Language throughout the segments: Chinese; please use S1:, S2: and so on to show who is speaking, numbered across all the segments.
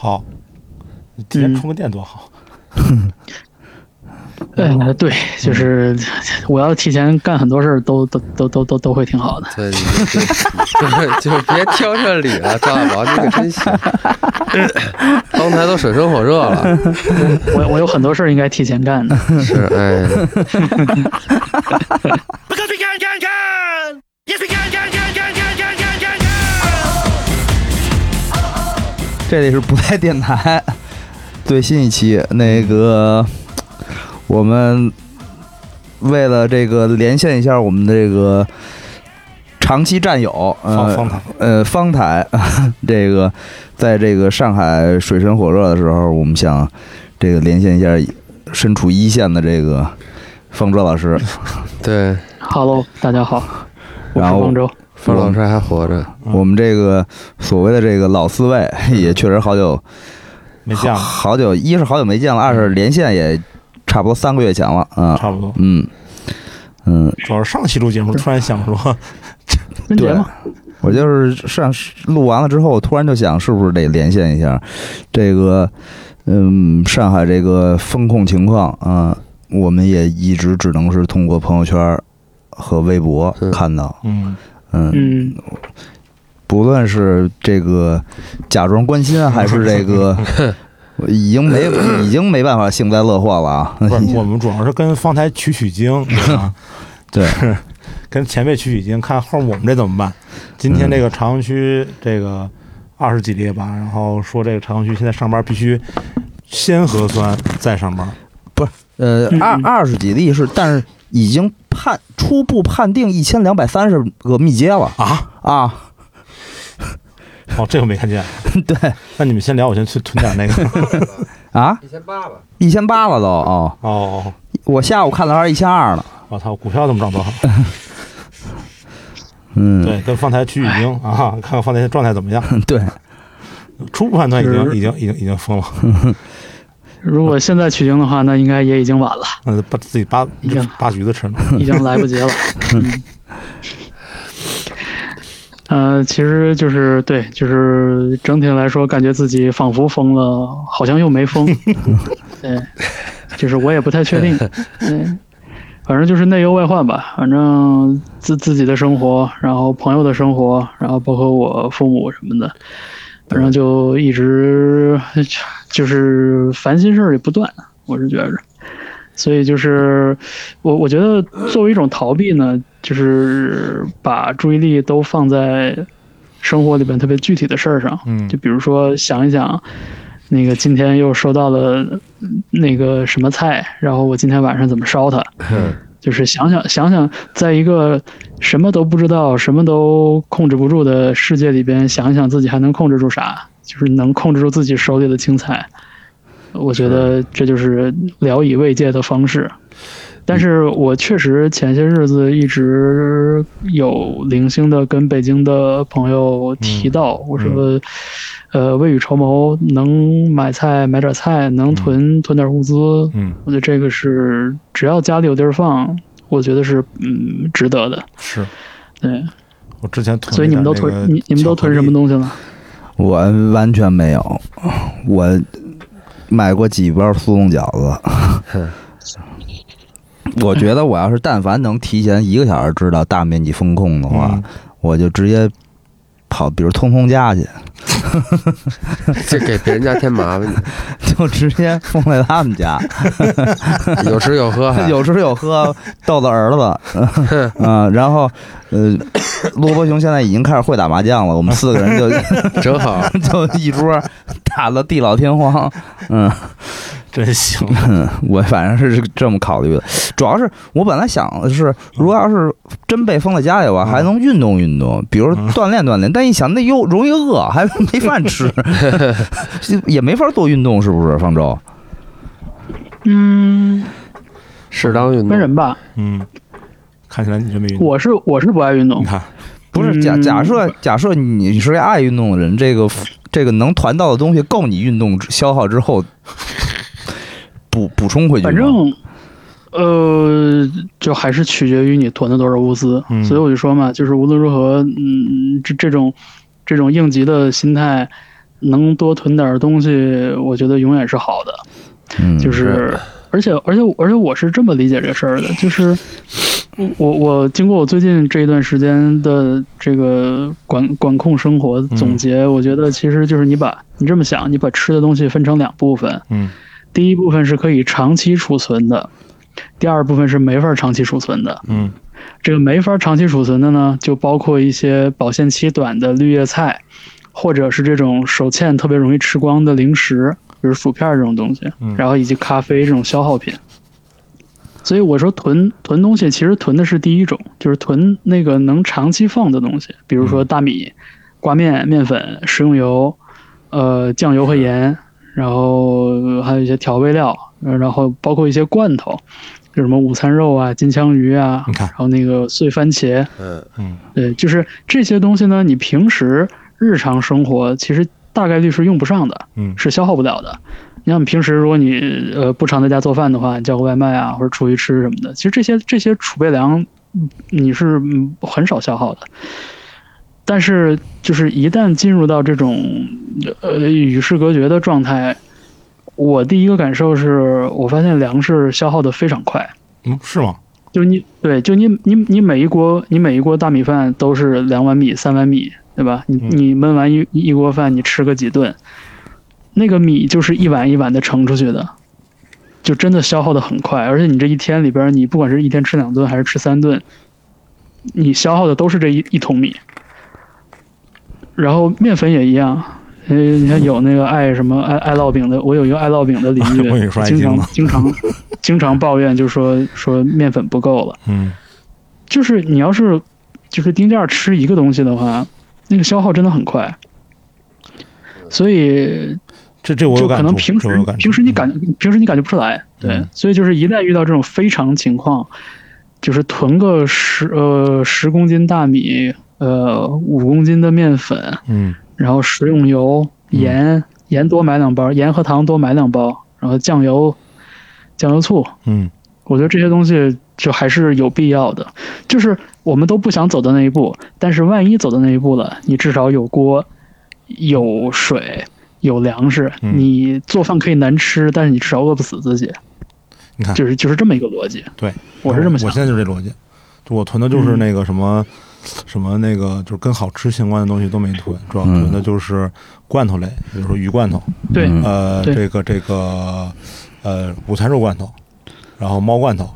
S1: 好，提前充个电多好。
S2: 呃，对，就是我要提前干很多事儿，都都都都都都会挺好的。
S3: 对， 就是就是别挑这理了，赵大宝，你可真行，刚才都水深火热了，
S2: 我我有很多事儿应该提前干的。
S3: 是哎，
S4: Because we can, can, can! Yes, we can, can, can, can, can, can, can, can, can!
S5: 这里是不在电台最新一期，那个我们为了这个连线一下我们的这个长期战友，
S1: 方
S5: 呃
S1: 方塔，
S5: 呃方台， 这个在这个上海水深火热的时候，我们想这个连线一下身处一线的这个方舟老师，
S3: 对，
S2: Hello，大家好，我
S5: 然
S2: 是
S5: 后
S2: 方舟。
S3: 方老师还活着，
S5: 我们这个所谓的这个老四位也确实好久
S1: 没见了，
S5: 好久，一是好久没见了，二是连线也差不多三个月前了啊。
S1: 嗯差不多。
S5: 嗯嗯，
S1: 主要是上期录节目，突然想 说，
S2: 春节
S5: 对
S2: 嘛，
S5: 我就是上录完了之后，突然就想是不是得连线一下这个，嗯，上海这个风控情况啊，我们也一直只能是通过朋友圈和微博
S3: 是
S5: 看到，
S1: 嗯，
S5: 嗯，
S2: 嗯，
S5: 不论是这个假装关心，还是这 个已经没已经没办法幸灾乐祸了啊，
S1: 不是，我们主要是跟方台取取经， 啊，
S5: 对，
S1: 跟前辈取取经，看后面我们这怎么办。今天
S5: 嗯
S1: 这个朝阳区这个二十几例吧，然后说这个朝阳区现在上班必须先核酸再上班，
S5: 呃，
S2: 嗯
S5: 二
S2: 嗯
S5: 二十几例是，但是已经判初步判定一千两百三十个密接了
S1: 啊！
S5: 啊！
S1: 哦，这个没看见。
S5: 对
S1: 那你们先聊，我先去囤点那 个。
S5: 啊，
S3: 一千八吧，
S5: 一千八了都哦！
S1: 哦，
S5: 我下午看了还一千二呢。
S1: 我操，股票怎么涨多少？
S5: 嗯，哎
S1: 对，跟方台取取经啊，看看方台现在状态怎么样。
S5: 对，
S1: 初步判断已经
S2: 是
S1: 已经已经已经疯了，
S2: 如果现在取经的话，那应该也已经晚了，
S1: 嗯，把自己扒
S2: 已经
S1: 扒橘子吃呢。
S2: 已经来不及了。嗯。呃，其实就是对，就是整体来说，感觉自己仿佛疯了，好像又没疯。对，就是我也不太确定。对，反正就是内忧外患吧。反正自自己的生活，然后朋友的生活，然后包括我父母什么的，反正就一直 就是烦心事儿也不断。我是觉着，所以就是我我觉得作为一种逃避呢，就是把注意力都放在生活里边特别具体的事儿上，
S1: 嗯
S2: 就比如说想一想，那个今天又收到了嗯那个什么菜，然后我今天晚上怎么烧它，就是想想想想，在一个什么都不知道、什么都控制不住的世界里边，想一想自己还能控制住啥，就是能控制住自己手里的青菜。我觉得这就是聊以慰藉的方式。但是我确实前些日子一直有零星的跟北京的朋友提到，我说，呃，未雨绸缪，能买菜买点菜，能囤囤点物资，
S1: 嗯，
S2: 我觉得这个是只要家里有地儿放，我觉得是嗯值得的。
S1: 是
S2: 对，
S1: 我之前囤了一点那个巧克力，
S2: 所以你们都囤、你你们都囤什么东西了？
S5: 我完全没有，我买过几包速冻饺子。我觉得我要是但凡能提前一个小时知道大面积风控的话，
S1: 嗯
S5: 我就直接跑，比如通通家去，
S3: 这给别人家添麻烦，
S5: 就直接送在他们家。
S3: 有吃有 喝还，
S5: 有吃有喝，逗逗儿子，嗯、然后，呃，罗伯雄现在已经开始会打麻将了，我们四个人就
S3: 正好
S5: 就一桌打的地老天荒，嗯，
S1: 真行，啊
S5: 我反正是这么考虑的，主要是我本来想的是，如果要是真被封在家里吧，还能运动运动，比如锻炼锻炼，但一想那又容易饿，还没饭吃，也没法做运动，是不是？方舟，
S2: 嗯，
S3: 适当运
S2: 分
S3: 动，
S2: 人吧，
S1: 嗯，看起来你这么运动，
S2: 我是我是不爱运动
S1: 你，看
S5: 不是假
S2: 嗯
S5: 假设假设你是个爱运动的人，这个这个能团到的东西够你运动之消耗之后补补充回去吗。
S2: 反正。呃，就还是取决于你囤了多少物资，
S1: 嗯
S2: 所以我就说嘛，就是无论如何，嗯，这这种这种应急的心态，能多囤点儿东西，我觉得永远是好的。
S5: 嗯，
S2: 就是，而且而且而且我是这么理解这事儿的，就是我我我经过我最近这一段时间的这个管管控生活总结，我觉得其实就是你把你这么想，你把吃的东西分成两部分，
S1: 嗯
S2: 第一部分是可以长期储存的，第二部分是没法长期储存的。
S1: 嗯
S2: 这个没法长期储存的呢，就包括一些保鲜期短的绿叶菜，或者是这种手欠特别容易吃光的零食，比如薯片这种东西
S1: 嗯，
S2: 然后以及咖啡这种消耗品。所以我说囤囤东西，其实囤的是第一种，就是囤那个能长期放的东西，比如说大米、挂面、面粉、食用油、呃酱油和盐，然后还有一些调味料，呃然后包括一些罐头，就什么午餐肉啊、金枪鱼啊，
S1: 你看
S2: 然后那个碎番茄，
S3: 嗯
S1: 嗯
S2: 对，就是这些东西呢，你平时日常生活其实大概率是用不上的，
S1: 嗯
S2: 是消耗不了的。你像平时如果你呃不常在家做饭的话，你叫个外卖啊，或者出去吃什么的，其实这些这些储备粮嗯你是嗯很少消耗的。但是就是一旦进入到这种呃与世隔绝的状态，我第一个感受是我发现粮食消耗的非常快。
S1: 嗯，是吗？
S2: 就你对，就你你你每一锅你每一锅大米饭都是两碗米三碗米，对吧？你
S1: 嗯
S2: 你焖完一一锅饭，你吃个几顿，那个米就是一碗一碗的盛出去的，就真的消耗的很快。而且你这一天里边，你不管是一天吃两顿还是吃三顿，你消耗的都是这一一桶米。然后面粉也一样，呃，你看有那个爱什么爱爱烙饼的，我有一个爱烙饼的邻居
S1: 我以为说，爱
S2: 经
S1: 京
S2: 常
S1: 呢
S2: 经常经常抱怨，就说说面粉不够了。
S1: 嗯
S2: 就是你要是就是丁件儿吃一个东西的话，那个消耗真的很快。所以
S1: 这这我
S2: 就
S1: 有感
S2: 可
S1: 触，
S2: 能平时
S1: 这我有感触
S2: 平时你感平时你感觉不出来，对，
S1: 嗯
S2: 所以就是一旦遇到这种非常情况，就是囤个十呃十公斤大米，呃五公斤的面粉，
S1: 嗯
S2: 然后食用油、
S1: 嗯
S2: 盐、盐多买两包，盐和糖多买两包，然后酱油、酱油醋，
S1: 嗯
S2: 我觉得这些东西就还是有必要的，就是我们都不想走到那一步，但是万一走到那一步了，你至少有锅、有水、有粮食，
S1: 嗯
S2: 你做饭可以难吃，但是你至少饿不死自己。
S1: 你看
S2: 就是就是这么一个逻辑。
S1: 对，
S2: 我是这么想嗯
S1: 我现在就是这逻辑，就我囤的就是那个什么、什么那个，就是跟好吃相关的东西都没囤，主要
S5: 嗯
S1: 囤的就是罐头类，比如说鱼罐头，
S2: 对，
S5: 嗯
S1: 呃，
S2: 对
S1: 这个这个呃午餐肉罐头，然后猫罐头，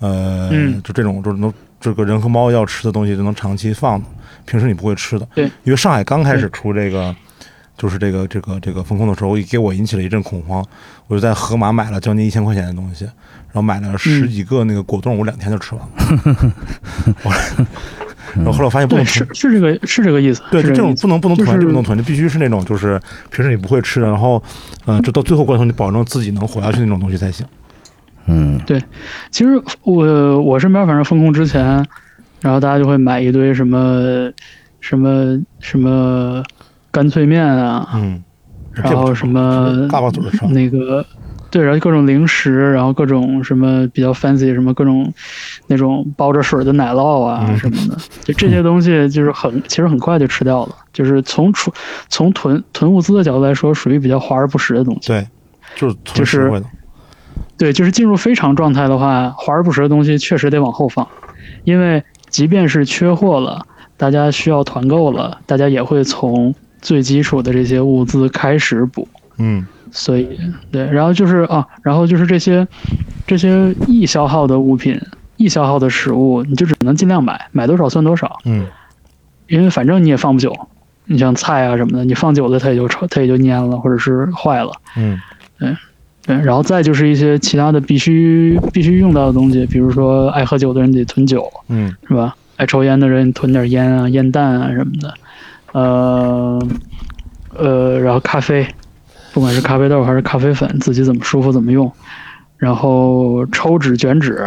S1: 呃，
S2: 嗯
S1: 就这种就是能这个人和猫要吃的东西就能长期放的，平时你不会吃的。
S2: 对
S1: 因为上海刚开始出这个。就是这个这个这个风控的时候，给我引起了一阵恐慌。我就在盒马买了将近一千块钱的东西，然后买了
S2: 嗯
S1: 十几个那个果冻，我两天就吃完了。 我然后后来我发现不
S2: 对
S1: 能吃
S2: 是，是这个是这个意思。
S1: 对，
S2: 是
S1: 就这
S2: 个
S1: 种
S2: 意思
S1: 不能不能
S2: 就
S1: 囤，
S2: 是
S1: 这不能囤，这必须是那种就是平时你不会吃的，然后，呃，这到最后过程你保证自己能活下去那种东西才行。
S5: 嗯
S2: 其实我我身边反正封控之前，然后大家就会买一堆什么什么什么干脆面啊，
S1: 嗯，
S2: 然后什么
S1: 大把嘴儿上，
S2: 那个，对，然后各种零食，然后各种什么比较 fancy，什么各种那种包着水的奶酪啊
S1: 嗯
S2: 什么的，就这些东西就是很，其实很快就吃掉了，就是从储从囤囤物资的角度来说，属于比较华而不实的东西。
S1: 对，就是
S2: 就
S1: 囤
S2: 是
S1: 实惠的，
S2: 对，就是进入非常状态的话，华而不实的东西确实得往后放，因为即便是缺货了，大家需要团购了，大家也会从最基础的这些物资开始补。
S1: 嗯
S2: 所以对，然后就是啊，然后就是这些这些易消耗的物品、易消耗的食物，你就只能尽量买，买多少算多少，
S1: 嗯
S2: 因为反正你也放不久。你像菜啊什么的，你放久了它也就臭它也就蔫了，或者是坏了。
S1: 嗯
S2: 对，然后再就是一些其他的必须必须用到的东西，比如说爱喝酒的人得囤酒，
S1: 嗯
S2: 是吧？爱抽烟的人囤点烟啊、烟弹啊什么的，呃呃，然后咖啡，不管是咖啡豆还是咖啡粉，自己怎么舒服怎么用。然后抽纸、卷纸，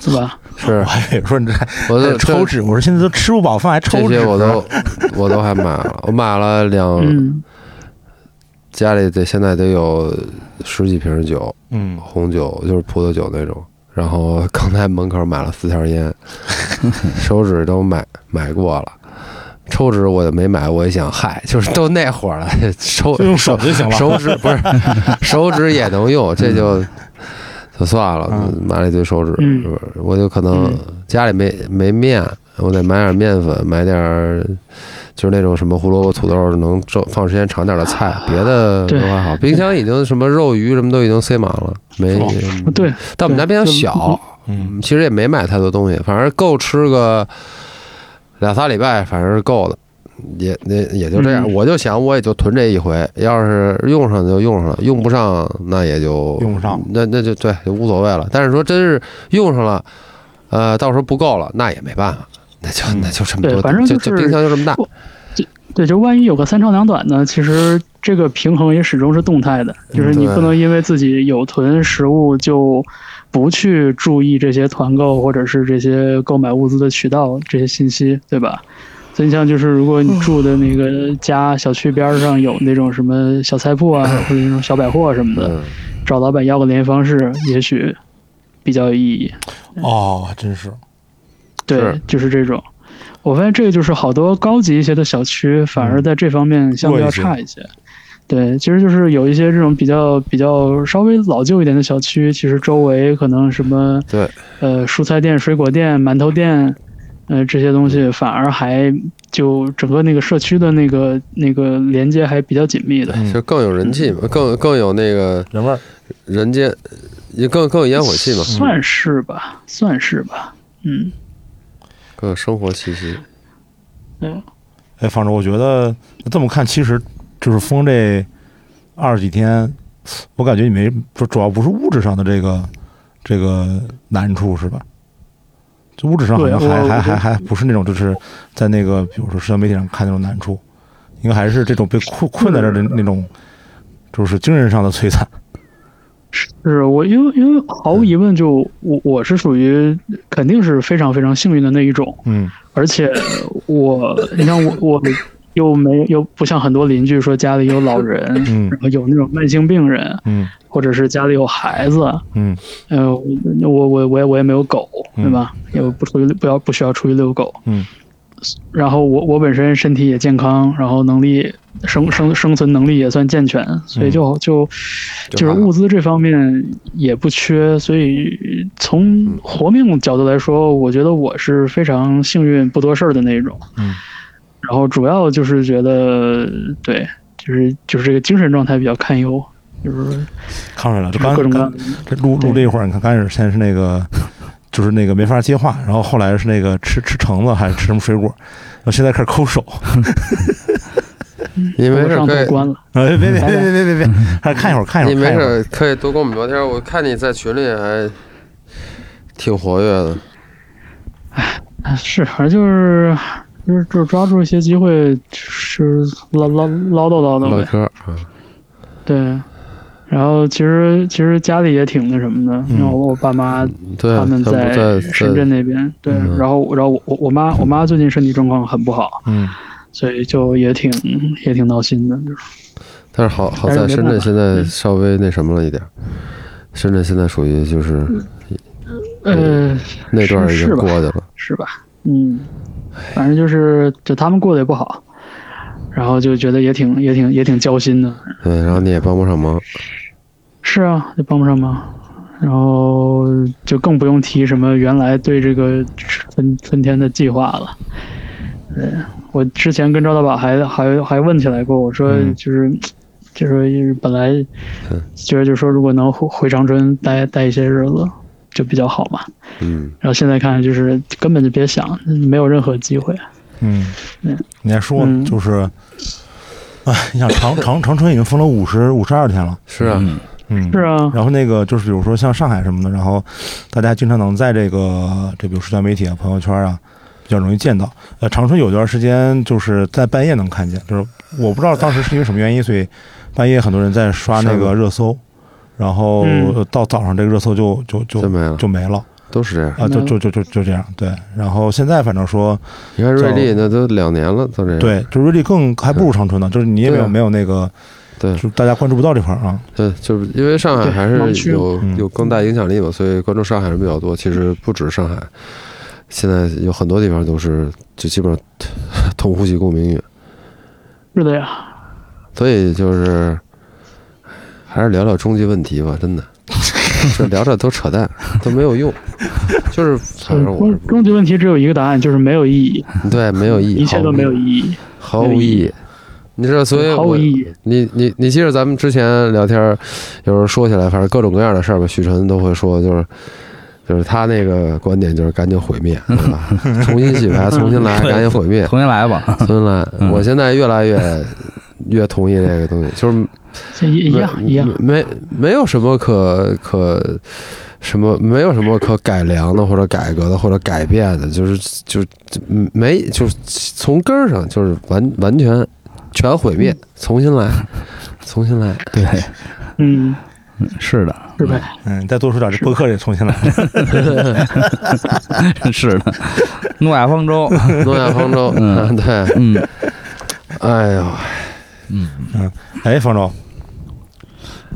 S2: 是吧？
S3: 是
S1: 我，还以为说你这还
S3: 我都
S1: 抽纸，我说现在都吃不饱饭还
S3: 这
S1: 抽
S3: 这
S1: 纸
S3: 些，我都我都还买了，我买了两
S2: 嗯，
S3: 家里得现在得有十几瓶酒，
S1: 嗯
S3: 红酒就是葡萄酒那种。然后 刚才门口买了四条烟，手指都买买过了，抽纸我就没买，我一想，嗨，就是都那会儿了，抽
S1: 就用手就行了
S3: 手指不是手指也能
S2: 嗯
S3: 用，这就就算了
S1: 嗯，
S3: 买了一堆手指，
S2: 嗯
S3: 是不是我就可能
S2: 嗯
S3: 家里没没面，我得买点面粉，买点儿就是那种什么胡萝卜、土豆能做放时间长点的菜，别的
S2: 对
S3: 都还好。冰箱已经什么肉、鱼什么都已经塞满了，没
S1: 哦。
S2: 嗯对，
S3: 但我们家冰箱小，
S1: 嗯，
S3: 其实也没买太多东西，反正够吃个两仨礼拜，反正是够的，也那也就这样。
S2: 嗯
S3: 我就想，我也就囤这一回，要是用上就用上了，用不上那也就
S1: 用不上，
S3: 那那就对，就无所谓了。但是说真是用上了，呃，到时候不够了，那也没办法，那就那就这
S2: 嗯
S3: 么
S2: 对
S3: 多，
S2: 反正
S3: 就
S2: 就是
S3: 就冰箱就这么大。
S2: 对，就万一有个三长两短呢，其实这个平衡也始终是动态的，就是你
S3: 嗯对
S2: 不能因为自己有囤食物就不去注意这些团购或者是这些购买物资的渠道这些信息，对吧？所以你像就是，如果你住的那个家小区边儿上有那种什么小菜铺啊，或者那种小百货什么的，
S3: 嗯，
S2: 找老板要个联系方式，也许比较有意义。
S1: 哦，还真是，
S2: 对
S3: 是，
S2: 就是这种。我发现这个就是好多高级一些的小区，反而在这方面相对要差一些。对，其实就是有一些这种比较比较稍微老旧一点的小区，其实周围可能什么
S3: 对，
S2: 呃蔬菜店、水果店、馒头店，呃这些东西反而还就整个那个社区的那个那个连接还比较紧密的。
S3: 就更有人气嘛，
S2: 嗯
S3: 更更有那个
S1: 人味儿。
S3: 人间，也更更有烟火气 嘛，
S2: 算是吧，算是吧，嗯，
S3: 更有生活气息。
S1: 哎，反正我觉得这么看，其实就是封这二十几天，我感觉你没主主要不是物质上的这个这个难处是吧？就物质上好像
S2: 对
S1: 还
S2: 我
S1: 还
S2: 我觉
S1: 还
S2: 得
S1: 还不是那种就是在那个比如说社交媒体上看那种难处，应该还是这种被困困在这儿的那种，就是精神上的摧残。
S2: 是我，因为因为毫
S1: 嗯
S2: 无疑问就，我我是属于肯定是非常非常幸运的那一种，
S1: 嗯
S2: 而且我，你像我我又没又不像很多邻居说家里有老人，
S1: 嗯
S2: 然后有那种慢性病人，
S1: 嗯
S2: 或者是家里有孩子，
S1: 嗯
S2: 呃，我我我我也我也没有狗，
S1: 嗯
S2: 对吧？也不出去不要不需要出去遛狗，
S1: 嗯
S2: 然后我我本身身体也健康，然后能力生生生存能力也算健全，所以就就就
S3: 就
S2: 是
S3: 还好
S2: 物资这方面也不缺，所以从活命角度来说，我觉得我是非常幸运不多事儿的那一种。
S1: 嗯，
S2: 然后主要就是觉得对，就是就是这个精神状态比较堪忧，就是
S1: 看出来了，这刚
S2: 各种各
S1: 刚
S2: 样的
S1: 这录录这一会儿，你看刚开始先是那个， 就是那个没法接话，然后后来是那个吃吃橙子还是吃什么水果，然后现在开始抠手，
S3: 你没
S2: 我
S3: 事
S2: 上头
S3: 可以，
S2: 关了。
S1: 哎，别别别别别别别，还是看一会儿看一
S3: 你
S1: 会儿，
S3: 没
S1: 看一会儿，
S3: 事可以多跟我们聊天。我看你在群里还挺活跃的，
S2: 啊是，反正就是就是就是抓住一些机会，就是唠唠唠叨唠叨
S3: 唠
S2: 呗。
S3: 嗑。啊
S2: 对，然后其实其实家里也挺那什么的，因为
S1: 嗯
S2: 我我爸妈
S3: 对，
S2: 他
S3: 他
S2: 们
S3: 不在
S2: 深圳那边，对，
S3: 嗯
S2: 然后然后我我我妈我妈最近身体状况很不好，
S1: 嗯，
S2: 所以就也挺也挺闹心的，就是
S3: 但是好好
S2: 但是没
S3: 在深
S2: 办法嗯
S3: 圳现在稍微那什么了一点儿。深圳现在属于就是
S2: 呃
S3: 那段儿已
S2: 嗯是
S3: 经
S2: 是吧
S3: 过去了，
S2: 是吧？嗯，反正就是就他们过得也不好，然后就觉得也挺也挺也挺焦心的，
S3: 对，然后你也帮不上忙，
S2: 是啊，就帮不上忙。然后就更不用提什么原来对这个春春天的计划了。对，我之前跟赵大宝还还还问起来过，我说
S1: 嗯
S2: 就是、就是本来
S3: 嗯
S2: 觉得就是说如果能回回长春待待一些日子就比较好嘛。
S3: 嗯，
S2: 然后现在看就是根本就别想，没有任何机会。
S1: 嗯，你还说
S2: 嗯
S1: 就是，哎，你想长长长春已经封了五十五十二天了，
S3: 是啊，
S1: 嗯，
S2: 是啊，
S1: 然后那个就是，比如说像上海什么的，然后大家经常能在这个这比如社交媒体啊、朋友圈啊，比较容易见到。呃，长春有段时间就是在半夜能看见，就是我不知道当时是因为什么原因，所以半夜很多人在刷那个热搜，然后
S2: 嗯
S1: 呃到早上这个热搜就就就
S3: 真没了，
S1: 就没了
S3: 都是这样。
S1: 啊，就就就就就这样。对，然后现在反正说
S3: 你看瑞
S1: 就
S3: 丽那都两年了，都这样，
S1: 对，就瑞丽更还不如长春呢，就是你也没
S3: 对
S1: 有
S3: 啊
S1: 没有那个，
S3: 对
S1: 就是大家关注不到这块儿啊。
S3: 对，就是因为上海
S2: 对
S3: 还
S2: 盲
S3: 是
S2: 区
S3: 有
S1: 嗯
S3: 有更大影响力嘛，所以关注上海人比较多。其实不止上海，现在有很多地方都是就基本上 同呼吸共鸣语。
S2: 是的呀，
S3: 所以就是还是聊聊终极问题吧，真的，这聊着都扯淡，都没有用，就是反正我是
S2: 呃终终极问题只有一个答案，就是没有意义，
S3: 对没有意义，
S2: 一切都没有意
S3: 义，
S2: 义，
S3: 毫无意义。你知道，所以
S2: 毫无
S3: 我
S2: 意义。
S3: 你你你记着咱们之前聊天，有时候说起来，反正各种各样的事儿吧，许晨都会说，就是就是他那个观点就是赶紧毁灭，对吧？重新洗牌，重新 来，赶紧毁灭，
S5: 重新来吧。
S3: 重新来。
S5: 嗯
S3: 我现在越来越越同意这个东西，就是
S2: 这一一样
S3: 没
S2: 一样，
S3: 没没有什么可可什么，没有什么可改良的或者改革的或者改变的，就是就嗯没就是从根儿上就是完完全全毁灭，重新来，重新 来。
S5: 对，
S2: 嗯，
S5: 是的，
S2: 是呗？
S1: 嗯，再多说点，这播客也重新来。
S5: 是的，诺亚方 舟。
S3: 诺亚方舟，
S5: 嗯
S3: 对，
S5: 嗯，
S3: 哎呦，
S1: 哎，方舟，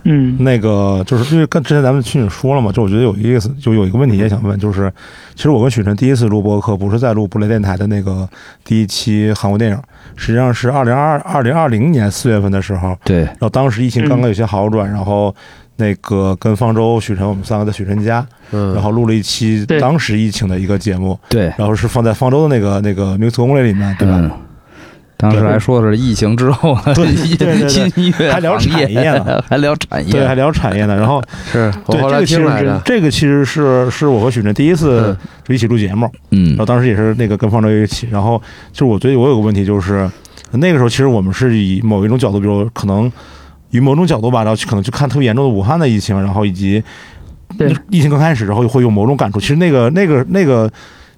S2: 嗯
S1: 那个就是因为跟之前咱们去你说了嘛，就我觉得有意思，就有一个问题也想问，就是其实我跟许晨第一次录播客不是在录布雷电台的那个第一期韩国电影，实际上是二零二二零二零年四月份的时候，
S5: 对，
S1: 然后当时疫情
S3: 嗯
S1: 刚刚有些好转，然后那个跟方舟、许晨我们三个在许晨家，
S3: 嗯，
S1: 然后录了一期
S2: 对
S1: 当时疫情的一个节目，
S5: 对，
S1: 然后是放在方舟的那个那个 Mix 攻略里面，对吧？
S5: 嗯。当时还说是疫情之后，
S1: 对对对对
S5: 新音乐
S1: 还聊
S5: 行业
S1: 产业呢，
S5: 还聊产业，
S1: 对，还聊产业呢。然后
S3: 是我
S1: 对
S3: 后
S1: 这
S3: 来
S1: 个其
S3: 听
S1: 实
S3: 来
S1: 是
S3: 的，
S1: 这个其实是是我和许晨第一次
S3: 嗯
S1: 就一起录节目，
S5: 嗯
S1: 然后当时也是那个跟方舟一起。然后就是我觉得我有个问题就是，那个时候其实我们是以某一种角度，比如可能以某种角度吧，然后去可能去看特别严重的武汉的疫情，然后以及
S2: 对
S1: 疫情刚开始，然后会有某种感触。其实那个那个那个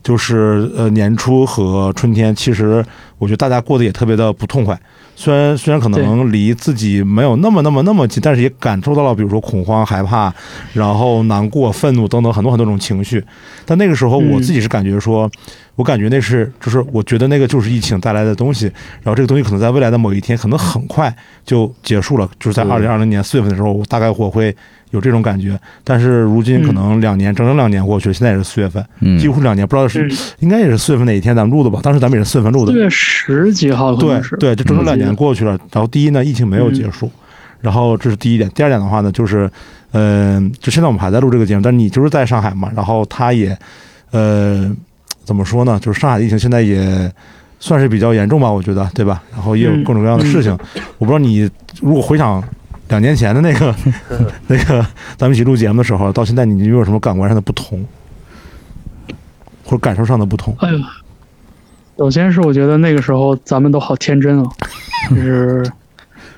S1: 就是呃年初和春天，其实我觉得大家过得也特别的不痛快。虽然虽然可能离自己没有那么那么那么近，但是也感受到了，比如说恐慌、害怕，然后难过、愤怒等等很多很多种情绪。但那个时候
S2: 嗯
S1: 我自己是感觉说，我感觉那是就是我觉得那个就是疫情带来的东西，然后这个东西可能在未来的某一天，可能很快就结束了，就是在
S3: 嗯
S1: 二零二零年四月份的时候，我大概我会有这种感觉。但是如今可能两年，整整两年过去，现在也是四月份，
S5: 嗯
S1: 几乎两年，不知道是
S2: 嗯，
S1: 应该也是四月份哪一天咱们录的吧？当时咱们也是四月份录的
S2: 四，月十几号可
S1: 对
S2: 能是，
S1: 对，这整
S2: 嗯
S1: 整两年过去了。然后第一呢，疫情没有结束，然后这是第一点。第二点的话呢，就是，嗯、就现在我们还在录这个节目，但是你就是在上海嘛，然后他也，呃，怎么说呢？就是上海的疫情现在也算是比较严重吧，我觉得，对吧？然后也有
S2: 嗯
S1: 各种各样的事情。我不知道你如果回想。两年前的那 个、 那个，咱们一起录节目的时候，到现在你有没有什么感官上的不同，或者感受上的不同？
S2: 哎呦，首先是我觉得那个时候咱们都好天真哦，就是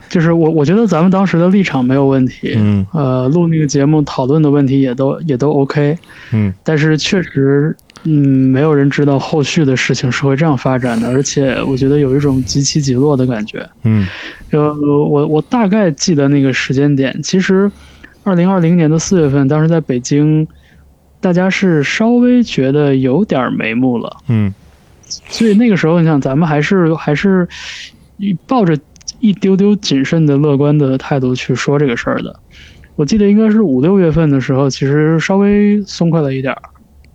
S2: 就是我我觉得咱们当时的立场没有问题，
S1: 嗯
S2: 呃，录那个节目讨论的问题也都也都 OK，
S1: 嗯
S2: 但是确实，嗯，没有人知道后续的事情是会这样发展的，而且我觉得有一种极起极落的感觉。
S1: 嗯
S2: 呃，我我大概记得那个时间点，其实，二零二零年的四月份，当时在北京，大家是稍微觉得有点眉目了。
S1: 嗯
S2: 所以那个时候，你想，咱们还是还是抱着一丢丢谨慎的、乐观的态度去说这个事儿的。我记得应该是五六月份的时候，其实稍微松快了一点儿，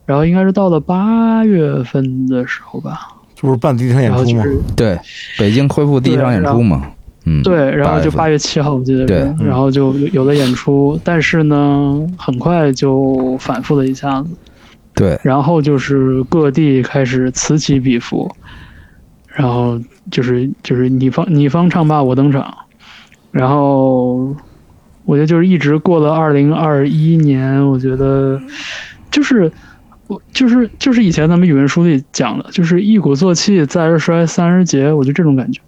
S2: 然后应该是到了八月份的时候吧，
S1: 这不是办第一场演
S2: 然后
S1: 出
S2: 就
S1: 吗？
S2: 是
S5: 对，北京恢复第一场演出嘛，嗯，
S2: 对，然后就
S5: 八
S2: 八月七号，我记得
S5: 对嗯
S2: 是，然后就有了演出，但是呢，很快就反复了一下子。
S5: 对，
S2: 然后就是各地开始此起彼伏，然后就是就是你方你方唱罢我登场，然后我觉得就是一直过了二零二一年，我觉得就是我就是就是以前咱们语文书里讲的，就是一鼓作气，再而衰，三而竭，我觉得这种感觉，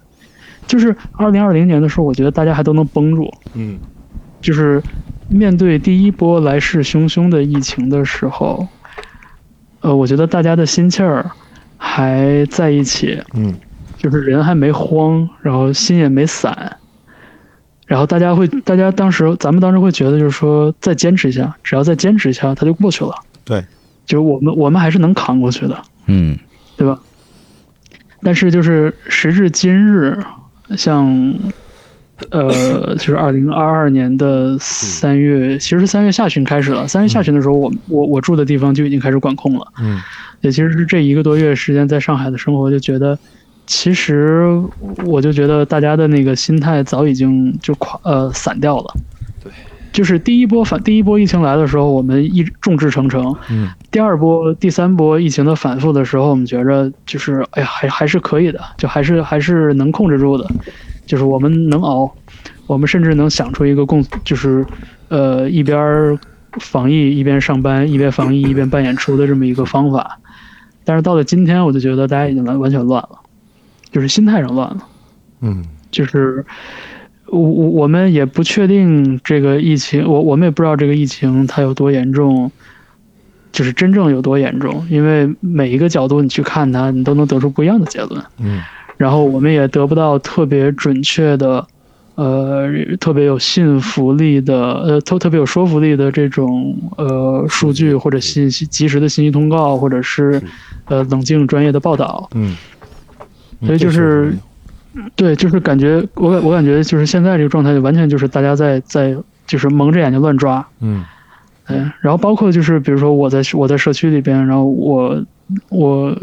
S2: 就是二零二零年的时候，我觉得大家还都能绷住，
S1: 嗯
S2: 就是面对第一波来势汹汹的疫情的时候，呃，我觉得大家的心气儿还在一起，
S1: 嗯
S2: 就是人还没慌，然后心也没散，然后大家会，大家当时咱们当时会觉得就是说再坚持一下，只要再坚持一下，它就过去了。
S1: 对，
S2: 就是我们我们还是能扛过去的。
S5: 嗯，
S2: 对吧？但是就是时至今日，像呃，就是二零二二年的三月，其实三月下旬开始了。三月下旬的时候，我我我住的地方就已经开始管控了。
S1: 嗯
S2: 也其实是这一个多月时间在上海的生活，就觉得其实我就觉得大家的那个心态早已经就垮呃散掉了。
S3: 对，
S2: 就是第一波反第一波疫情来的时候，我们一众志成城；
S1: 嗯
S2: 第二波、第三波疫情的反复的时候，我们觉着就是哎呀，还还是可以的，就还是还是能控制住的，就是我们能熬，我们甚至能想出一个共，就是呃一边儿防疫一边上班，一边防疫一边办演出的这么一个方法。但是到了今天，我就觉得大家已经完完全乱了，就是心态上乱了。
S1: 嗯
S2: 就是我我我们也不确定这个疫情，我我们也不知道这个疫情它有多严重，就是真正有多严重，因为每一个角度你去看它，你都能得出不一样的结论。
S1: 嗯
S2: 然后我们也得不到特别准确的，呃，特别有信服力的，呃，特特别有说服力的这种呃数据或者信息及时的信息通告，或者是呃冷静专业的报道。
S1: 嗯，
S2: 所以就是
S1: 嗯
S2: 对，就是感觉我感我感觉就是现在这个状态，就完全就是大家在在就是蒙着眼睛乱抓，
S1: 嗯
S2: 嗯，然后包括就是比如说我在我在社区里边，然后我我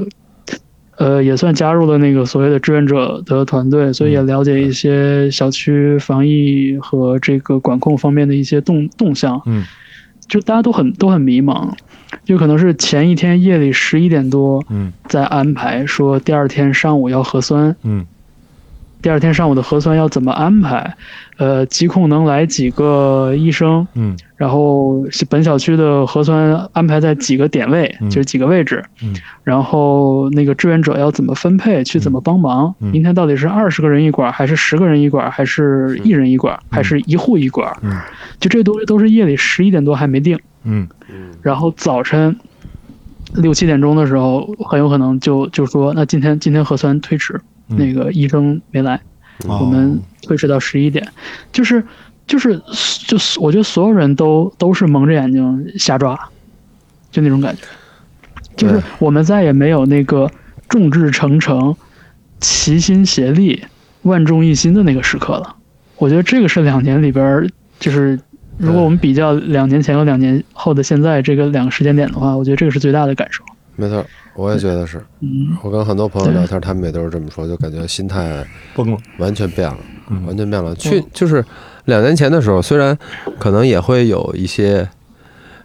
S2: 呃也算加入了那个所谓的志愿者的团队，所以也了解一些小区防疫和这个管控方面的一些动动向，
S1: 嗯
S2: 就大家都很都很迷茫，就可能是前一天夜里十一点多
S1: 嗯
S2: 在安排说第二天上午要核酸，
S1: 嗯
S2: 第二天上午的核酸要怎么安排？呃，疾控能来几个医生？
S1: 嗯
S2: 然后本小区的核酸安排在几个点位，
S1: 嗯
S2: 就是几个位置。
S1: 嗯
S2: 然后那个志愿者要怎么分配，去怎么帮忙？
S1: 嗯
S2: 明天到底是二十个人一管，还是十个人一管，还是一人一管，还是一户一管？
S1: 嗯
S2: 就这东西都是夜里十一点多还没定，
S1: 嗯
S2: 然后早晨六七点钟的时候，很有可能就就说那今天今天核酸推迟，
S1: 嗯
S2: 那个医生没来。
S1: 哦
S2: 我们推迟到十一点，就是就是就是，我觉得所有人都都是蒙着眼睛瞎抓，就那种感觉，就是
S3: 对
S2: 我们再也没有那个众志成城、齐心协力、万众一心的那个时刻了。我觉得这个是两年里边儿，就是如果我们比较两年前和两年后的现在这个两个时间点的话，我觉得这个是最大的感受。
S3: 没错，我也觉得是。
S2: 嗯，
S3: 我跟很多朋友聊天，他们也都是这么说，就感觉心态
S1: 崩了，
S3: 完全变了，
S1: 嗯
S3: 完全变了。去就是两年前的时候，虽然可能也会有一些，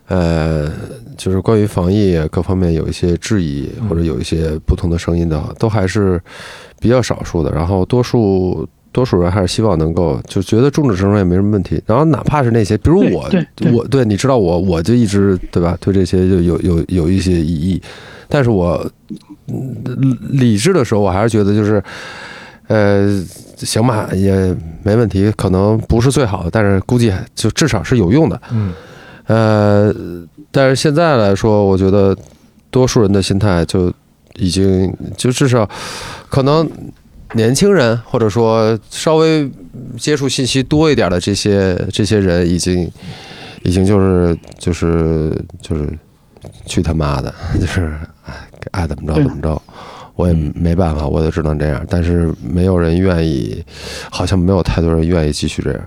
S3: 呃，就是关于防疫各方面有一些质疑，
S1: 嗯
S3: 或者有一些不同的声音的，都还是比较少数的。然后多数多数人还是希望能够就觉得众志成城也没什么问题。然后哪怕是那些，比如
S2: 对
S3: 我
S2: 对，对
S3: 我对你知道我，我就一直对吧？对这些就有有有一些异议，但是我嗯理智的时候，我还是觉得就是，呃，行吧，也没问题，可能不是最好的，但是估计还就至少是有用的。
S1: 嗯
S3: 呃，但是现在来说，我觉得多数人的心态就已经就至少可能年轻人或者说稍微接触信息多一点的这些这些人，已经已经就是就是就是去他妈的，就是哎爱怎么着
S2: 对
S3: 怎么着。我也没办法，我就只能这样。但是没有人愿意，好像没有太多人愿意继续这样。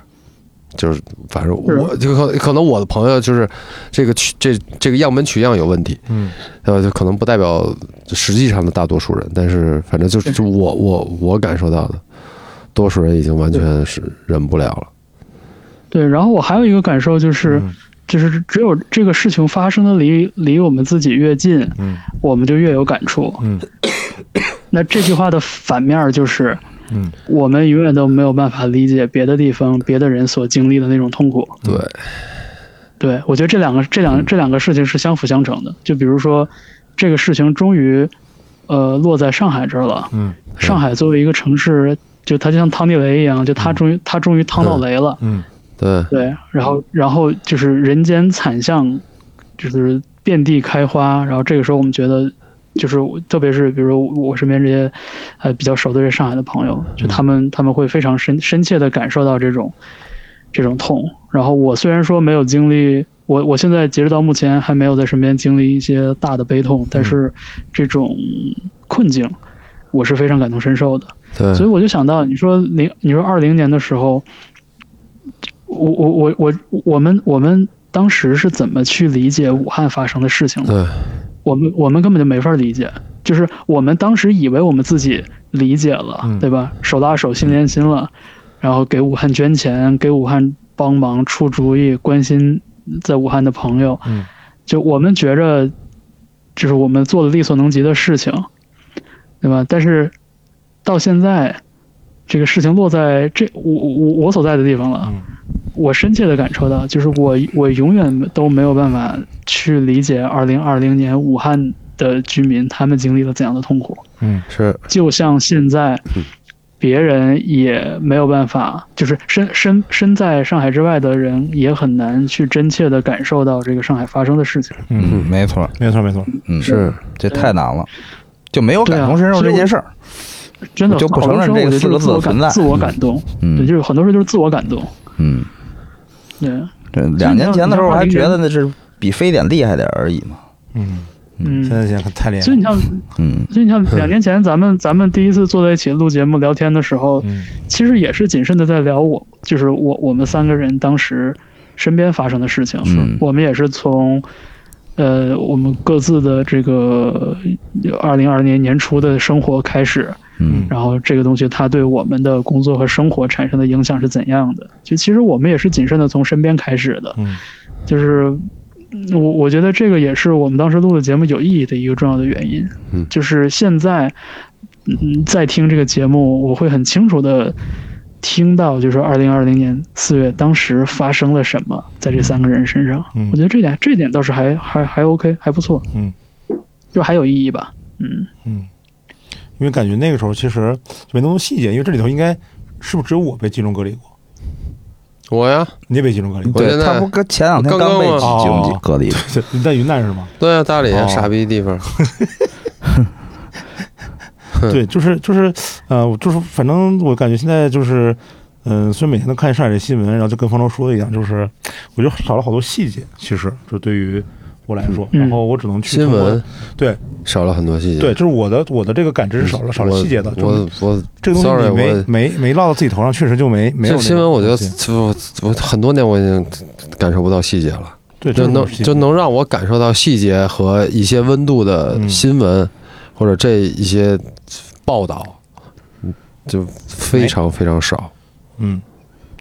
S3: 就是反正
S2: 是
S3: 我就可可能我的朋友就是这个取这这个样本取样有问题，
S1: 嗯
S3: 呃，就可能不代表实际上的大多数人，但是反正就是
S2: 是
S3: 就我我我感受到的，多数人已经完全是忍不了了。
S2: 对。然后我还有一个感受就是，
S1: 嗯
S2: 就是只有这个事情发生的离离我们自己越近，
S1: 嗯
S2: 我们就越有感触。
S1: 嗯
S2: 那这句话的反面儿就是，
S1: 嗯
S2: 我们永远都没有办法理解别的地方、别的人所经历的那种痛苦。
S1: 嗯
S3: 对，
S2: 对我觉得这两个、这两、这两个事情是相辅相成的。就比如说，这个事情终于，呃，落在上海这儿了。
S1: 嗯
S2: 上海作为一个城市，就它就像趟地雷一样，就它终于它终于趟到雷了。
S1: 嗯
S3: 对，
S2: 对，然后然后就是人间惨象，就是遍地开花。然后这个时候我们觉得，就是我特别是比如我身边这些，呃比较熟的这些上海的朋友，就他们他们会非常深深切的感受到这种这种痛。然后我虽然说没有经历，我我现在截止到目前还没有在身边经历一些大的悲痛，但是这种困境，我是非常感同身受的。
S3: 对，
S2: 所以我就想到，你说零，你说二零年的时候，我我我我我们我们当时是怎么去理解武汉发生的事情的？
S3: 对，
S2: 我们我们根本就没法理解，就是我们当时以为我们自己理解了，
S1: 嗯
S2: 对吧？手拉手，心连心了，然后给武汉捐钱，给武汉帮忙出主意，关心在武汉的朋友。
S1: 嗯
S2: 就我们觉着，就是我们做了力所能及的事情，对吧？但是到现在，这个事情落在这我我我所在的地方了，
S1: 嗯
S2: 我深切的感受到，就是我我永远都没有办法去理解2020年武汉的居民他们经历了怎样的痛苦，
S1: 嗯
S3: 是
S2: 就像现在。
S5: 嗯
S2: 别人也没有办法，就是身身身在上海之外的人也很难去真切的感受到这个上海发生的事情。
S1: 嗯，
S5: 嗯，没错，
S1: 没错没错，
S5: 嗯，
S3: 是，
S5: 这太难了，就没有
S2: 对
S5: 感
S2: 啊
S5: 同身受这件事儿。
S2: 真的
S5: 我就不
S2: 好多
S5: 承
S2: 时候
S5: 认这
S2: 我
S5: 个
S2: 觉得
S5: 四个字
S2: 就是自我
S5: 的存
S2: 感
S5: 在
S2: 自我感动，对，
S5: 嗯
S2: 就是很多时候就是自我感动，
S5: 嗯，
S2: 对，
S5: 这两年前的时候我还觉得那是比非典厉害点儿而已嘛。
S1: 嗯，现
S2: 嗯，
S1: 在想太厉害
S2: 所以你
S1: 了，
S2: 像，
S5: 嗯
S2: 所以你像两年前咱们咱们第一次坐在一起录节目聊天的时候，
S1: 嗯
S2: 其实也是谨慎的在聊我，就是我我们三个人当时身边发生的事情，
S5: 嗯
S2: 我们也是从。呃，我们各自的这个二零二年年初的生活开始，
S5: 嗯
S2: 然后这个东西它对我们的工作和生活产生的影响是怎样的？就其实我们也是谨慎的从身边开始的，
S1: 嗯
S2: 就是嗯我我觉得这个也是我们当时录的节目有意义的一个重要的原因。
S3: 嗯
S2: 就是现在，嗯，在听这个节目，我会很清楚的听到，就是二零二零年四月当时发生了什么在这三个人身上。
S1: 嗯
S2: 我觉得这点这点倒是还还还 OK，还不错，
S1: 嗯。
S2: 就还有意义吧。嗯，
S1: 嗯，因为感觉那个时候其实就没那么多细节，因为这里头应该是不是只有我被集中隔离过？
S3: 我呀，
S1: 你也被集中隔离过？
S3: 我
S5: 对
S3: 现在
S5: 他不跟前两天刚被集
S1: 刚刚
S5: 中
S2: 哦
S1: 吗
S5: 隔离，
S1: 对，你在云南是吗？
S3: 对啊，大理
S1: 哦
S3: 傻逼地方，嗯
S1: 对，就是就是呃，我就是反正我感觉现在就是。嗯，所以每天都看上海的新闻，然后就跟方舟说的一样，就是我觉得少了好多细节。其实就对于我来说，
S2: 嗯
S1: 然后我只能去
S3: 新
S1: 通过
S3: 闻
S1: 对
S3: 少了很多细节，
S1: 对，就是我的我的这个感知是少了少了
S3: 嗯我
S1: 细节的，就是
S3: 我我
S1: 这个东西
S3: sorry，
S1: 你没
S3: 我
S1: 没没落到自己头上，确实就没没有那
S3: 这
S1: 个
S3: 新闻，我觉得
S1: 东西
S3: 我我很多年我已经感受不到细节了。
S1: 对，
S3: 就
S1: 这
S3: 能就能让我感受到细节和一些温度的
S1: 嗯
S3: 新闻，或者这一些报道，嗯就非常非常少。
S1: 嗯，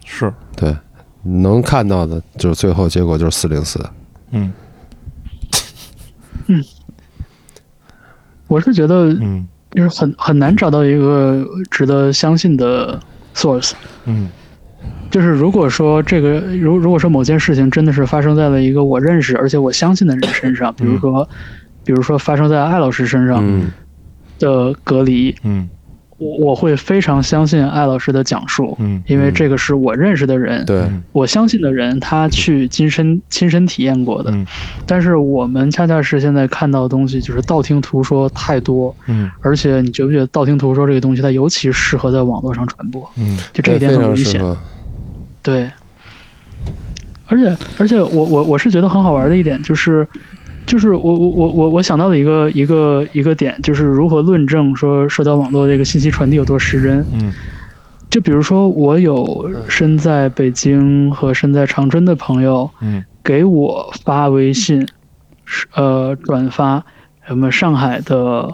S1: 是
S3: 对，能看到的就是最后结果就是四零四。
S1: 嗯
S2: 我是觉得
S1: 嗯
S2: 就是很很难找到一个值得相信的 source。
S1: 嗯
S2: 就是如果说这个，如如果说某件事情真的是发生在了一个我认识而且我相信的人身上，比如说，比如说发生在艾老师身上
S3: 嗯
S2: 的隔离，
S1: 嗯
S2: 我我会非常相信艾老师的讲述，
S1: 嗯
S2: 因为这个是我认识的人，
S3: 对，
S1: 嗯
S2: 我相信的人，他去亲身亲身体验过的。
S1: 嗯
S2: 但是我们恰恰是现在看到的东西，就是道听途说太多，
S1: 嗯
S2: 而且你觉不觉得道听途说这个东西，它尤其适合在网络上传播？
S1: 嗯
S2: 就这一点
S3: 非
S2: 很
S3: 常
S2: 危
S3: 适
S2: 险。
S3: 合。
S2: 对，而且而且我我我是觉得很好玩的一点就是，就是我我我我我想到的一个一个一个点，就是如何论证说社交网络这个信息传递有多失真。
S1: 嗯
S2: 就比如说，我有身在北京和身在长春的朋友
S1: 嗯
S2: 给我发微信，是呃，转发什么上海的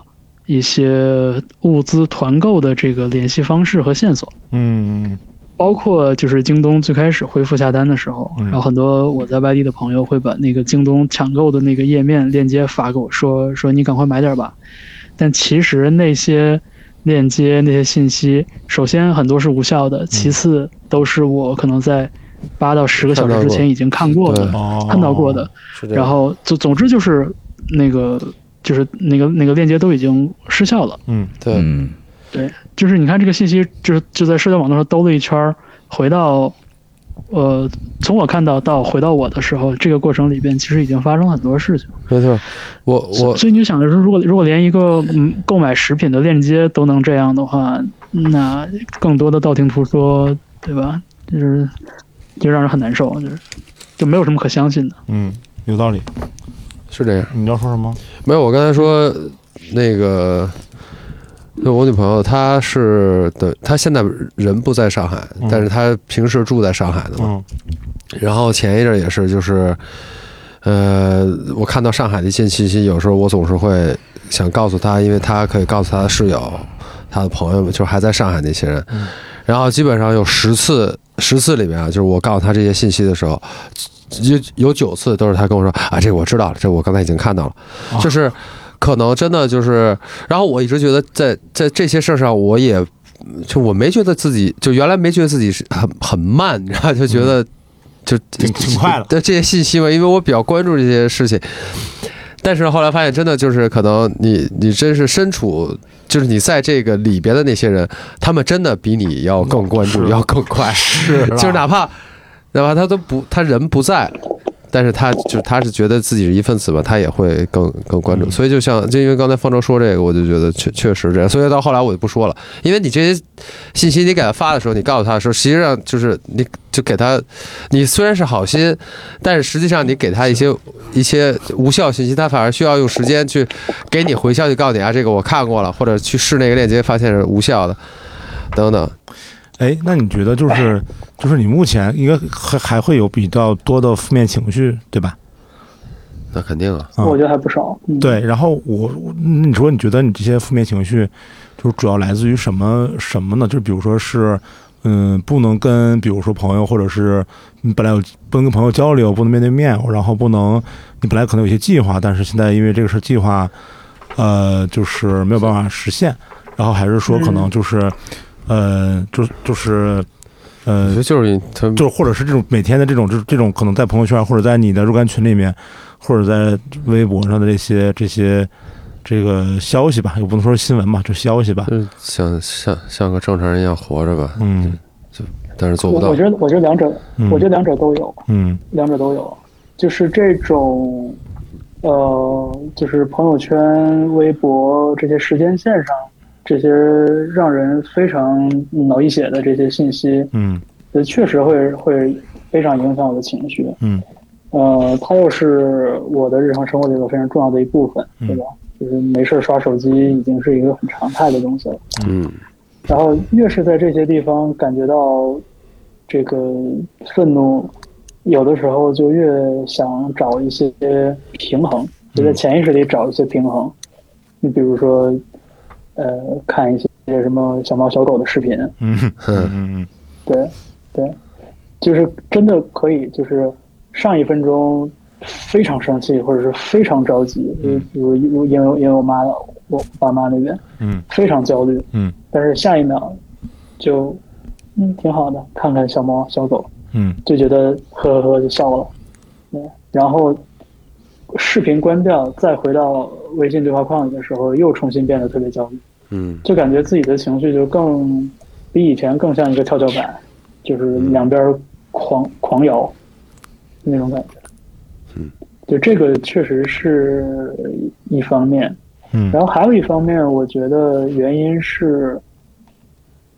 S2: 一些物资团购的这个联系方式和线索。
S1: 嗯
S2: 包括就是京东最开始恢复下单的时候，
S1: 嗯
S2: 然后很多我在外地的朋友会把那个京东抢购的那个页面链接发给我说，说你赶快买点吧。但其实那些链接那些信息，首先很多是无效的，其次都是我可能在八到十个小时之前已经看过的、
S1: 哦
S2: 看到过的，
S3: 是这样
S2: 然后总总之就是那个就是那个那个链接都已经失效了。
S1: 嗯
S3: 对，
S5: 嗯
S2: 对，就是你看这个信息，就是就在社交网络上兜了一圈儿，回到，呃，从我看到到回到我的时候，这个过程里边其实已经发生很多事情。
S3: 没错。我
S2: 所
S3: 我
S2: 以所以你就想着说，如果如果连一个嗯购买食品的链接都能这样的话，那更多的道听途说，对吧？就是就让人很难受，就是就没有什么可相信的。
S1: 嗯，有道理。
S3: 是这样。
S1: 你要说什么？
S3: 没有，我刚才说那个，就我女朋友，她是的，她现在人不在上海，
S1: 嗯
S3: 但是她平时住在上海的嘛。
S1: 嗯
S3: 然后前一阵儿也是，就是，呃，我看到上海的一些信息，有时候我总是会想告诉他，因为他可以告诉他的室友，他的朋友们，就是还在上海那些人
S1: 嗯，
S3: 然后基本上有十次十次里面啊，就是我告诉他这些信息的时候。有有九次都是他跟我说啊，这个我知道了，这个我刚才已经看到了，
S1: 哦
S3: 就是可能真的就是，然后我一直觉得在在这些事儿上，我也就我没觉得自己就原来没觉得自己是很很慢，然后就觉得就
S1: 挺挺快了
S3: 对这些信息嘛，因为我比较关注这些事情。但是后来发现，真的就是可能你你真是身处，就是你在这个里边的那些人，他们真的比你要更关注，
S1: 是
S3: 要更快，
S1: 是
S3: 就是哪怕哪怕他都不他人不在，但是他就是他是觉得自己是一份子吧，他也会更更关注。
S1: 嗯
S3: 所以就像就因为刚才方舟说这个，我就觉得确确实这样。所以到后来我就不说了，因为你这些信息你给他发的时候，你告诉他的时候，实际上就是你就给他，你虽然是好心，但是实际上你给他一些一些无效信息，他反而需要用时间去给你回消息，告诉你啊，这个我看过了，或者去试那个链接，发现是无效的，等等。
S1: 哎，那你觉得就是就是你目前应该还还会有比较多的负面情绪，对吧？
S3: 那肯定啊，
S1: 嗯
S2: 我觉得还不少。嗯、
S1: 对，然后我我你说你觉得你这些负面情绪，就是主要来自于什么什么呢？就是比如说是，嗯，不能跟比如说朋友，或者是你本来有不能跟朋友交流，不能面对面，然后不能你本来可能有一些计划，但是现在因为这个事计划，呃，就是没有办法实现，然后还是说可能就是，呃，就就是，
S3: 我觉
S1: 呃
S3: 得，就是他
S1: 就是或者是这种每天的这种就是这种可能在朋友圈或者在你的若干群里面，或者在微博上的这些这些这个消息吧，也不能说是新闻吧，就消息吧。
S3: 就是想像像个正常人一样活着吧，
S1: 嗯
S3: 但是做不
S2: 我
S3: 到
S2: 我。觉得我觉得两者，
S1: 嗯，
S2: 我觉得两者都有。
S1: 嗯
S2: 两者都有，就是这种，呃，就是朋友圈、微博这些时间线上，这些让人非常脑溢血的这些信息，
S1: 嗯
S2: 呃，确实会会非常影响我的情绪。
S1: 嗯
S2: 呃，它又是我的日常生活里头非常重要的一部分，
S1: 嗯
S2: 对吧？就是没事儿刷手机已经是一个很常态的东西了。
S3: 嗯，
S2: 然后越是在这些地方感觉到这个愤怒，有的时候就越想找一些平衡，就在潜意识里找一些平衡。你比如说，呃，看一些什么小猫小狗的视频，
S1: 嗯嗯
S2: 对，对，就是真的可以，就是上一分钟非常生气或者是非常着急，就是比如因为因为因为我妈我爸妈那边
S1: 嗯
S2: 非常焦虑，
S1: 嗯
S2: 但是下一秒就嗯挺好的，看看小猫小狗
S1: 嗯
S2: 就觉得呵呵呵就笑了，嗯，然后视频关掉，再回到微信对话框里的时候，又重新变得特别焦虑，
S3: 嗯，
S2: 就感觉自己的情绪就更比以前更像一个跷跷板，就是两边狂狂摇那种感觉，
S3: 嗯，
S2: 就这个确实是一方面，
S1: 嗯
S2: 然后还有一方面，我觉得原因是，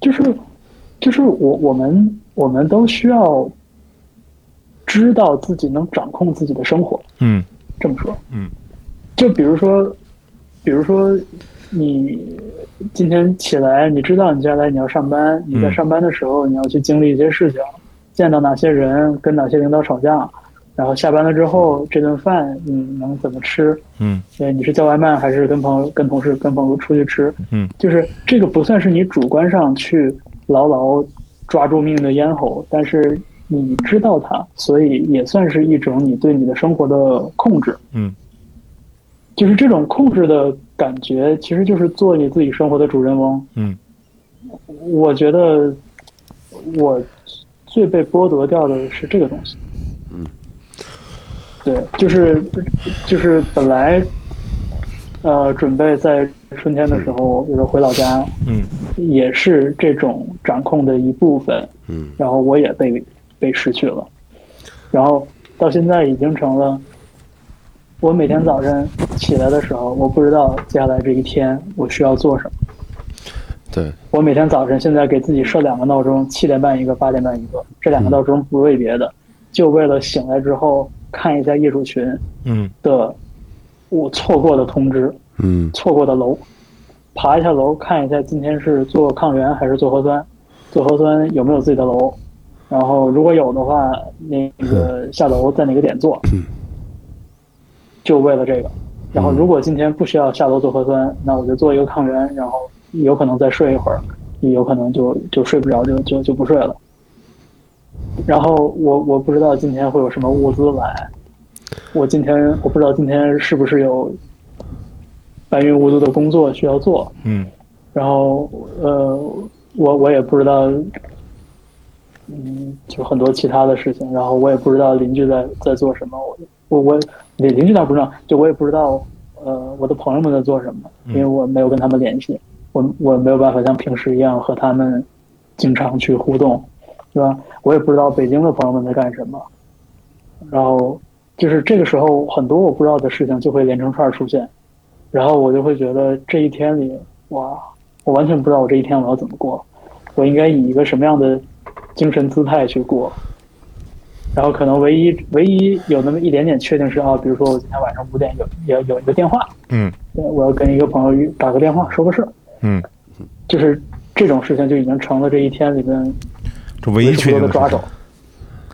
S2: 就是就是我我们我们都需要知道自己能掌控自己的生活。
S1: 嗯
S2: 这么说，
S1: 嗯，
S2: 就比如说，比如说你今天起来，你知道你接下来你要上班，你在
S1: 嗯
S2: 上班的时候你要去经历一些事情，见到哪些人，跟哪些领导吵架，然后下班了之后这顿饭你能怎么吃？
S1: 嗯
S2: 呃，你是叫外卖还是跟朋友、跟同事、跟朋友出去吃？
S1: 嗯，
S2: 就是这个不算是你主观上去牢牢抓住命运的咽喉，但是你知道它，所以也算是一种你对你的生活的控制。
S1: 嗯，
S2: 就是这种控制的感觉，其实就是做你自己生活的主人翁。
S1: 嗯，
S2: 我觉得我最被剥夺掉的是这个东西。嗯，对，就是就是本来呃准备在春天的时候，比如说回老家，
S1: 嗯
S2: 也是这种掌控的一部分。
S3: 嗯，
S2: 然后我也被被失去了，然后到现在已经成了。我每天早晨起来的时候，我不知道接下来这一天我需要做什么。
S3: 对，
S2: 我每天早晨现在给自己设两个闹钟，七点半一个，八点半一个。这两个闹钟不为别的，就为了醒来之后看一下业主群
S1: 嗯
S2: 的我错过的通知，
S3: 嗯
S2: 错过的楼，爬一下楼看一下今天是做抗原还是做核酸，做核酸有没有自己的楼，然后如果有的话，那个下楼在哪个点做，就为了这个。然后如果今天不需要下楼做核酸，那我就做一个抗原，然后你有可能再睡一会儿，你有可能就就睡不着，就就就不睡了。然后我我不知道今天会有什么物资来，我今天我不知道今天是不是有搬运物资的工作需要做，
S1: 嗯
S2: 然后呃，我我也不知道，嗯，就很多其他的事情，然后我也不知道邻居在在做什么，我我我邻邻居倒不知道，就我也不知道，呃，我的朋友们在做什么，因为我没有跟他们联系，我我没有办法像平时一样和他们经常去互动，对吧？我也不知道北京的朋友们在干什么，然后就是这个时候很多我不知道的事情就会连成串儿出现，然后我就会觉得这一天里，哇，我完全不知道我这一天我要怎么过，我应该以一个什么样的精神姿态去过。然后可能唯一唯一有那么一点点确定是啊，比如说我今天晚上五点有有有一个电话，
S1: 嗯
S2: 对我要跟一个朋友约打个电话说个事儿，
S1: 嗯，
S2: 就是这种事情就已经成了这一天里面
S1: 这唯一确定
S2: 的
S1: 的
S2: 抓
S1: 事
S2: 手
S1: 情。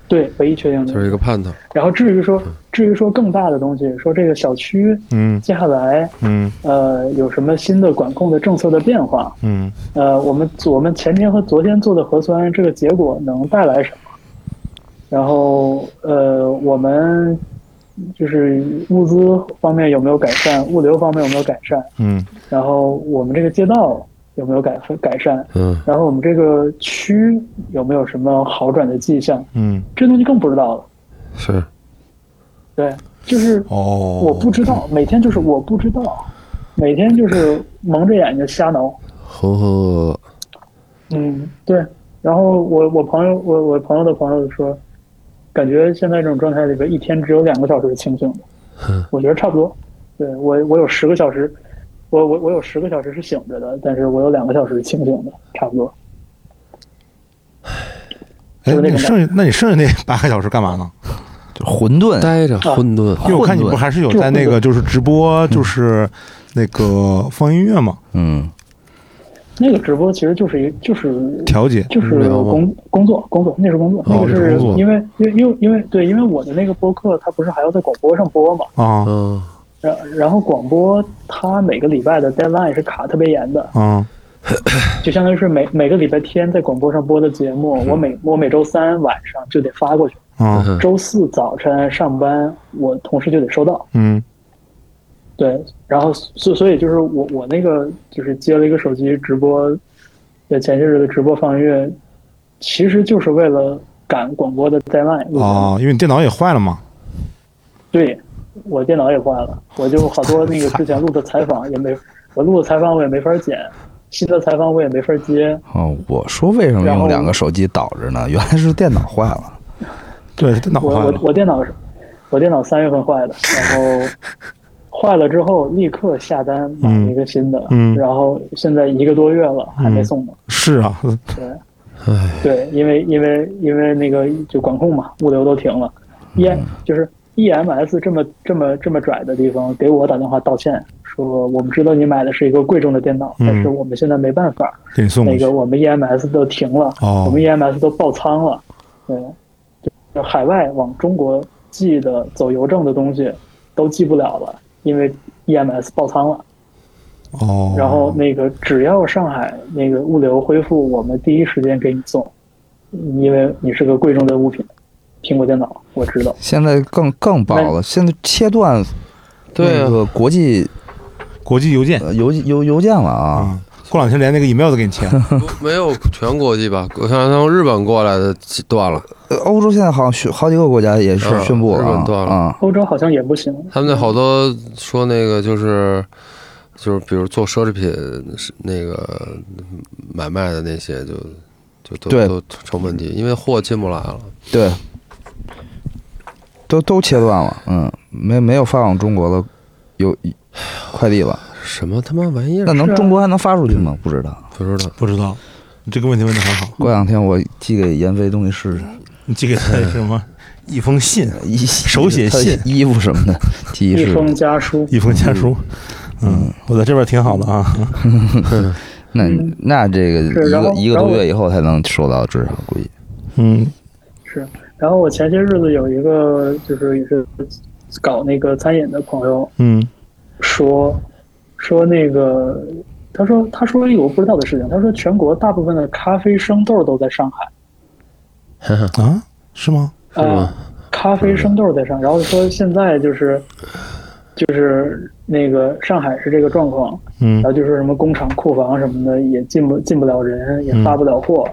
S2: 对，唯一确定的
S3: 就是一个盼头。
S2: 然后至于说，至于说更大的东西，说这个小区
S1: 嗯
S2: 接下来
S1: 嗯
S2: 呃有什么新的管控的政策的变化，
S1: 嗯
S2: 呃，我们我们前天和昨天做的核酸，这个结果能带来什么？然后呃，我们就是物资方面有没有改善，物流方面有没有改善？
S1: 嗯
S2: 然后我们这个街道有没有改改善？
S3: 嗯，
S2: 然后我们这个区有没有什么好转的迹象？
S1: 嗯，
S2: 这东西更不知道了。
S3: 是
S2: 对，就是
S1: 哦，
S2: 我不知道，每天就是我不知道，每天就是蒙着眼睛瞎挠。
S3: 浑浑噩噩。
S2: 嗯，对。然后我我朋友我我朋友的朋友说，感觉现在这种状态里边，一天只有两个小时是清醒的。我觉得差不多。对我我有十个小时，我我我有十个小时是醒着的，但是我有两个小时是清醒的，差不多。
S1: 哎，
S2: 就是
S1: 那
S2: 那
S1: 你
S2: 种
S1: 剩下那你剩下那八个小时干嘛呢？
S5: 就混沌，
S3: 待着
S2: 啊
S3: 混沌，
S1: 因为我看你
S5: 混沌
S1: 不还是有在那个就是直
S3: 嗯
S1: 播，就是那个放音乐嘛，
S5: 嗯，
S2: 那个直播其实就是一就是
S1: 调节。
S2: 就是
S3: 无聊吗
S2: 工工作工作，那是工作，那
S1: 哦
S2: 个
S1: 是
S2: 是
S1: 工作
S2: 因为因为因为因为对，因为我的那个播客它不是还要在广播上播嘛，
S1: 啊
S3: 嗯，
S2: 然然后广播它每个礼拜的 deadline 是卡特别严的，
S1: 啊
S2: 就相当于是每每个礼拜天在广播上播的节目，我每我每周三晚上就得发过去，
S1: 啊
S3: 嗯
S2: 周四早晨上班我同事就得收到，
S1: 嗯
S2: 对，然后所所以就是我我那个就是接了一个手机直播，呃前些日子直播放音乐，其实就是为了赶广播的 deadline 录的
S1: 哦，因为你电脑也坏了嘛。
S2: 对，我电脑也坏了，我就好多那个之前录的采访也没，我录的采访我也没法剪，新的采访我也没法接，
S5: 哦，我说为什么
S2: 然
S5: 用
S2: 后
S5: 两个手机导着呢？原来是电脑坏了。
S1: 对，电脑
S2: 我
S1: 坏
S2: 我
S1: 了。
S2: 我电脑是，我电脑三月份坏的， 然后坏了之后立刻下单买了一个新的，
S1: 嗯嗯
S2: 然后现在一个多月了还没送呢，
S1: 是啊，
S2: 对，因为因为因为那个就管控嘛，物流都停了，E
S1: 嗯
S2: 就是 EMS 这么这么这么拽的地方给我打电话道歉，说我们知道你买的是一个贵重的电脑，
S1: 嗯
S2: 但是我们现在没办法，
S1: 给你送过
S2: 那
S1: 去
S2: 个。我们 EMS 都停了，
S1: 哦
S2: 我们 EMS 都爆仓了，对，就海外往中国寄的走邮政的东西都寄不了了，因为 EMS 爆仓了。
S1: 哦，
S2: 然后那个只要上海那个物流恢复，我们第一时间给你送，因为你是个贵重的物品。苹果电脑我知道，
S5: 现在更更爆了，现在切断
S3: 对
S5: 那
S3: 啊，
S5: 个国际
S1: 国际邮件
S5: 呃邮邮邮件了啊。
S2: 呃
S1: 啊，过两天连那个 email 都给你签。
S3: 没有全国际吧？我看从日本过来的断了，
S2: 嗯
S5: 呃欧洲现在好像宣好几个国家也是
S3: 嗯
S5: 宣布
S3: 日
S5: 了
S3: 本断了
S5: 啊，
S2: 欧洲好像也不行。
S3: 他们那好多说那个就是。就是比如做奢侈品是那个买卖的那些就，就都
S5: 对
S3: 都成问题，因为货进不来了。
S5: 对，都都切断了，嗯，没没有发往中国的邮快递了。
S3: 什么他妈玩意
S5: 那
S3: 儿？
S5: 能
S2: 是啊
S5: 中国还能发出去吗？不知道。
S3: 不知道。
S1: 不知道，你这个问题问的很好。
S5: 过两天我寄给闫飞东西 试试，
S1: 你寄给他的是什么？一封信，
S5: 一
S1: 手写
S5: 他的
S1: 信
S5: 衣服什么的，寄一
S2: 一
S5: 试试。
S2: 封家书，
S1: 一封家书。嗯，我在这边挺好的啊。
S5: 那
S2: 嗯
S5: 那这个
S2: 是
S5: 一
S2: 然
S5: 个
S2: 后
S5: 一个
S2: 然后我
S5: 多月以后才能收到，至少估计。
S1: 嗯
S2: 是，然后我前些日子有一个就是也是搞那个餐饮的朋友
S1: 嗯
S2: 说，说那个他说他说一个我不知道的事情，他说全国大部分的咖啡生豆都在上海，嗯
S1: 啊，是吗？
S3: 是吗
S2: 啊？咖啡生豆在上，然后说现在就是就是那个上海是这个状况，
S1: 嗯
S2: 然后就说什么工厂库房什么的也进不进不了人，也
S5: 嗯
S2: 发不了货，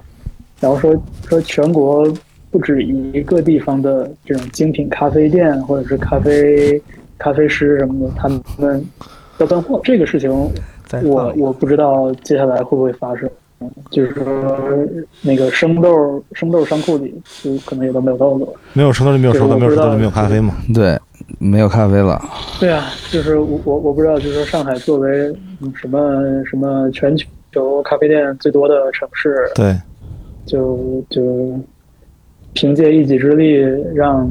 S2: 然后说说全国不止一个地方的这种精品咖啡店或者是咖啡咖啡师什么的，他们要断货。这个事情
S5: 再放
S2: 我
S5: 一个
S2: 我不知道接下来会不会发生。就是说，那个生豆生豆商库里，就可能也都没有豆子了。
S1: 没有石头就没有石
S2: 对
S1: 头，
S2: 我
S1: 没有石
S2: 不知道
S1: 头就没有咖啡嘛。
S5: 对，没有咖啡了，
S2: 对啊，就是我我我不知道，就是说上海作为嗯什么什么全球咖啡店最多的城市，
S1: 对，
S2: 就就凭借一己之力让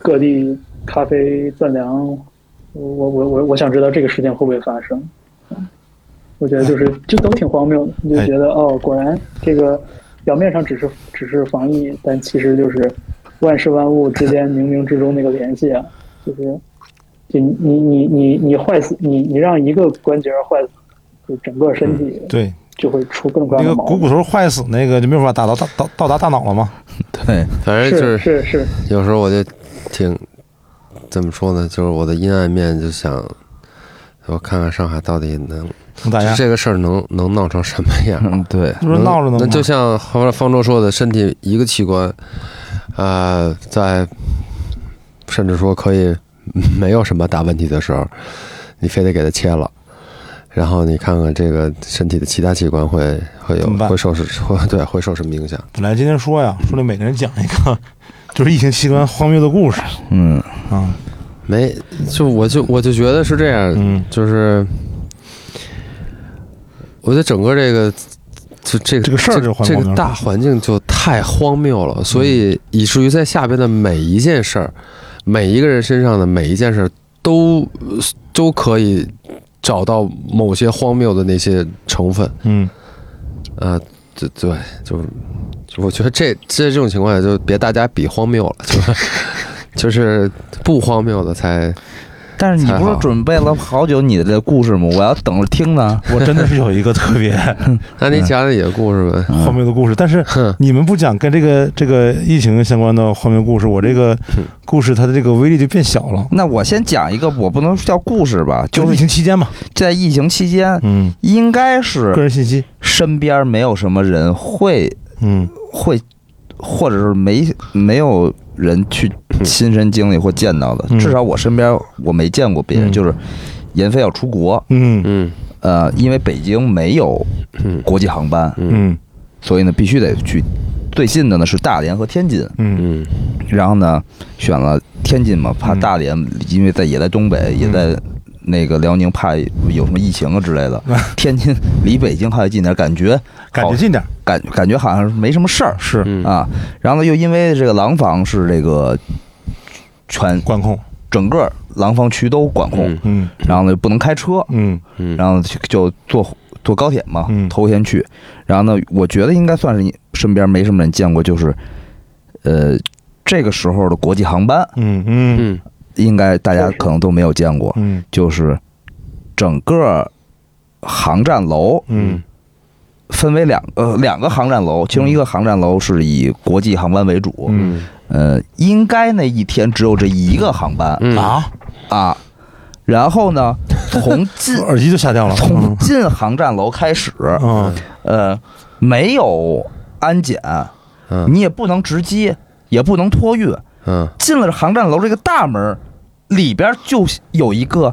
S2: 各地咖啡断粮，我我我我想知道这个事情会不会发生。我觉 得就是就都挺荒谬的，你
S1: 哎
S2: 就觉得哦，果然这个表面上只是只是防疫，但其实就是万事万物之间冥冥之中那个联系啊，就是就你你你你你坏死你你让一个关节坏死，就整个身体
S1: 对，
S2: 就会出各种各
S1: 嗯那
S2: 样
S1: 个
S2: 的毛
S1: 股
S2: 病。
S1: 骨头坏死那个就没有办法打到大到到达大脑了嘛。
S5: 对，
S3: 反正就是
S2: 是是，
S3: 有时候我就挺怎么说呢，就是我的阴暗面就想，我看看上海到底能
S1: 能打
S3: 就
S1: 压，
S3: 这个事儿能能闹成什么样。
S5: 嗯，对，
S1: 不是闹着呢
S3: 那
S1: 吗？
S3: 就像后来方舟说的，身体一个器官，呃，在甚至说可以嗯没有什么大问题的时候，你非得给它切了，然后你看看这个身体的其他器官会会有
S1: 怎么办
S3: 会受是会对会受什么影响？
S1: 本来今天说呀，说那每个人讲一个， 就是疫情器官荒谬的故事
S5: 嗯，
S1: 啊。
S3: 没，就我就我就觉得是这样，
S1: 嗯
S3: 就是我觉得整个这个就这个
S1: 这个事儿就荒
S3: 这
S1: 谬
S3: 个大环境就太荒谬了，所
S1: 嗯
S3: 以以至于在下边的每一件事儿，每一个人身上的每一件事儿都都可以找到某些荒谬的那些成分，
S1: 嗯，
S3: 啊，对对，就就我觉得这这这种情况下就别大家比荒谬了，就是就是 不荒谬的才
S5: 但是你
S3: 才
S5: 不是
S3: 好
S5: 准备了好久你的这故事吗？我要等着听呢。
S1: 我真的是有一个特 别
S3: 那你讲讲你的故事呗。
S5: 嗯
S1: 荒谬的故事，但是
S3: 哼，
S1: 你们不讲跟这个这个疫情相关的荒谬故事，我这个
S3: 嗯
S1: 故事它的这个威力就变小了。
S5: 那我先讲一个，我不能叫故事吧，
S1: 就
S5: 就是
S1: 疫
S5: 是
S1: 情期间嘛，
S5: 在疫情期间，
S1: 嗯，
S5: 应该
S1: 个
S5: 是
S1: 人信息，
S5: 身边没有什么人会
S1: 嗯
S5: 会，或者是没没有人去亲身经历或见到的
S1: 嗯。
S5: 至少我身边我没见过别人，
S1: 嗯
S5: 就是严飞要出国，
S1: 嗯
S3: 嗯
S5: 呃，因为北京没有
S3: 嗯
S5: 国际航班，
S3: 嗯
S1: 嗯
S5: 所以呢必须得去最近的呢是大连和天津。
S1: 嗯
S3: 嗯
S5: 然后呢，选了天津嘛，怕
S1: 嗯
S5: 大连，因为在也在东北，也在那个辽宁，怕有什么疫情啊之类的。
S1: 嗯
S5: 天津离北京还要近点，感觉
S1: 感
S5: 好
S1: 觉近点儿
S5: 感感觉好像是没什么事儿
S1: 是
S3: 嗯
S5: 啊。然后呢，又因为这个廊坊是这个全
S1: 管控，
S5: 整个廊坊区都管控，
S3: 嗯
S1: 嗯
S5: 然后呢不能开车，
S1: 嗯
S3: 嗯，
S5: 然后就就坐坐高铁嘛
S1: 嗯，
S5: 头天去。然后呢，我觉得应该算是你身边没什么人见过，就是呃这个时候的国际航班。
S1: 嗯嗯
S3: 嗯
S5: 应该大家可能都没有见过，
S1: 嗯
S5: 就是整个航站楼
S1: 嗯
S5: 分为两呃两个航站楼，其中一个航站楼是以国际航班为主，
S1: 嗯
S5: 呃，应该那一天只有这一个航班
S3: 嗯
S1: 啊，
S5: 啊。然后 呢，从进
S1: 耳机就下 掉了，
S5: 从进航站楼开始，
S1: 嗯
S5: 呃，没有安检，
S3: 嗯
S5: 你也不能值机，也不能托运，
S3: 嗯
S5: 进了航站楼这个大门儿，里边儿就有一个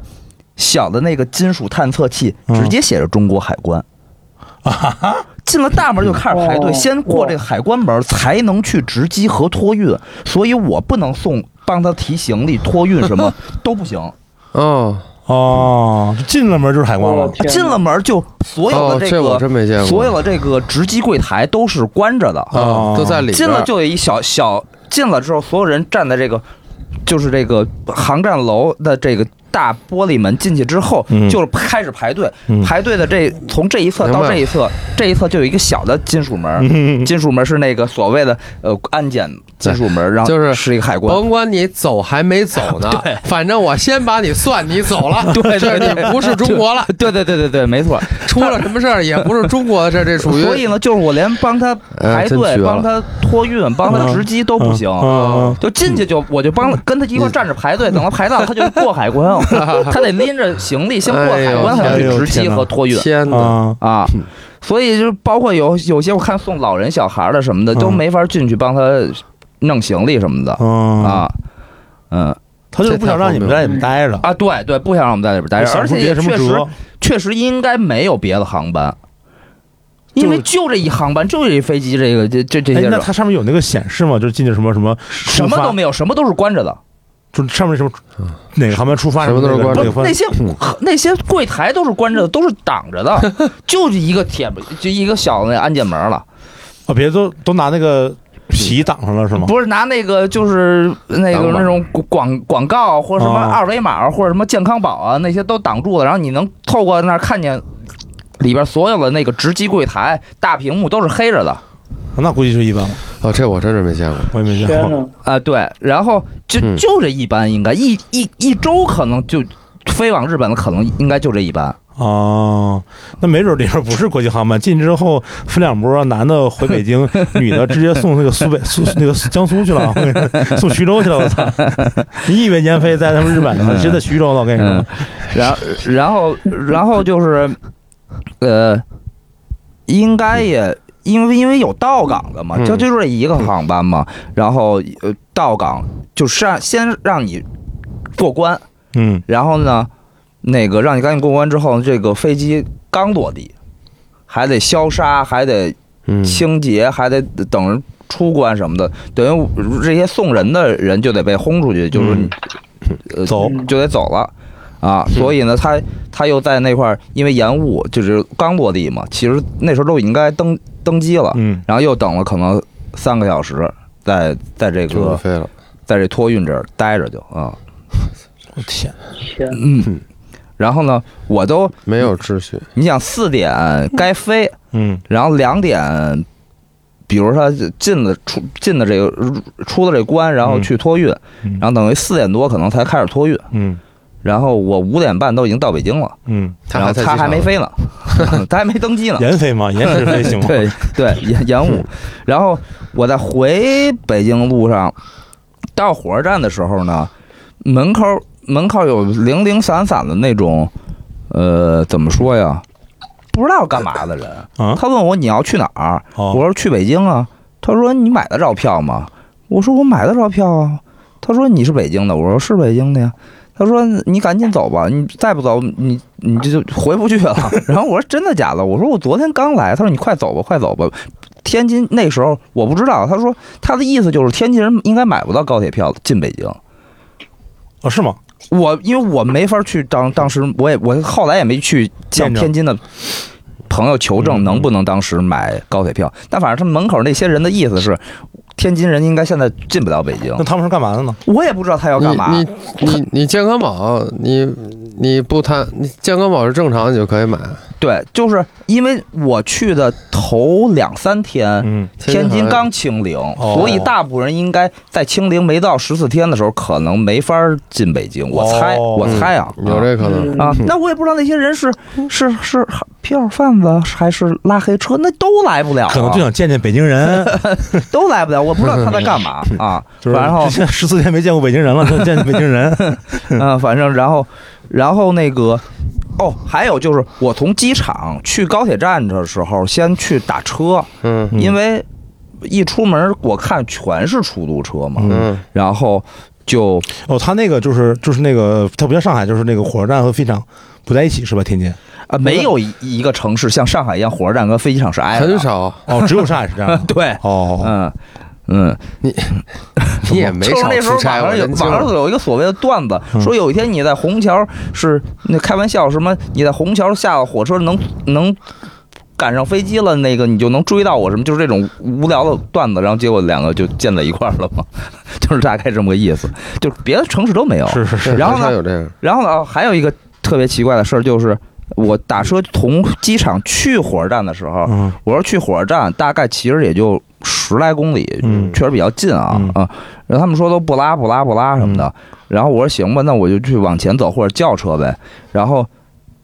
S5: 小的那个金属探测器，
S1: 嗯
S5: 直接写着中国海关。
S3: 啊
S5: 进了大门就开始排队，
S2: 哦
S5: 先过这个海关门儿才能去值机和托运，所以我不能送帮他提行李、托运 什么都不行。
S3: 哦
S1: 哦，进了门就是海关
S2: 我
S1: 了，
S2: 天哪，
S5: 进了门就所有
S3: 哦，
S5: 的
S3: 这我真
S5: 个
S3: 没见过。
S5: 所有的这个值机柜台都是关着的，
S3: 哦都在里边
S5: 进了就有一小小进了之后，所有人站在这个就是这个航站楼的这个大玻璃门进去之后，
S1: 嗯
S5: 就是开始排队，
S1: 嗯
S5: 排队的这从这一侧
S3: 明白嗯
S5: 到这一侧，这一侧就有一个小的金属门，金属门是那个所谓的呃安检金属门，然后
S3: 就是
S5: 是一个海关。
S3: 甭管你走还没走 呢，反正我先把你算你走了，
S5: 对对
S3: 这
S5: 对
S3: 你不是中国了，
S5: 对对对对 对，没错。
S3: 出了什么事儿也不是中国的事儿，这 属于
S5: 所以呢，就是我连帮他排
S3: 哎真
S5: 队、
S3: 绝了
S5: 帮他托运、帮他值机都不行。
S1: 嗯
S5: 就进去就我就帮
S3: 嗯
S5: 跟他一块站着排队，等他排到他就过海 关，他得拎着行李先过
S3: 哎
S5: 海关，才能去值机和托运
S3: 天
S1: 嗯
S3: 哪！
S1: 啊
S5: 啊。所以就是包括有有些我看送老人、小孩的什么的，都没法进去帮他弄行李什么的
S1: 嗯，
S5: 啊。嗯
S1: 他就是不想让你们在里面待着，
S5: 啊，对对，不想让我们在里边待着，
S1: 想
S5: 而
S1: 出
S5: 且也
S1: 别什么
S5: 确实
S1: 辙，
S5: 确实应该没有别的航班，
S1: 就是
S5: 因为就这一航班，就这一飞机，这个这这这
S1: 哎
S5: 些，
S1: 那
S5: 人
S1: 它上面有那个显示吗？就是进去什么什么
S5: 什么都没有，什么都是关着的。
S1: 就上面什么
S5: 嗯
S1: 哪个航班出发
S3: 什么都是
S1: 那个
S3: 关
S5: 不
S1: 那
S5: 是
S1: 个分嗯
S5: 那些那些柜台都是关 着的，都是挡着的，就是一个铁就一个小的那安检门了，
S1: 啊，别都都拿那个皮挡上了是吗？
S5: 不是拿那个就是那
S3: 挡
S5: 个
S3: 板
S5: 那种广广告或者什么
S1: 啊
S5: 二维码或者什么健康宝啊那些都挡住了，然后你能透过那儿看见里边所有的那个值机柜台大屏幕都是黑着的。
S1: 那估计就一般了，
S3: 哦，这我真是没见过。
S1: 我也没见
S2: 天
S1: 过。
S2: 呐，
S5: 啊，对，然后就
S3: 嗯
S5: 就这一班，应该一一一周可能就飞往日本的，可能应该就这一班。
S1: 哦，那没准里边不是国际航班，进去之后分两波，男的回北 京，女的直接送那个苏北苏那个江苏去了，我跟 你说送徐州去了。我操！你以为年飞在他们日本呢？是在徐州呢？我跟
S3: 哎
S1: 你
S5: 嗯
S1: 说，，
S5: 然然后然后就是，呃，应该也因为因为有到港的嘛，
S3: 嗯
S5: 就就这一个航班嘛，然后呃到港就是让先让你过关，
S1: 嗯
S5: 然后呢，那个让你赶紧过关之后，这个飞机刚落地，还得消杀，还得
S3: 嗯，
S5: 清洁，还得等人出关什么的，等于我这些送人的人就得被轰出去，就是、
S3: 嗯
S5: 呃
S1: 走
S5: 就得走了啊。所以呢，他他又在那块儿因为延误，就是刚落地嘛，其实那时候都应该登登机了，
S1: 嗯
S5: 然后又等了可能三个小时，在在这
S3: 就
S5: 个
S3: 飞了。
S5: 在这托运这儿待着就啊，
S1: 我天，
S2: 天，
S5: 嗯。然后呢，我都
S3: 没有秩序，
S5: 你想四点该飞，
S1: 嗯
S5: 然后两点，比如说他进了出进的这个出了这关，然后去托运，
S1: 嗯
S5: 然后等于四点多可能才开始托运，
S1: 嗯
S5: 然后我五点半都已经到北京了，
S1: 嗯，
S5: 然后
S3: 在
S5: 他
S3: 机场
S5: 还没飞呢， 他还没登机呢。
S1: 延飞 吗？延时飞行吗？
S5: 对对， 延延误。然后我在回北京路上，到火车站的时候呢，门口门口有零零散散的那种，呃，怎么说呀？不知道干嘛的人，
S1: 啊
S5: 他问我你要去哪儿，
S1: 哦
S5: 我说去北京啊。他说你买得着票吗？我说我买得着票啊。他说你是北京的，我说是北京的呀。他说你赶紧走吧，你再不走你你这就回不去了。 然后我说真的假的？我说我昨天刚来。他说你快走吧，快走吧。天津那时候我不知道，他说他的意思就是天津人应该买不到高铁票进北京。
S1: 哦是吗？
S5: 我因为我没法去当当时我也我后来也没去向
S1: 见证
S5: 天津的朋友求
S1: 嗯
S5: 证
S1: 嗯
S5: 能不能当时买高铁票，但反正他们门口那些人的意思是，天津人应该现在进不了北京
S1: 那。他们是干嘛的呢？
S5: 我也不知道他要干嘛
S3: 你你你你健康宝，你你不贪，你健康宝是正常，你就可以买。
S5: 对，就是因为我去的头两三天，
S1: 嗯
S5: 天津刚清零，
S1: 哦
S5: 所以大部分人应该在清零没到十四天的时候，可能没法进北京。我猜，
S1: 哦
S5: 我猜啊，
S3: 有这可能。
S5: 啊，
S1: 嗯
S5: 那我也不知道那些人是是是票贩子还是拉黑车，那都来不了、啊，
S1: 可能就想见见北京 人，
S5: 都来不了。我不知道他在 干嘛
S1: 嗯
S5: 啊，
S1: 就是
S5: 然后
S1: 现在十四天没见过北京人了，就见见北京 人。
S5: 嗯，反正然后然后那个哦，还有就是我从机场去高铁站的时候，先去打车，
S3: 嗯
S1: 嗯
S5: 因为一出门我看全是出租车嘛，
S1: 嗯
S3: 嗯，
S5: 然后就
S1: 哦，他那个就是就是那个，它不像上海，就是那个火车站和飞机场不在一起是吧？天津
S5: 啊没有一一个城市像上海一样火车站跟飞机场是挨着的，。
S3: 很少，
S1: 哦，只有上海是这样的
S5: 对，
S1: 哦，
S5: 嗯嗯。
S3: 你也没
S5: 就是
S3: 少
S5: 那时候
S3: 出差。
S5: 网
S3: 我
S5: 上有
S3: 真
S5: 网上
S3: 惊了嗯
S5: 有一个所谓的段子，说有一天你在虹桥是那开玩笑什么，你在虹桥下了火车能能赶上飞机了，那个你就能注意到我什么，就是这种无聊的段子，然后结果两个就建在一块儿了嘛， 就是大概这么个意思，就是别的城市都没有。
S1: 是是是，
S5: 然后
S3: 好像
S5: 呢
S3: 有这样，
S5: 然后呢，哦还有一个特别奇怪的事儿，就是我打车从机场去火车站的时候，
S1: 嗯
S5: 我说去火车站大概其实也就十来公里，
S1: 嗯
S5: 确实比较近啊
S1: 嗯
S5: 啊。然后他们说都不拉不拉不拉什么的，然后我说行吧，那我就去往前走或者叫车呗。然后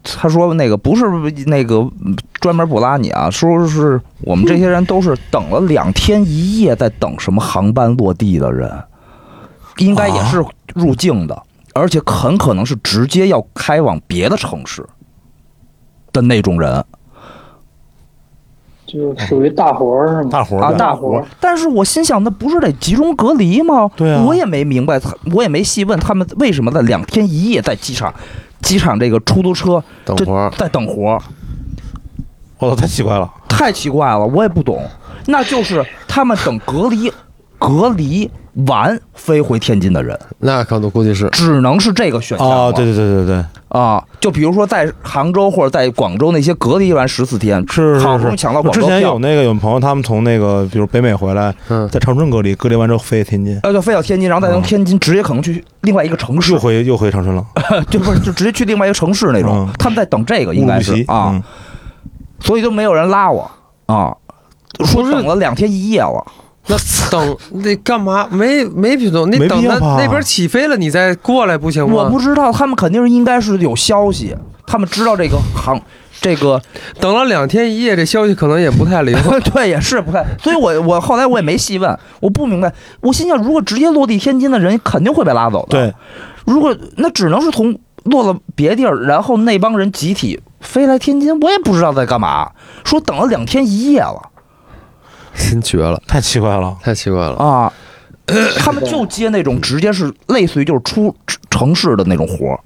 S5: 他说那个不是那个嗯专门不拉你啊，说是我们这些人都是等了两天一夜在等什么航班落地的人，应该也是入境
S1: 啊
S5: 的，而且很可能是直接要开往别的城市的那种人。
S6: 就属于大活儿是吗？
S1: 大活儿
S5: 啊，
S1: 干
S5: 大
S6: 活
S5: 伙儿。但是我心想，那不是得集中隔离吗？
S1: 对啊
S5: 我也没明白，我也没细问他们为什么在两天一夜在机场，机场这个出租车
S3: 等
S5: 这
S3: 活儿，
S5: 在等活儿，
S1: 我操，太奇怪了，
S5: 太奇怪了，我也不懂。那就是他们等隔离，隔离完飞回天津的人，
S3: 那可能估计是
S5: 只能是这个选项
S1: 哦
S5: 了，
S1: 对对对对对，
S5: 啊，就比如说在杭州或者在广州那些隔离完十四天，
S1: 是
S5: 好不
S1: 是
S5: 容易
S1: 是。
S5: 抢到
S1: 我
S5: 广
S1: 之
S5: 州
S1: 前
S5: 票
S1: 有，那个有朋友，他们从那个比如北美回来，
S3: 嗯
S1: 在长春隔离，隔离完之后飞天津，
S5: 呃，就飞到天津，然后再从
S1: 嗯
S5: 天津直接可能去另外一个城市
S1: 又，回又回长春了，
S5: 就不是就直接去另外一个城市那种
S1: 嗯，
S5: 他们在等这个应
S1: 乌鲁
S5: 该
S1: 木
S5: 是
S1: 齐嗯
S5: 啊，，所以都没有人拉我啊，说等了两天一夜了，
S3: 那 等那干嘛？没没品种，你
S1: 没必
S3: 等他
S1: 要吧
S3: 那边起飞了，你再过来不行吗？
S5: 我不知道他们肯定是应该是有消息，他们知道这个航这个。
S3: 等了两天一夜，这消息可能也不太灵
S5: 对也是不太，所以我我后来我也没细问，我不明白，我心想如果直接落地天津的人肯定会被拉走的，
S1: 对，
S5: 如果那只能是从落了别地儿，然后那帮人集体飞来天津，我也不知道在干嘛，说等了两天一夜了。
S3: 真绝了，
S1: 太奇怪了，
S3: 太奇怪 了。
S5: 啊，他们就接那种直接是类似于就是出城市的那种活儿，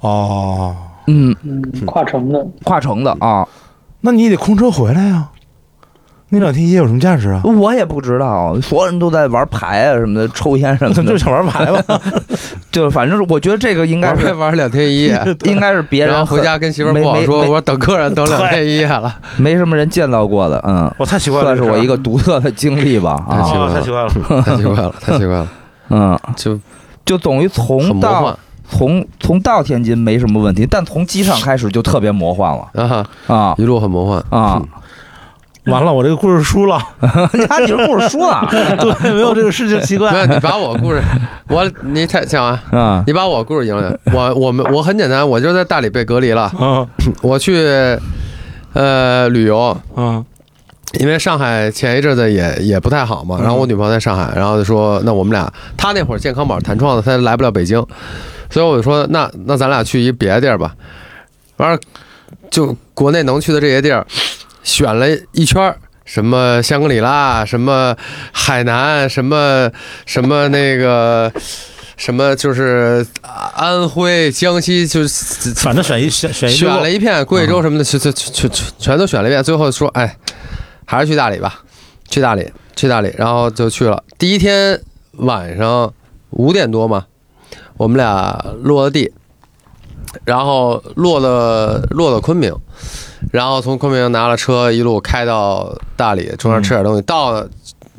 S1: 哦，
S5: 嗯，
S6: 嗯，跨城的，
S5: 跨城的啊，
S1: 那你也得空车回来呀、那两天一夜有什么价 值啊？
S5: 我也不知道，所有人都在玩牌啊什么的，抽烟什么
S1: 那
S5: 的，
S1: 就想玩牌吧，
S5: 就反正是我觉得这个应该
S3: 玩
S5: 是
S3: 玩两天一 夜，
S5: 应该是别
S3: 然后
S5: 人
S3: 回家跟媳妇儿
S5: 没
S3: 不好
S5: 没
S3: 说，我
S5: 没
S3: 说等客人等两天一夜 了，
S5: 没什么人见到过的，嗯，
S1: 我太奇怪了，
S5: 算是我一个独特的经历吧
S3: 太奇
S5: 啊，
S1: 啊，太奇怪了，
S3: 太奇怪了，太奇怪 了，
S5: 嗯，
S3: 就
S5: 就等于
S3: 很
S5: 从
S3: 魔幻
S5: 到从从到天津没什么问题，但从机场开始就特别魔幻了
S3: 啊，
S5: 啊
S3: 一路很魔幻
S5: 啊！
S1: 完了，我这个故事输了，
S5: 你看你这故事说啊了，
S1: 对，没有这个事情奇
S3: 没
S1: 怪，
S3: 有，你把我故事，我你太讲完，
S5: 嗯，
S3: 你把我故事赢了。我我们我很简单，我就在大理被隔离了。
S1: 嗯
S3: 我去呃旅游，
S1: 嗯
S3: 因为上海前一阵子也也不太好嘛，然后我女朋友在上海，然后就说那我们俩，她那会儿健康宝弹窗的，她来不了北京，所以我就说那那咱俩去一别的地儿吧，完了就国内能去的这些地儿，选了一圈儿。什么香格里拉，什么海南，什么什么那个，什么就是安徽、江西，就是
S1: 反正选一选选一嗯
S3: 选
S1: 溜
S3: 了一片贵州什么的，全全全全全都选了一遍，最后说，哎，还是去大理吧，去大理，去大理，然后就去了。第一天晚上五点多嘛，我们俩落的地，然后落了落了昆明，然后从昆明拿了车一路开到大理，中间吃点东西，到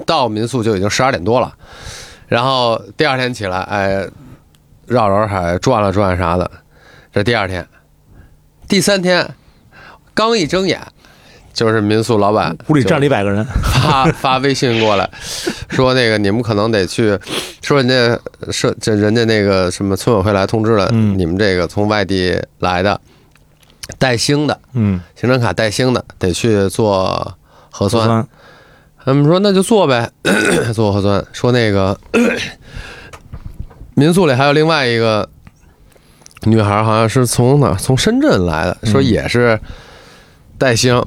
S3: 到民宿就已经十二点多了，然后第二天起来，哎，绕着洱海转了转啥的，这第二天，第三天刚一睁眼。就是民宿老板
S1: 屋里
S3: 就
S1: 站了一百个人，
S3: 发发微信过来，说那个你们可能得去，说人家社这人家那个什么村委会来通知了，
S1: 嗯
S3: 你们这个从外地来的带星的
S1: 嗯，
S3: 行程卡带星的得去做核酸。
S1: 酸，
S3: 他们说那就做呗， 做核酸。说那个 民宿里还有另外一个女孩，好像是从哪儿从深圳来的，说也是带星，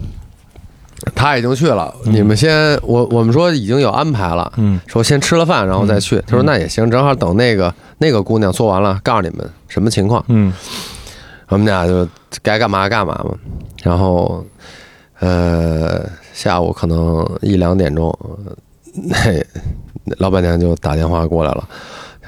S3: 她已经去了。你们先，我我们说已经有安排了，
S1: 嗯
S3: 说先吃了饭然后再去。她说那也行，正好等那个那个姑娘做完了，告诉你们什么情况。
S1: 嗯
S3: 我们俩就该干嘛干嘛嘛。然后，呃，下午可能 一两点钟，那、老板娘就打电话过来了，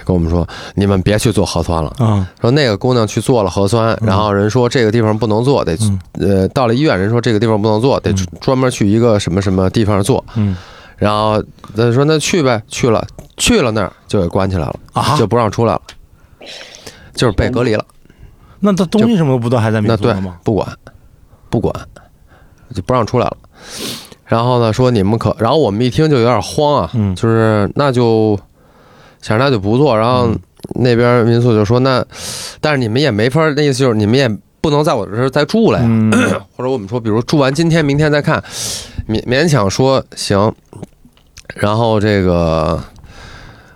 S3: 跟我们说，你们别去做核酸了。
S1: 啊，
S3: 说那个姑娘去做了核酸，然后人说这个地方不能做，得去呃到了医院，人说这个地方不能做，得专门去一个什么什么地方做。
S1: 嗯，
S3: 然后他说那去呗，去了去了那儿就给关起来了，
S1: 啊
S3: 就不让出来了，就是被隔离了。
S1: 那他东西什么的不都还在民
S3: 那
S1: 宿
S3: 对
S1: 呢吗？，
S3: 不管，不管，就不让出来了。然后呢，说你们可，然后我们一听就有点慌啊，
S1: 嗯
S3: 就是那就想着那就不做，然后
S1: 嗯
S3: 那边民宿就说那，但是你们也没法儿，那意思就是你们也不能在我这儿再住了呀，
S1: 嗯，
S3: 或者我们说，比如住完今天，明天再看，勉勉强说行。然后这个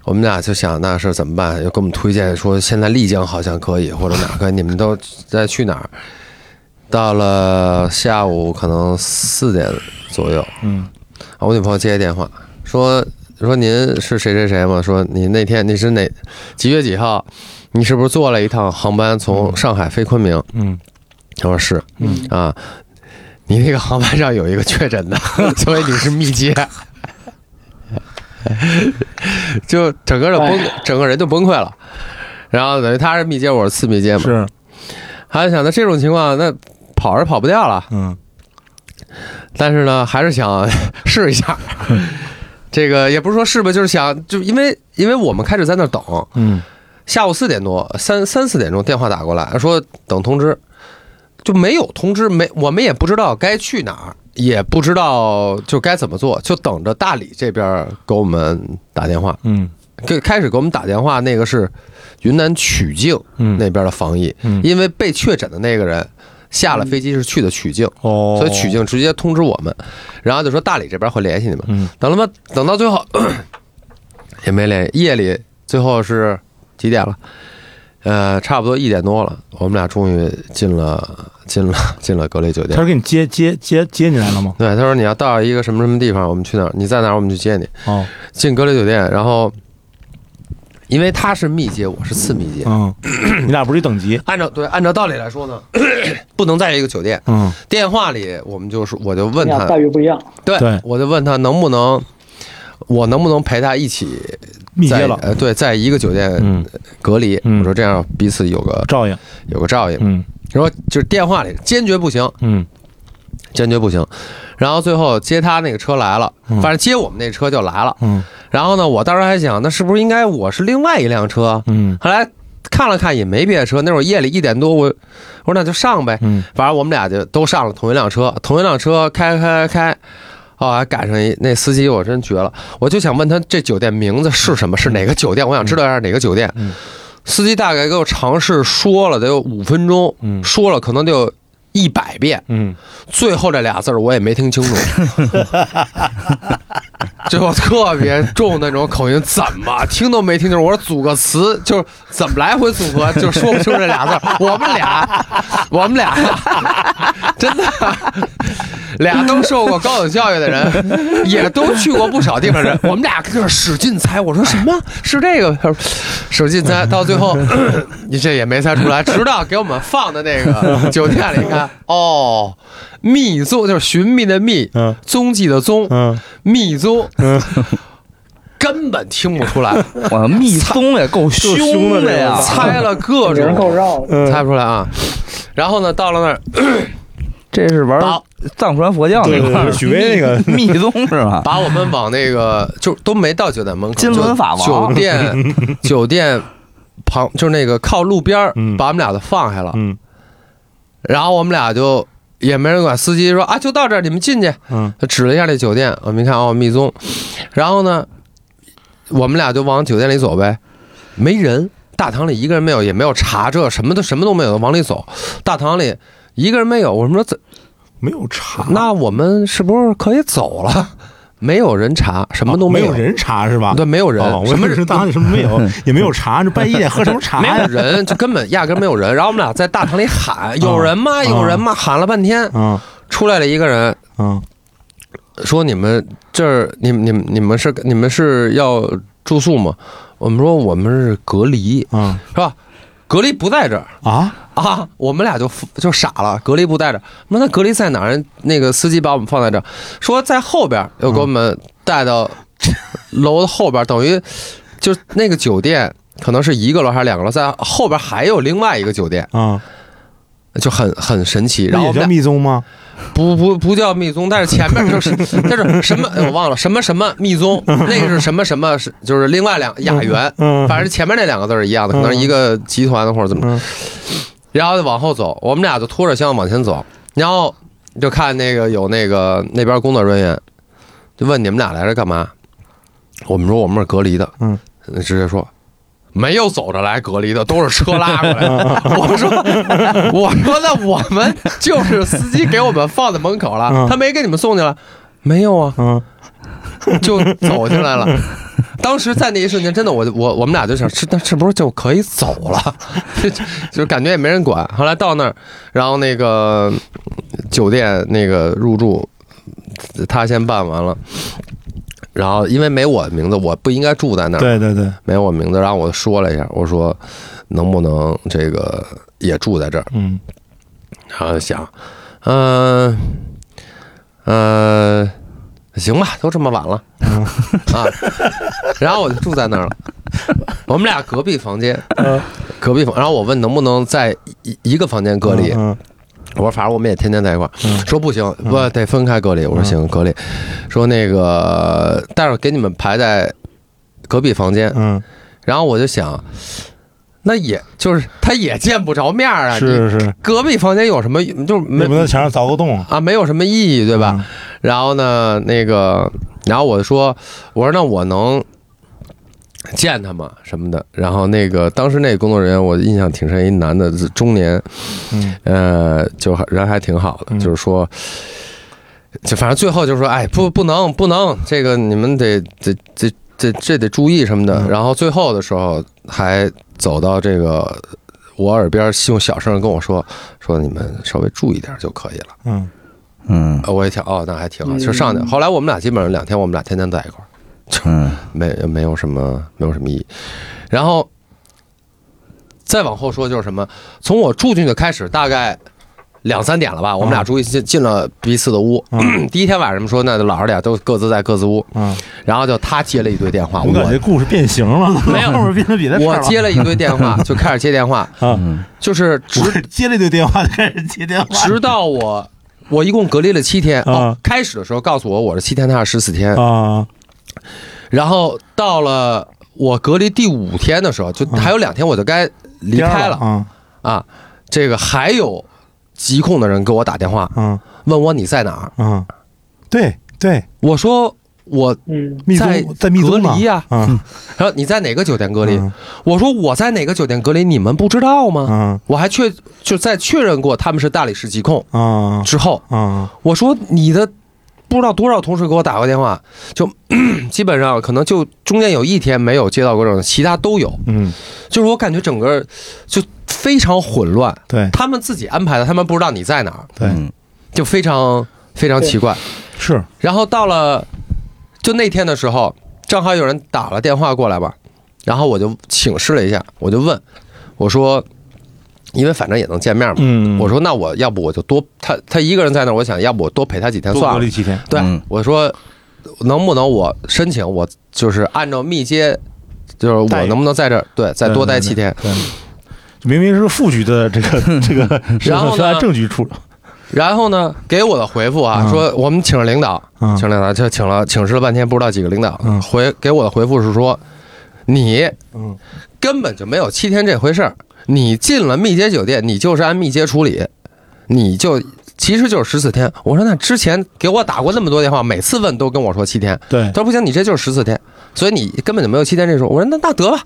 S3: 我们俩就想那是怎么办？又给我们推荐说现在丽江好像可以，或者哪个你们都在去哪儿？到了下午可能四点左右，啊
S1: 嗯，
S3: 我女朋友接一电话说说您是谁谁谁吗？说你那天你是哪几月几号？你是不是坐了一趟航班从上海飞昆明？
S1: 嗯，
S3: 我说是，
S1: 嗯
S3: 啊，你那个航班上有一个确诊的，所以你是密接，就整个人崩，整个人就崩溃了。然后等于他是密接，我是次密接嘛。
S1: 是，
S3: 他就想，那这种情况，那跑是跑不掉了，
S1: 嗯
S3: 但是呢，还是想 试一下。这个也不是说试吧，就是想，就因为因为我们开始在那儿等，
S1: 嗯
S3: 下午四点多，三三四点钟电话打过来，说等通知，就没有通知，没我们也不知道该去哪儿，也不知道就该怎么做，就等着大理这边给我们打电话。
S1: 嗯
S3: 最开始给我们打电话那个是云南曲靖
S1: 嗯，
S3: 那边的防疫，
S1: 嗯
S3: 因为被确诊的那个人下了飞机是去的曲靖，
S1: 哦，
S3: 所以曲靖直接通知我们，然后就说大理这边会联系你们。
S1: 嗯
S3: 等了吗？等到最后 也没联系，夜里最后是几点了？呃，差不多一点多了，我们俩终于进了进了进了隔离酒
S1: 他是
S3: 店。
S1: 给你接接接接你来了吗？
S3: 对，他说你要到一个什么什么地方，我们去哪儿？你在哪儿，我们去接你。
S1: 哦，
S3: 进隔离酒店，然后因为他是密接，我是次密接，
S1: 嗯，你俩不是一等 级，
S3: 按照对按照道理来说呢， 不能在一个酒店。
S1: 嗯
S3: 电话里我们就说，我就问
S6: 你
S3: 他
S6: 俩，待遇不一样，
S3: 对，
S1: 对
S3: 我就问他能不能，我能不能陪他一起
S1: 密
S3: 在
S1: 接了，
S3: 呃，对，在一个酒店
S1: 嗯，
S3: 隔离，
S1: 嗯
S3: 我说这样彼此有个
S1: 照应，
S3: 有个照应。
S1: 嗯
S3: 然后就是电话里坚决不行，
S1: 嗯
S3: 坚决不行。然后最后接他那个车来了，
S1: 嗯
S3: 反正接我们那车就来了。
S1: 嗯
S3: 然后呢，我当时还想，那是不是应该我是另外一辆车？
S1: 嗯
S3: 后来看了看也没别的车，那会儿夜里一点多，我我说那就上呗。
S1: 嗯
S3: 反正我们俩就都上了同一辆车，同一辆车开开开开，哦，还赶上一那司机，我真绝了！我就想问他这酒店名字是什么，是哪个酒店？我想知道一下哪个酒店。
S1: 嗯
S3: 司机大概给我尝试说了得有五分钟，
S1: 嗯
S3: 说了可能得有一百遍，
S1: 嗯，
S3: 最后这俩字儿我也没听 清楚， 就我特别重那种口音，怎么听都没听清楚。我说组个词，就是怎么来回组合，就说不出这俩字儿。我们俩，我们俩，真的，俩都受过高等教育的人，也都去过不少地方的人，我们俩就是使劲猜。我说什么是这个？他说使劲猜，到最后你这也没猜出来，直到给我们放的那个酒店里一看，哦，密宗就是寻觅的觅，
S1: 嗯
S3: 踪迹的踪，
S1: 嗯
S3: 密 宗，根本听不出来，
S5: 哇，密宗也够
S1: 凶的这
S5: 的哎 呀
S1: 个！
S3: 猜了各
S6: 有人够
S3: 种，
S6: 绕
S1: 呃
S6: 的。
S3: 猜不出来啊。然后呢，到了那儿，
S5: 这是玩
S3: 把
S5: 藏传佛教
S1: 对
S5: 那块
S1: 对对
S5: 儿，
S1: 许巍那个
S5: 密密宗是吧？
S3: 把我们往那个就都没到酒店门口，
S5: 金轮法王
S3: 就酒 店酒店旁就是那个靠路边儿
S1: 嗯
S3: 把我们俩都放下了，
S1: 嗯
S3: 然后我们俩就也没人管，司机说啊就到这儿，你们进去，
S1: 嗯
S3: 他指了一下这酒店，我们一看哦密宗，然后呢，我们俩就往酒店里走呗，没人，大堂里一个人没有，也没有查这什么都什么都没有，往里走，大堂里一个人没有，我们说怎
S1: 没有查，
S3: 那我们是不是可以走了？没有人查，什
S1: 什
S3: 么都
S1: 啊没
S3: 有，
S1: 人查是吧？
S3: 对，没有人，
S1: 哦，我
S3: 什么
S1: 也
S3: 人
S1: 是当时什么没 有，也没有茶，这半夜喝什么茶
S3: 没有
S1: 呀？
S3: 人，就根本压根没有人。然后我们俩在大堂里喊：“有人吗？
S1: 嗯
S3: 有人吗？”喊了半天，
S1: 嗯
S3: 出来了一个人，
S1: 嗯
S3: 说：“你们这儿，你们、你们、你们是你们是要住宿吗？”我们说：“我们是隔离，
S1: 嗯
S3: 是吧？隔离不在这儿
S1: 啊，
S3: 啊！”我们俩就就傻了，隔离不在这儿。我说：“那隔离在哪儿？”那个司机把我们放在这儿，说在后边儿，又给我们带到楼的后边儿，等于就是那个酒店可能是一个楼还是两个楼，在后边还有另外一个酒店，
S1: 啊，
S3: 就很很神奇。然
S1: 那
S3: 后
S1: 也
S3: 我们
S1: 叫
S3: 俩
S1: 密宗吗？
S3: 不不不叫密宗，但是前面就是就是什么哎我忘了什么什么密宗，那个是什么什么是就是另外两雅园，
S1: 嗯，
S3: 反正前面那两个字是一样的，可能是一个集团的或者怎么
S1: 嗯
S3: 着。然后就往后走，我们俩就拖着箱往前走，然后就看那个有那个那边工作人员，就问你们俩来这干嘛？我们说我们是隔离的，
S1: 嗯，
S3: 直接说。没有走着来隔离的，都是车拉过来的。
S1: 嗯
S3: 我说，我说那我们就是司机给我们放在门口了
S1: 嗯，
S3: 他没给你们送去了，没有啊，
S1: 嗯
S3: 就走进来了。 当时在那一瞬间，真的我我我们俩就想，是那是不是就可以走了？ 就就感觉也没人管。后来到那儿，然后那个酒店那个入住，他先办完了。然后因为没我的名字，我不应该住在那儿，
S1: 对对对，
S3: 没我名字。然后我说了一下，我说能不能这个也住在这儿？
S1: 嗯
S3: 然后想，嗯、呃，行吧，都这 么晚了，啊，然后我就住在那儿了。我们俩隔壁房间，
S1: 嗯
S3: 隔壁房，然后我问能不能在一一个房间隔离，
S1: 嗯
S3: 我说反正我们也天天在一块儿，
S1: 嗯
S3: 说不行，不得分开隔离。我说行，隔离，说那个待会儿给你们排在隔壁房间，
S1: 嗯，
S3: 然后我就想，那也就是他也见不着面儿啊，你
S1: 是是是，
S3: 隔壁房间有什么就是没
S1: 那不能在墙上凿个洞啊？
S3: 啊，没有什么意义，对吧？
S1: 嗯
S3: 然后呢，那个，然后我说，我说那我能见他吗？什么的。然后那个当时那个工作人员，我印象挺深，一男的中年，
S1: 嗯
S3: 呃，就还人还挺好的，
S1: 嗯
S3: 就是说。就反正最后就说，哎，不，不能，不能，这个你们得得得这这得注意什么的。
S1: 嗯
S3: 然后最后的时候还走到这个我耳边，用小声跟我说，说你们稍微注意点就可以了。
S1: 嗯，
S5: 嗯
S3: 呃我也挺哦，那还挺好，
S6: 嗯
S3: 就上去。后来我们俩基本上两天，我们俩天天在一块儿，
S5: 嗯
S3: 没没有什么没有什么意义。然后再往后说就是什么，从我住进去开始，大概两三点了吧，我们俩
S1: 嗯
S3: 注意进进了彼此的屋。 第一天晚上说那就老实点，都各自在各自屋。
S1: 嗯，
S3: 然后就他接了一堆电话，
S1: 我感觉
S3: 啊我
S1: 故事变形了，
S3: 没有
S1: 后面变得比那事儿
S3: 我
S1: 了
S3: 接了一堆 电话，就开始接电话，
S1: 啊，
S5: 嗯
S3: 就是直
S1: 我接了一堆电话，开始接电话
S3: 直到我。我一共隔离了七天，哦
S1: 啊，
S3: 开始的时候告诉我我是七天，他是十四天，
S1: 啊，
S3: 然后到了我隔离第五天的时候，
S1: 嗯
S3: 就还有两天我就该离
S1: 颠儿
S3: 开了
S1: 啊
S3: 啊。这个还有疾控的人给我打电话，
S1: 啊
S3: 问我你在哪儿？
S1: 啊，对对，
S3: 我说我，
S6: 嗯，
S1: 密
S3: 在
S1: 宗在密宗呢
S3: 隔离呀
S1: 啊，
S3: 然后你在哪个酒店隔离
S1: 嗯？
S3: 我说我在哪个酒店隔离，你们不知道吗？
S1: 啊
S3: 我还确就在确认过他们是大理石疾控
S1: 啊
S3: 之后，
S1: 啊，
S3: 我说你的不知道多少同事给我打过电话，就 基本上可能就中间有一天没有接到过这种，其他都有。
S1: 嗯，
S3: 就是我感觉整个就非常混乱，
S1: 对
S3: 他们自己安排的，他们不知道你在哪儿，
S1: 对
S5: 嗯
S3: 就非常非常奇怪。
S1: 是，
S3: 然后到了就那天的时候，正好有人打了电话过来吧，然后我就请示了一下，我就问我说，因为反正也能见面嘛，
S1: 嗯
S3: 我说那我要不我就多他他一个人在那儿，我想要不我多陪他几天
S1: 多
S3: 算
S1: 隔
S3: 了
S1: 离，七天，
S3: 对
S5: 嗯，
S3: 我说能不能我申请我就是按照密接。就是
S1: 待
S3: 我
S1: 遇嗯
S3: 能不能在这儿对再多待七天？
S1: 对，明明是副局的这 个这个，
S3: 然后呢
S1: 是按正局处，
S3: 然后呢，给我的回复啊，
S1: 嗯
S3: 说我们请了领导，
S1: 嗯
S3: 请领导，就请了请示了半天，不知道几个领导。
S1: 嗯
S3: 回给我的回复是说，你
S1: 嗯
S3: 根本就没有七天这回事儿，你进了密接酒店，你就是按密接处理，你就其实就是十四天。我说那之前给我打过那么多电话，每次问都跟我说七天，
S1: 对
S3: 他，说不行，你这就是十四天，所以你根本就没有七天这说。我说那那得吧，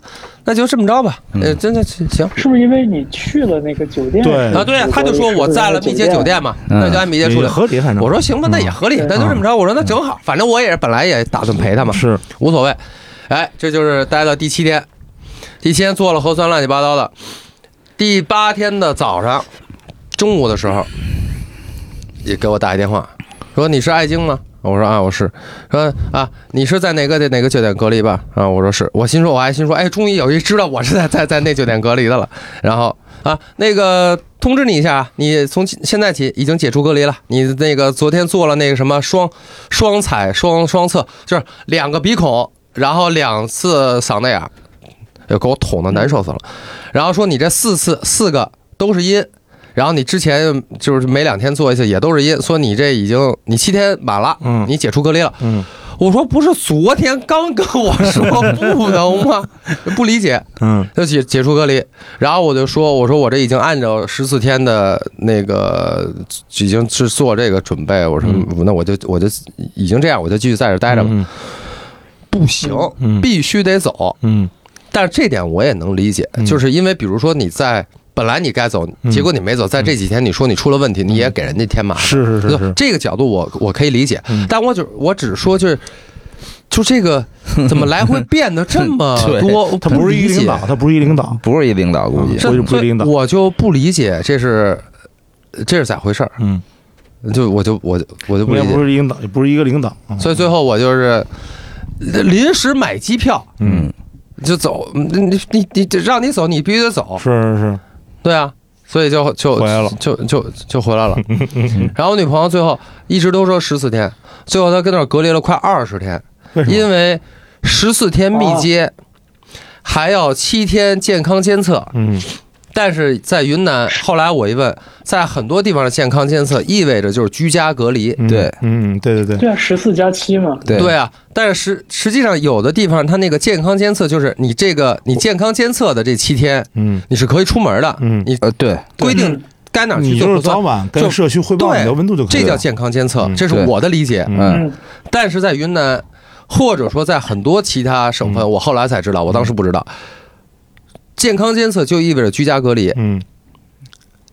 S3: 那就这么着吧，
S1: 嗯
S3: 呃，真的行。
S6: 是不是因为你去了那个酒店？
S1: 对
S3: 啊，对啊，他就说我在了密接酒店嘛，
S5: 嗯
S3: 那就按密接处
S1: 也
S3: 理。
S1: 合理，反正
S3: 我说行吧，那
S1: 嗯
S3: 也合理，那就这么着。我说那正好，反正我也是本来也打算陪他嘛，
S1: 嗯是，
S3: 无所谓。哎，这就是待到第七天，第七天做了核酸乱七八糟的。第八天的早上，中午的时候，也给我打一电话，说你是爱京吗？我说啊，我是。说啊，你是在哪个哪个酒店隔离吧？啊，我说是。我心说我还心说，哎，终于有一知道我是在在在那酒店隔离的了。然后啊，那个通知你一下啊，你从今现在起已经解除隔离了。你那个昨天做了那个什么双双采双双测，就是两个鼻孔，然后两次嗓子眼儿，又给我捅的难受死了。然后说你这四次四个都是阴，然后你之前就是每两天做一次也都是阴，说你这已经你七天满了，
S1: 嗯
S3: 你解除隔离了。
S1: 嗯
S3: 我说不是昨天刚跟我 说不能吗？不理解，
S1: 嗯
S3: 就解解除隔离。然后我就说，我说我这已经按照十四天的那个已经是做这个准备。我说、那我就我就已经这样，我就继续在这待着吧。
S1: 嗯
S3: 不行，
S1: 嗯
S3: 必须得走。
S1: 嗯
S3: 但是这点我也能理解，
S1: 嗯
S3: 就是因为比如说你在本来你该走，
S1: 嗯
S3: 结果你没走，在这几天你说你出了问题，你也给人家添麻烦。
S1: 是是是
S3: 对
S1: 是，
S3: 这个角度我我可以理解，
S1: 嗯
S3: 但我只我只说就是。就这个怎么来回变得这么
S5: 对
S3: 多？
S1: 他不是一
S3: 理
S1: 领
S3: 解
S1: 导，他不是一领导，
S5: 不是一领导估计
S1: 嗯。所以就不是领导
S3: 我就不理解这是这是咋回事儿，
S1: 嗯，
S3: 就我就我就我就不
S1: 不
S3: 理
S1: 也
S3: 解
S1: 不，是一领导，也不是一个领导，嗯
S3: 所以最后我就是临时买机票
S1: 嗯
S3: 就走，你你你你这让你走你必须得走，
S1: 是是是，
S3: 对啊，所以就就
S1: 回来了
S3: 就就就回来 了。然后我女朋友最后一直都说十四天，最后她跟那儿隔离了快二十天，
S1: 为什么？
S3: 因为十四天密接，还要七天健康监测。
S1: 嗯
S3: 但是在云南，后来我一问，在很多地方的健康监测意味着就是居家隔离。
S1: 嗯
S5: 对
S1: 嗯对对对，
S6: 对啊，十四加七嘛，
S5: 对
S3: 对啊，但是实实际上有的地方它那个健康监测就是你这个你健康监测的这七天
S1: 嗯
S3: 你是可以出门的，
S1: 嗯
S3: 你
S5: 呃，对，
S3: 规定
S6: 嗯
S3: 该哪儿去
S1: 你
S3: 做
S1: 就是
S3: 核酸
S1: 早晚跟
S3: 就
S1: 社区汇报
S3: 对
S1: 你的温度就可以
S3: 这
S1: 了，
S3: 叫健康监测
S1: 嗯，
S3: 这是
S5: 对
S3: 我的理解。
S5: 嗯，
S6: 嗯，
S3: 但是在云南，或者说在很多其他省份，
S1: 嗯
S3: 我后来才知道，我当时不知道。健康监测就意味着居家隔离，
S1: 嗯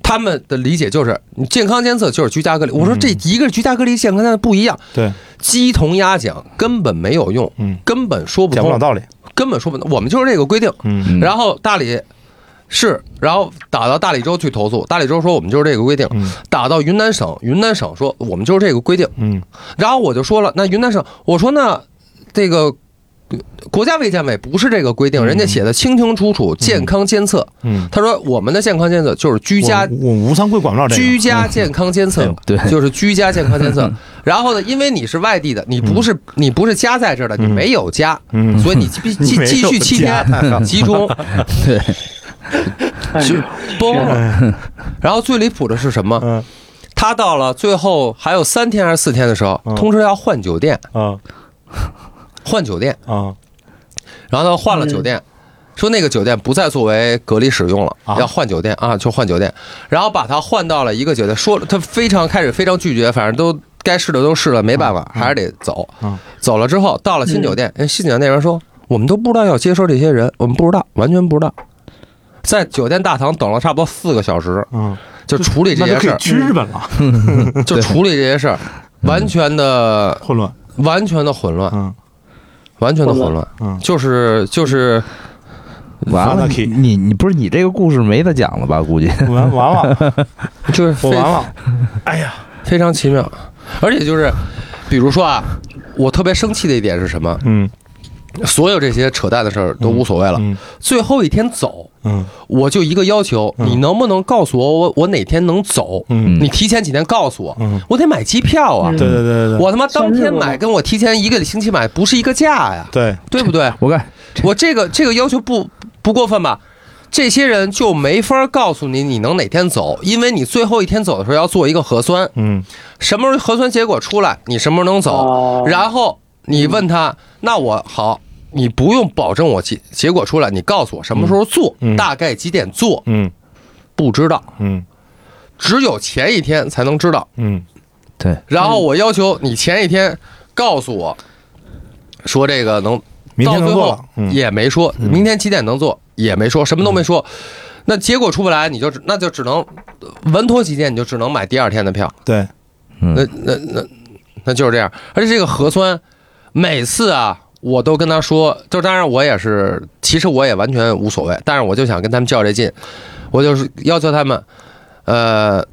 S3: 他们的理解就是你健康监测就是居家隔离。我说
S1: 嗯
S3: 这一个是居家隔离，健康监测不一样，
S1: 对，
S3: 鸡同鸭讲，根本没有用，
S1: 嗯，
S3: 根本说不
S1: 讲不了
S3: 通，
S1: 道理，
S3: 根本说不通。我们就是这个规定。
S1: 嗯
S5: 嗯
S3: 然后大理是，然后打到大理州去投诉，大理州说我们就是这个规定。
S1: 嗯
S3: 打到云南省，云南省说我们就是这个规定。
S1: 嗯
S3: 然后我就说了，那云南省，我说那这个呃国家卫健委不是这个规定，
S1: 嗯
S3: 人家写的清清楚楚，健康监测。
S1: 嗯，
S3: 他说我们的健康监测就是居家
S1: 我我无商贵管不了这个，
S3: 居家健康监测
S1: 嗯，
S5: 对
S3: 就是居家健康 监测。然后呢，因为你是外地的，你不是你不是家在这儿的，你
S1: 嗯
S3: 没有家，
S1: 嗯，
S3: 所 以你继继
S1: 没有
S3: 继续七
S1: 家
S3: 天集中
S5: 对，
S6: 哎
S3: 就
S6: 呦，
S3: 崩了。
S1: 哎
S3: 然后最离谱的是什么？
S1: 嗯
S3: 他到了最后还有三天还是四天的时候
S1: 嗯，
S3: 通知要换酒店，
S1: 啊
S3: 换酒店。
S1: 啊
S3: 然后呢换了酒店，说那个酒店不再作为隔离使用了，
S1: 嗯啊
S3: 要换酒店啊，就换酒店，然后把他换到了一个酒店，说了他非常开始非常拒绝，反正都该试的都试了，没办法，还是得走。
S1: 嗯
S3: 走了之后到了新酒店，人新酒店那边说我们都不知道要接收这些人，我们不知道，完全不知道。在酒店大堂等了差不多四个小时，
S1: 嗯，
S3: 就处理这
S1: 那
S3: 些
S1: 就
S3: 事
S1: 可以
S3: 儿，
S1: 去日本了，
S3: 就处理这些事儿，完全的、
S1: 混乱，
S3: 完全的混乱，
S1: 嗯
S3: 完全的混
S6: 混
S3: 乱，
S1: 嗯，
S3: 就是就是
S5: 完了，
S1: Funky
S5: 你你不是你这个故事没得讲了吧？估计
S1: 完完了，
S3: 就是
S1: 我
S3: 非
S1: 完了，哎呀，
S3: 非常奇妙。而且就是，比如说啊，我特别生气的一点是什么？
S1: 嗯
S3: 所有这些扯淡的事儿都无所谓了。
S1: 嗯
S3: 最后一天走，
S1: 嗯
S3: 我就一个要求，
S1: 嗯
S3: 你能不能告诉我我我哪天能走？
S1: 嗯
S3: 你提前几天告诉我，
S1: 嗯，
S3: 我得买机票啊！
S1: 对对对对对，
S3: 我他妈当
S6: 像
S3: 天
S6: 日本
S3: 买
S6: 吗
S3: 跟我提前一个星期买不是一个价呀，
S1: 对
S3: 对不对？
S5: 我看
S3: 我这个这个要求不不过分吧？这些人就没法告诉你你能哪天走，因为你最后一天走的时候要做一个核酸，
S1: 嗯
S3: 什么时候核酸结果出来，你什么时候能走？
S6: 哦
S3: 然后你问他，那我好，你不用保证我结结果出来，你告诉我什么时候做，
S1: 嗯嗯
S3: 大概几点做，
S1: 嗯
S3: 不知道，
S1: 嗯
S3: 只有前一天才能知道。
S1: 嗯
S5: 对，
S3: 然后我要求你前一天告诉我，说这个能，
S1: 明
S3: 到
S1: 天能
S3: 最
S1: 做
S3: 后
S1: 了嗯
S3: 也没说，
S1: 嗯
S3: 明天几点能做也没说，什么都没说。那结果出不来，你就只那就只能稳妥起见，你就只能买第二天的票。
S1: 对，
S5: 嗯
S3: 那那那那就是这样。而且这个核酸，每次啊，我都跟他说，就当然我也是，其实我也完全无所谓，但是我就想跟他们较这劲，我就是要求他们，呃，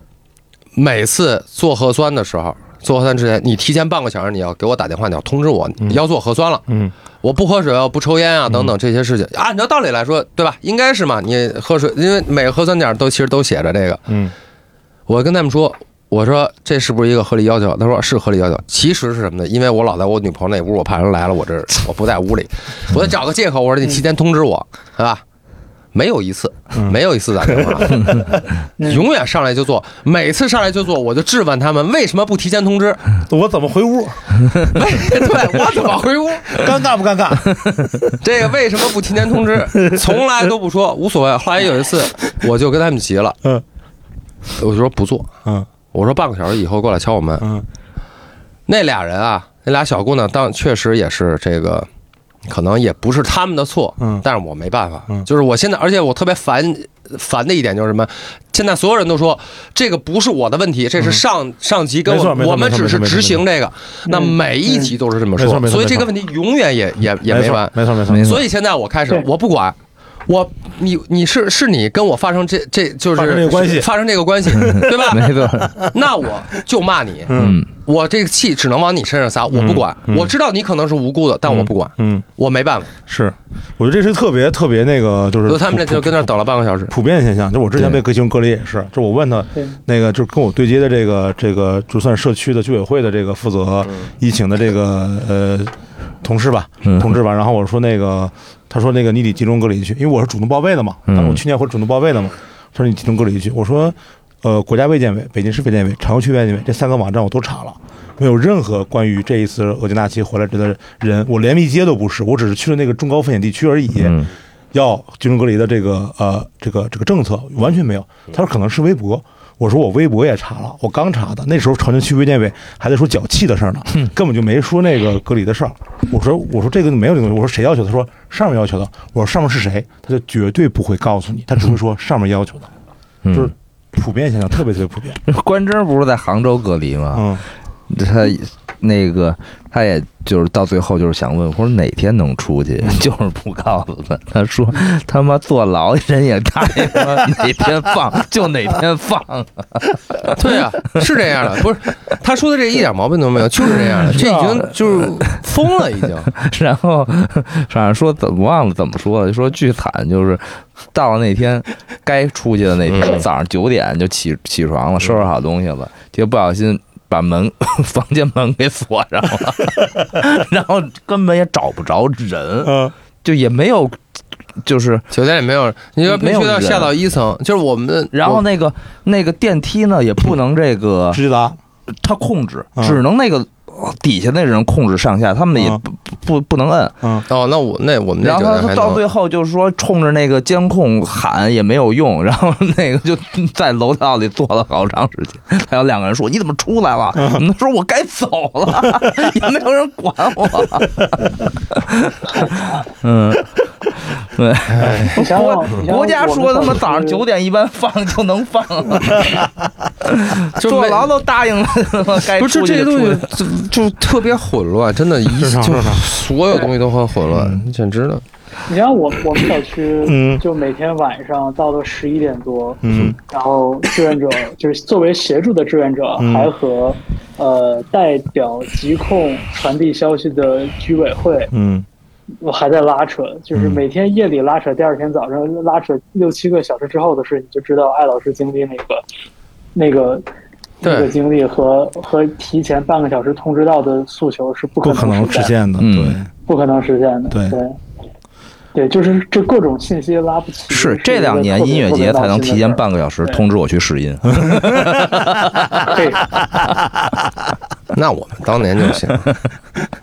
S3: 每次做核酸的时候。做核酸之前，你提前半个小时你要给我打电话，你要通知我你要做核酸了。
S1: 嗯
S3: 我不喝水啊，不抽烟啊，等等这些事情，按照道理来说，对吧？应该是嘛，你喝水，因为每个核酸点儿都其实都写着这个。
S1: 嗯
S3: 我跟他们说，我说这是不是一个合理要求？他说是合理要求。其实是什么呢？因为我老在我女朋友那屋，我怕人来了，我这儿我不在屋里，我得找个借口。我说你提前通知我，对吧？没有一次，没有一次打电话，永远上来就做，每次上来就做，我就质问他们为什么不提前通知？
S1: 我怎么回屋？
S3: 对我怎么回屋？
S1: 尴尬不尴 尬？
S3: 这个为什么不提前通知？从来都不说，无所谓。后来有一次，我就跟他们急了，
S1: 嗯
S3: 我就说不做，
S1: 嗯
S3: 我说半个小时以后过来敲我门。
S1: 嗯
S3: 那俩人啊，那俩小姑娘当确实也是这个，可能也不是他们的错，
S1: 嗯
S3: 但是我没办法，
S1: 嗯
S3: 就是我现在，而且我特别烦烦的一点就是什么，现在所有人都说这个不是我的问题，这是上、上级跟
S1: 嗯没
S3: 我
S1: 错没，错嗯
S3: 我们只是执行这个，那每一级都是这么
S1: 没
S3: 说，
S1: 错没错
S3: 所以这个
S1: 没
S3: 问题永远也也也
S1: 没
S3: 没
S1: 错
S3: 完，
S1: 没错没错
S5: 没，错
S3: 所以现在我开始
S6: 对，
S3: 我不管，我你你是是你跟我发生这这就是
S1: 发生这个关系
S3: 发生这个 关系，对 吧？
S5: 没错，
S3: 那我就骂你，
S5: 嗯，
S3: 我这个气只能往你身上撒，我不管，
S1: 嗯
S3: 我知道你可能是无辜的，但我不管，
S1: 嗯，
S3: 我没办法。
S1: 是，我觉得这是特别特别那个，
S5: 嗯
S1: 就是
S3: 所以他们这就
S1: 普
S3: 跟那儿等了半个 小时。
S1: 普遍现象，就我之前
S5: 对
S1: 被哥兄隔离也是，就我问他
S6: 对
S1: 那个，就是跟我对接的这个这个，就算社区的居委会的这个负责疫情的这个呃同事吧，
S5: 嗯
S1: 同志吧，然后我说那个，他说那个你得集中隔离去，因为我是主动报备的嘛，
S5: 嗯
S1: 但是我去年会主动报备的嘛，他说你集中隔离去，我说呃国家卫健委、北京市卫健委、朝阳区卫健委这三个网站我都查了。没有任何关于这一次额济纳奇回来的人，我连密接都不是，我只是去了那个中高风险地区而已。
S5: 嗯
S1: 要集中隔离的这个呃这个这个政策完全没有。
S5: 嗯
S1: 他说可能是微博，我说我微博也查了，我刚查的，那时候朝阳区卫健委还在说脚气的事儿呢，
S5: 嗯
S1: 根本就没说那个隔离的事儿。我说我说这个没有这个东西，我说谁要求的？他说上面要求的。我说上面是谁？他就绝对不会告诉你，他只会说上面要求的，就是
S5: 嗯，
S1: 普遍现象，特别特别普遍。
S5: 关真不是在杭州隔离吗？
S1: 嗯，
S5: 他那个他也就是到最后就是想问，我说哪天能出去， 就是不告诉他。他说他妈坐牢人也大爷妈哪天放就哪天放，
S3: 对啊，是这样的，不是他说的这一点毛病都没有，就是这样的，
S5: 啊
S3: 这已经就是疯了，已 经。
S5: 然后反正说怎么忘了怎么说了，说巨惨，就是到了那天该出去的那天，早上九点就起起床了，收拾好东西了，结果不小心。把门 房间门给锁上了， 然后根本也找不着人，
S1: 呃，
S5: 就也没有，就是
S3: 酒店里没有，你说必
S5: 没有
S3: 须要
S5: 人
S3: 下到一层，就是我们的。
S5: 然后那个那个电梯呢，也不能这个
S1: 直接答，
S5: 它控制，
S1: 嗯
S5: 只能那个呃底下那人控制上下，他们也
S1: 嗯
S5: 不不不能摁。
S1: 嗯，
S3: 哦，那我那我们那
S5: 然
S3: 酒
S5: 后
S3: 店
S5: 他
S3: 还
S5: 到
S3: 能
S5: 最后就是说冲着那个监控喊也没有用，然后那个就在楼道里坐了好长时间。还有两个人说：“你怎么出来了？”
S3: 嗯
S5: 他说：“我该走了， 也没有人管我。” 嗯， 对，
S6: 你想
S5: 国
S6: 想，
S2: 嗯
S6: 你想想
S5: 国家
S6: 我们
S5: 说他妈
S6: 当时
S5: 早上九点一般放就能放了。
S3: 就
S5: 坐
S3: 没
S5: 牢都答 应了，该
S3: 不是
S5: 哎出
S3: 就
S5: 去
S3: 这些
S5: 就
S3: 东
S5: 出去
S3: 西就就特别混乱，真的，一
S1: 正常
S3: 就
S1: 正常
S3: 所有东西都很混
S5: 嗯
S3: 乱，简直了。
S6: 你像我我们小区
S1: 嗯，
S6: 就每天晚上到了十一点多，
S1: 嗯，
S6: 然后志愿者就是作为协助的志愿者，
S1: 嗯
S6: 还和呃代表疾控传递消息的居委会，
S1: 嗯，
S6: 我还在拉扯，就是
S5: 嗯
S6: 每天夜里拉扯，第二天早上拉扯六七个小时之后的事，你就知道艾老师经历那个那个。
S3: 对
S6: 那个经历和和提前半个小时通知到的诉求是不
S1: 不
S6: 可
S1: 可能
S6: 能
S1: 实
S6: 现的。
S1: 现的，
S5: 嗯
S1: 对，
S6: 不可能实现的。
S1: 对
S6: 对，对就是这各种信息拉不齐。是
S5: 是这两年音乐节才能提前半
S6: 个
S5: 个小时通知我去试音，
S6: 特别特别闹心的事儿。
S3: 那我们当年 就行，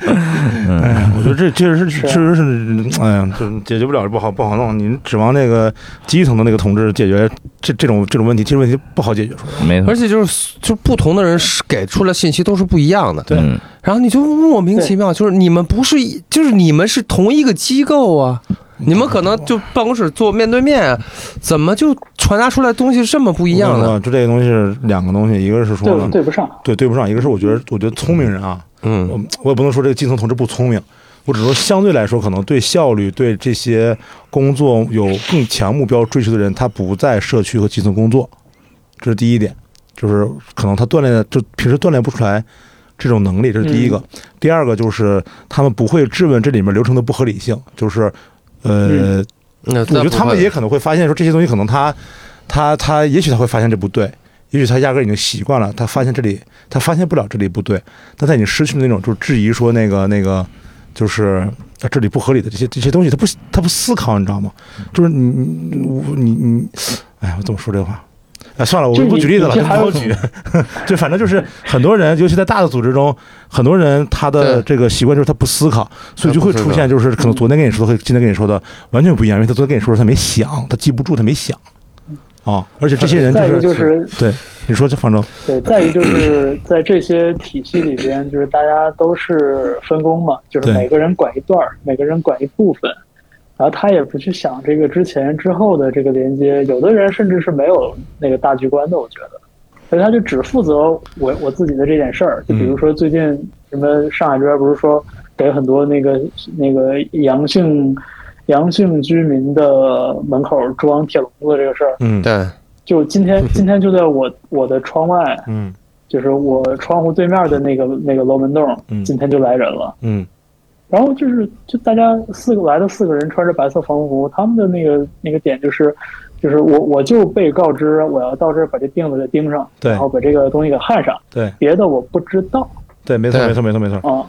S1: 哎呀，我觉得这确实是，确实是，哎呀，就是解决不了，不好不好弄。您指望那个基层的那个同志解决这这种这种问题，其实问题不好解决出来。
S5: 没错
S3: 而。且就是就不同的人是给出来信息都是不一样的，
S1: 对
S5: 嗯，
S3: 然后你就莫名其妙，就是你们不是一，就是你们是同一个机构啊，你们可能就办公室坐面对面，怎么就传达出来东西这么不一样呢？
S1: 呢，就这个东西是两个东西，一个是 说
S6: 对，对对不上。
S1: 对对不上，一个是我觉得我觉得聪明人啊，
S3: 嗯，
S1: 我我也不能说这个基层同志不聪明，我只是说相对来说，可能对效率、对这些工作有更强目标追求的人，他不在社区和基层工作，这是第一点，就是可能他锻炼的就平时锻炼不出来这种能力，这是第一个。第二个就是他们不会质问这里面流程的不合理性，就是呃，
S3: 那我
S1: 我觉得他们也可能会发现说这些东西可能他他他也许他会发现这不对，也许他压根儿已经习惯了，他发现这里他发现不了这里不对，但在你失去了那种就是质疑说那个那个就是啊这里不合理的这些这些东西，他不他不思考，你知道吗？就是你你我你你，哎呀，我怎么说这话？哎，算了，我
S2: 就
S1: 就不
S2: 你
S1: 举例子
S2: 你
S1: 了，
S2: 这
S1: 就不
S2: 还
S1: 好
S2: 有
S1: 举。 就反正就是很多人，尤其在大的组织中，很多人他的
S3: 对
S1: 这个习惯就是他不思考，所以就会出现就是
S3: 嗯
S1: 可能昨天跟你说的和今天跟你说的完全不一样，因为他昨天跟你说的他没想，他记不住，他没想啊。而且这些人
S2: 再一个
S1: 就
S2: 就是是
S1: 对你说这方舟，
S2: 对，再一就是在这些体系里边，就是大家都是分工嘛，就是
S1: 对
S2: 每个人管一段儿，每个人管一部分，然后他也不去想这个之前之后的这个连接。有的人甚至是没有那个大局观的，我觉得，所以他就只负责我我自己的这件事儿。就比如说最近什么上海这边不是说给很多那个那个阳性阳性居民的门口装铁笼子这个事儿，
S1: 嗯
S3: 对，
S2: 就今天今天就在我我的窗外。
S1: 嗯
S2: 就是我窗户对面的那个那个楼门洞
S1: 嗯，
S2: 今天就来人了。
S1: 嗯
S2: 然后就是就大家四个来的四个人穿着白色防护服，他们的那个那个点就是，就是我我就被告知我要到这儿把这钉子给钉上，
S1: 对
S2: 然后把这个东西给焊上，
S1: 对
S2: 别的我不知道。
S1: 对，没错
S3: 对
S1: 没错没错没错，
S2: 啊，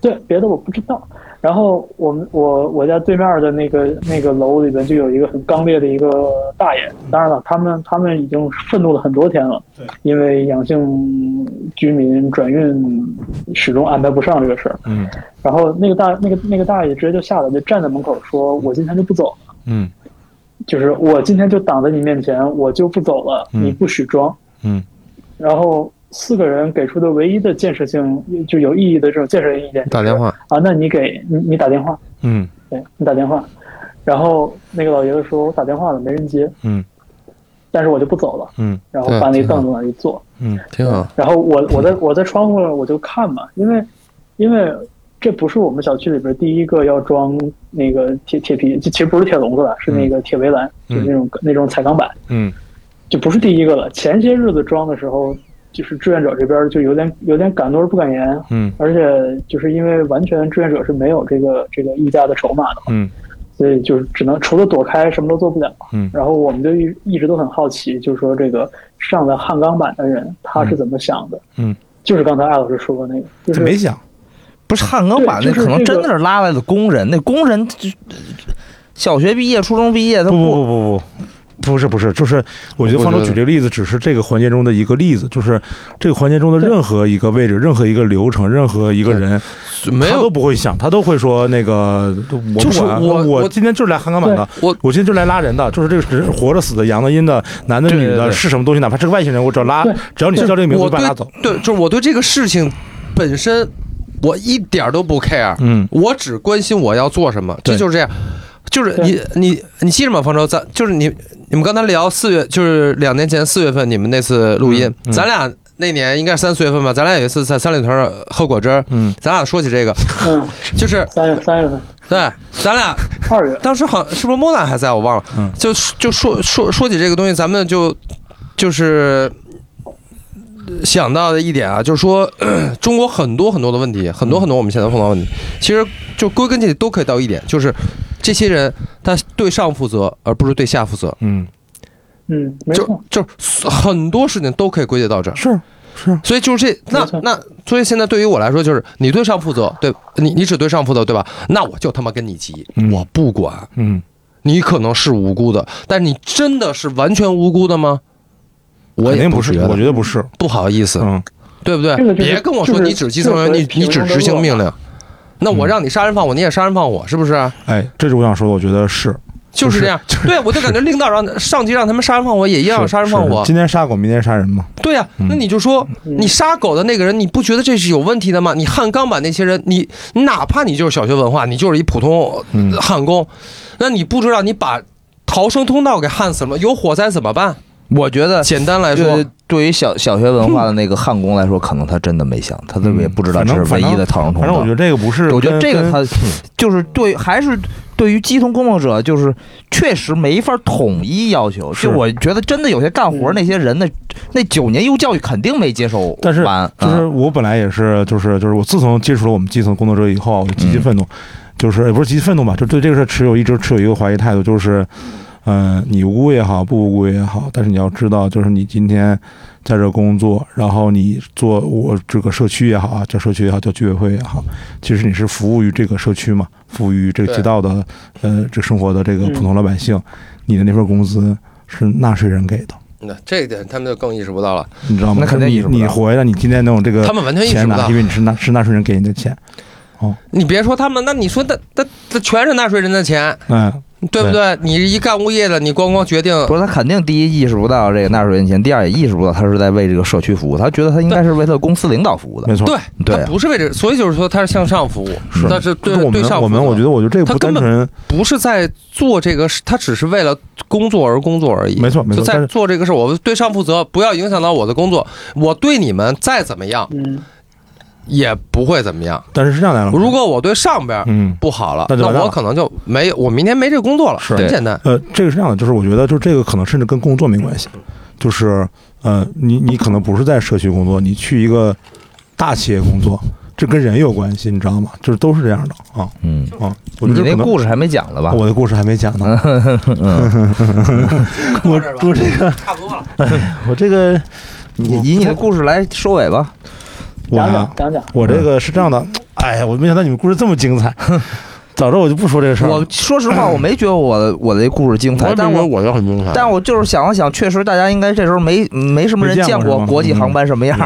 S2: 对，别的我不知道。然后我们我我家对面的那个那个楼里边就有一个很刚烈的一个大爷，
S3: 嗯
S2: 当然了，他们他们已经愤怒了很多天了，
S1: 对，
S2: 因为阳性居民转运始终安排不上这个事儿。
S1: 嗯
S2: 然后那个大那个那个大爷直接就下来，就站在门口说：“我今天就不走了，
S1: 嗯
S2: 就是我今天就挡在你面前，我就不走了，
S1: 嗯
S2: 你不许装。
S1: 嗯
S2: 然后四个人给出的唯一的建设性就有意义的这种建设性意见，
S3: 打电话，
S2: 啊，那你给你你打电话，
S1: 嗯
S2: 对你打电话，然后那个老爷子说我打电话了没人接，
S1: 嗯
S2: 但是我就不走了，
S1: 嗯
S2: 然后
S3: 对
S2: 搬了一
S3: 挺好
S2: 凳子往那一坐，
S1: 嗯
S3: 挺好。
S2: 然后我我在我在窗户上我就看嘛，因为因为这不是我们小区里边第一个要装那个铁铁皮，其实不是铁笼子了，是那个铁围栏，
S1: 嗯
S2: 就是那种那种彩钢板，
S1: 嗯
S2: 就不是第一个了。前些日子装的时候，就是志愿者这边就有点有点敢怒而不敢言，
S1: 嗯
S2: 而且就是因为完全志愿者是没有这个这个议价的筹码的嘛。
S1: 嗯
S2: 所以就是只能除了躲开，什么都做不了。
S1: 嗯
S2: 然后我们就一一直都很好奇，就是说这个上了汉钢板的人他是怎么想的？
S1: 嗯，
S2: 就是刚才艾老师说的那个，就
S1: 这
S2: 是
S1: 没想，
S5: 不是汉钢板那
S2: 对就是
S5: 可能
S2: 这
S5: 真
S2: 个
S5: 的是拉来的工人，那工人就小学毕业、初中毕业，他
S1: 不不不不不。不是不是，就是我觉得
S3: 呃我
S1: 方舟
S3: 觉得
S1: 举这个例子，只是这个环节中的一个例子，就是这个环节中的
S2: 对
S1: 任何一个位置、任何一个流程、任何一个
S3: 对
S1: 人，
S3: 没
S1: 他
S3: 有
S1: 都不会想，他都会说那个，我
S3: 就是
S1: 不管啊
S3: 我
S1: 我
S3: 我
S1: 今天就是来汉钢板的，
S3: 对我
S1: 今天就是来拉人的，就是这个人活着死的、阳的、阴的、男的、
S5: 对
S1: 女
S5: 对
S1: 的
S5: 对
S1: 是什么东西，哪怕是个外星人，我只要拉
S2: 对，
S1: 只要你
S3: 就
S1: 叫这个名字，就
S3: 我
S1: 把
S3: 对
S1: 他拉走。
S3: 对，就是我对这个事情本身，我一点儿都不 care，
S1: 嗯
S3: 我只关心我要做什么，
S1: 对
S3: 这就是这样。就是
S2: 对
S3: 你你你记着吗，方舟？咱就是你你们刚才聊四月，就是两年前四月份你们那次录音，
S1: 嗯嗯
S3: 咱俩那年应该是三四月份吧，咱俩有一次在三里屯儿喝果汁儿，
S1: 嗯
S3: 咱俩说起这个，
S2: 嗯，
S3: 就是
S2: 三月三月份、
S3: 对，咱俩
S2: 二月，
S3: 当时好像是不是莫娜还在我忘了，
S1: 嗯
S3: 就就说说说起这个东西，咱们就就是呃想到的一点啊，就是说 咳中国很多很多的问题，很多很多我们现在碰到的问题，其实就归根结底都可以到一点，就是这些人他对上负责，而不是对下负责，
S1: 嗯，
S2: 嗯，没
S3: 就
S2: 错，
S3: 就是很多事情都可以归结到这儿。
S1: 是是，
S3: 所以就是这那
S2: 没错
S3: 那，所以现在对于我来说，就是你对上负责，对你你只对上负责，对吧？那我就他妈跟你急，
S1: 嗯
S3: 我不管，
S1: 嗯
S3: 你可能是无辜的，但你真的是完全无辜的吗？我
S1: 肯
S3: 也
S1: 定
S3: 不
S1: 不是
S3: 觉，得
S1: 我觉得不是，
S3: 不好意思，
S1: 嗯
S3: 对不对？
S2: 这个就是
S3: 别跟我说
S2: 就是
S3: 你只基层人，
S2: 就是
S3: 你你只执行命令，那我让你杀人放火，你也杀人放火，是不是？
S1: 哎，这是我想说的，我觉得是
S3: 就是这样。对，我就感觉领导让上级让他们杀人放火，也一样
S1: 是
S3: 杀人放
S1: 是
S3: 火。
S1: 今天杀狗，明天杀人嘛，
S3: 对呀、
S1: 嗯
S3: 那你就说你杀狗的那个人，你不觉得这是有问题的吗？你汉钢板那些人，你你哪怕你就是小学文化，你就是一普通
S1: 嗯
S3: 焊工，那你不知道你把逃生通道给焊死了吗，有火灾怎么办？
S5: 我觉得
S3: 简单来说
S1: 呃
S5: 对，，对于小小学文化的那个汉工来说，可能他真的没想，他特别
S1: 嗯
S5: 不知道
S1: 反
S5: 这
S1: 正
S5: 是唯一的逃生通
S1: 反正我
S5: 道
S1: 觉。得这个不是跟，
S5: 我觉得这个
S1: 跟嗯
S5: 他就是对，还是对于基层工作者，就是确实没法统一要求。
S1: 是
S5: 就我觉得真的有些干活
S2: 嗯
S5: 那些人的那九年义务教育肯定没接受完，
S1: 但是就
S5: 啊
S1: 是我本来也是，就是就是我自从接触了我们基层工作者以
S5: 嗯
S1: 后啊，我就积极愤怒，就是也不是积极愤怒吧，就对这个事持有一直持有一个怀疑态度，就是嗯，你无辜也好，不无辜也好，但是你要知道，就是你今天在这工作，然后你做我这个社区也好啊，叫社区也好，叫居委会也好，其实你是服务于这个社区嘛，服务于这个街道的呃这生活的这个
S7: 嗯
S1: 普通老百姓，你的那份工资是纳税人给的，
S3: 嗯
S7: 那这一点他们就更意识不到了，
S1: 你知道吗？
S5: 那肯定
S1: 你
S5: 意识不到
S1: 你活下来，你今天能有这个
S7: 他们完全意识
S1: 钱
S7: 不
S1: 拿，
S7: 到
S1: 因。为你是纳是纳税人给你的钱，
S7: 你别说他们，那你说那那那全是纳税人的钱，
S1: 嗯，
S7: 对不对？你一干物业的，你光光决定
S5: 不是他肯定第一意识不到这个纳税人钱，第二也意识不到他是在为这个社区服务，他觉得他应该是为他的公司领导服务的
S1: 没。错。
S7: 对，
S5: 对
S7: 他不是为这，所以就是说他是向上服务，
S1: 啊是
S7: 但是
S1: 就
S7: 对
S1: 是我
S7: 对
S1: 们
S7: 上
S1: 我们我觉
S7: 得
S1: 得我觉得这
S7: 他
S1: 不单
S7: 根本
S1: 纯，
S7: 不是在做这个事，他只是为了工作而工作而已。
S1: 没错没
S7: 就
S1: 错，但
S7: 在
S1: 是
S7: 做这个事，我对上负责，不要影响到我的工作。我对你们再怎么样
S6: 嗯，
S7: 也不会怎么样。
S1: 但是是这样的，
S7: 如果我对上边
S1: 嗯。
S7: 不好了，
S1: 那就
S7: 那
S1: 完蛋
S7: 我
S1: 了
S7: 可能就没有，我明天没这工作了，
S1: 是
S7: 很简单。
S1: 呃，这个是这样的，就是我觉得，就是这个可能甚至跟工作没关系，就是呃，你你可能不是在社区工作，你去一个大企业工作，这跟人有关系，你知道吗？就是都是这样的啊
S5: 嗯，
S1: 啊！我觉
S5: 你
S1: 得
S5: 那
S1: 可能
S5: 故事还没讲呢吧？嗯
S1: 我的故事还没讲 呢， 我我这个
S7: 差不多了，
S1: 我这个
S5: 以以你的故事来收尾吧。
S1: 我啊
S6: 讲
S1: 呀
S6: 讲讲讲，
S1: 我
S5: 嗯
S1: 这个是这样的，哎呀，我没想到你们故事这么精 彩，早知道我就不说这个事儿了。
S5: 我说实话，我没觉得我的我的故事精彩，但我
S7: 哎我就很精彩
S5: 但我就是想了想，确实大家应该这时候没没什么
S1: 没
S5: 人
S1: 见
S5: 见
S1: 过是
S5: 过
S1: 吗
S5: 国际航班什么样。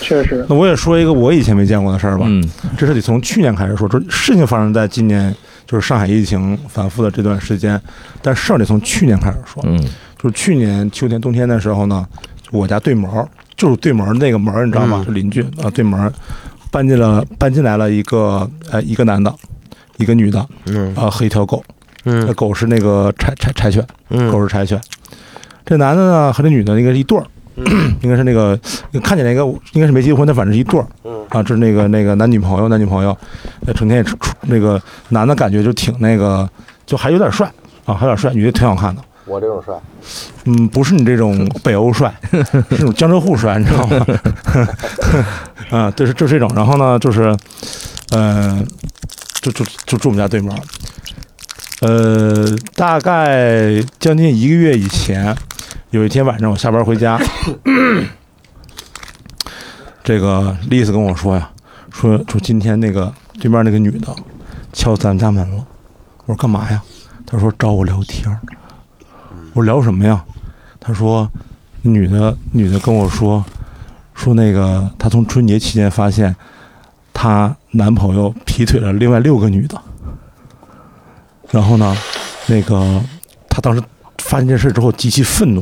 S6: 确实，
S1: 那我也说一个我以前没见过的事儿吧，
S5: 嗯
S1: 这是得从去年开始说，这事情发生在今年，就是上海疫情反复的这段时间，但事儿得从去年开始说，
S5: 嗯
S1: 就是去年秋天、冬天的时候呢，我家对门儿就是对门儿那个门儿，你知道吗？
S7: 嗯
S1: 就邻居啊、呃对门儿搬进了搬进来了一个呃一个男的，一个女的，
S7: 嗯
S1: 啊、和一条狗，那
S7: 嗯
S1: 狗是那个柴柴柴犬，狗
S7: 嗯
S1: 是柴犬。这男的呢和这女的应该是一对儿，
S7: 嗯
S1: 应该是那个看起来应该应该是没结婚，但反正是一对儿
S7: 嗯
S1: 啊，这是那个那个男女朋友，男女朋友，呃，成天也出出那个男的感觉就挺那个，就还有点帅啊，还有点帅，女的挺好看的。
S7: 我这种帅，
S1: 嗯，不是你这种北欧帅，是那种江浙沪帅，你知道吗？ 啊，对，是就是这种。然后呢，就是，呃，就就就住我们家对门儿。呃，大概将近一个月以前，有一天晚上我下班回家， 这个丽丝跟我说呀，说说今天那个对面那个女的敲咱们家门了。我说干嘛呀？她说找我聊天儿。我说聊什么呀？他说，女的女的跟我说，说那个她从春节期间发现，她男朋友劈腿了另外六个女的。然后呢，那个她当时发现这事之后极其愤怒，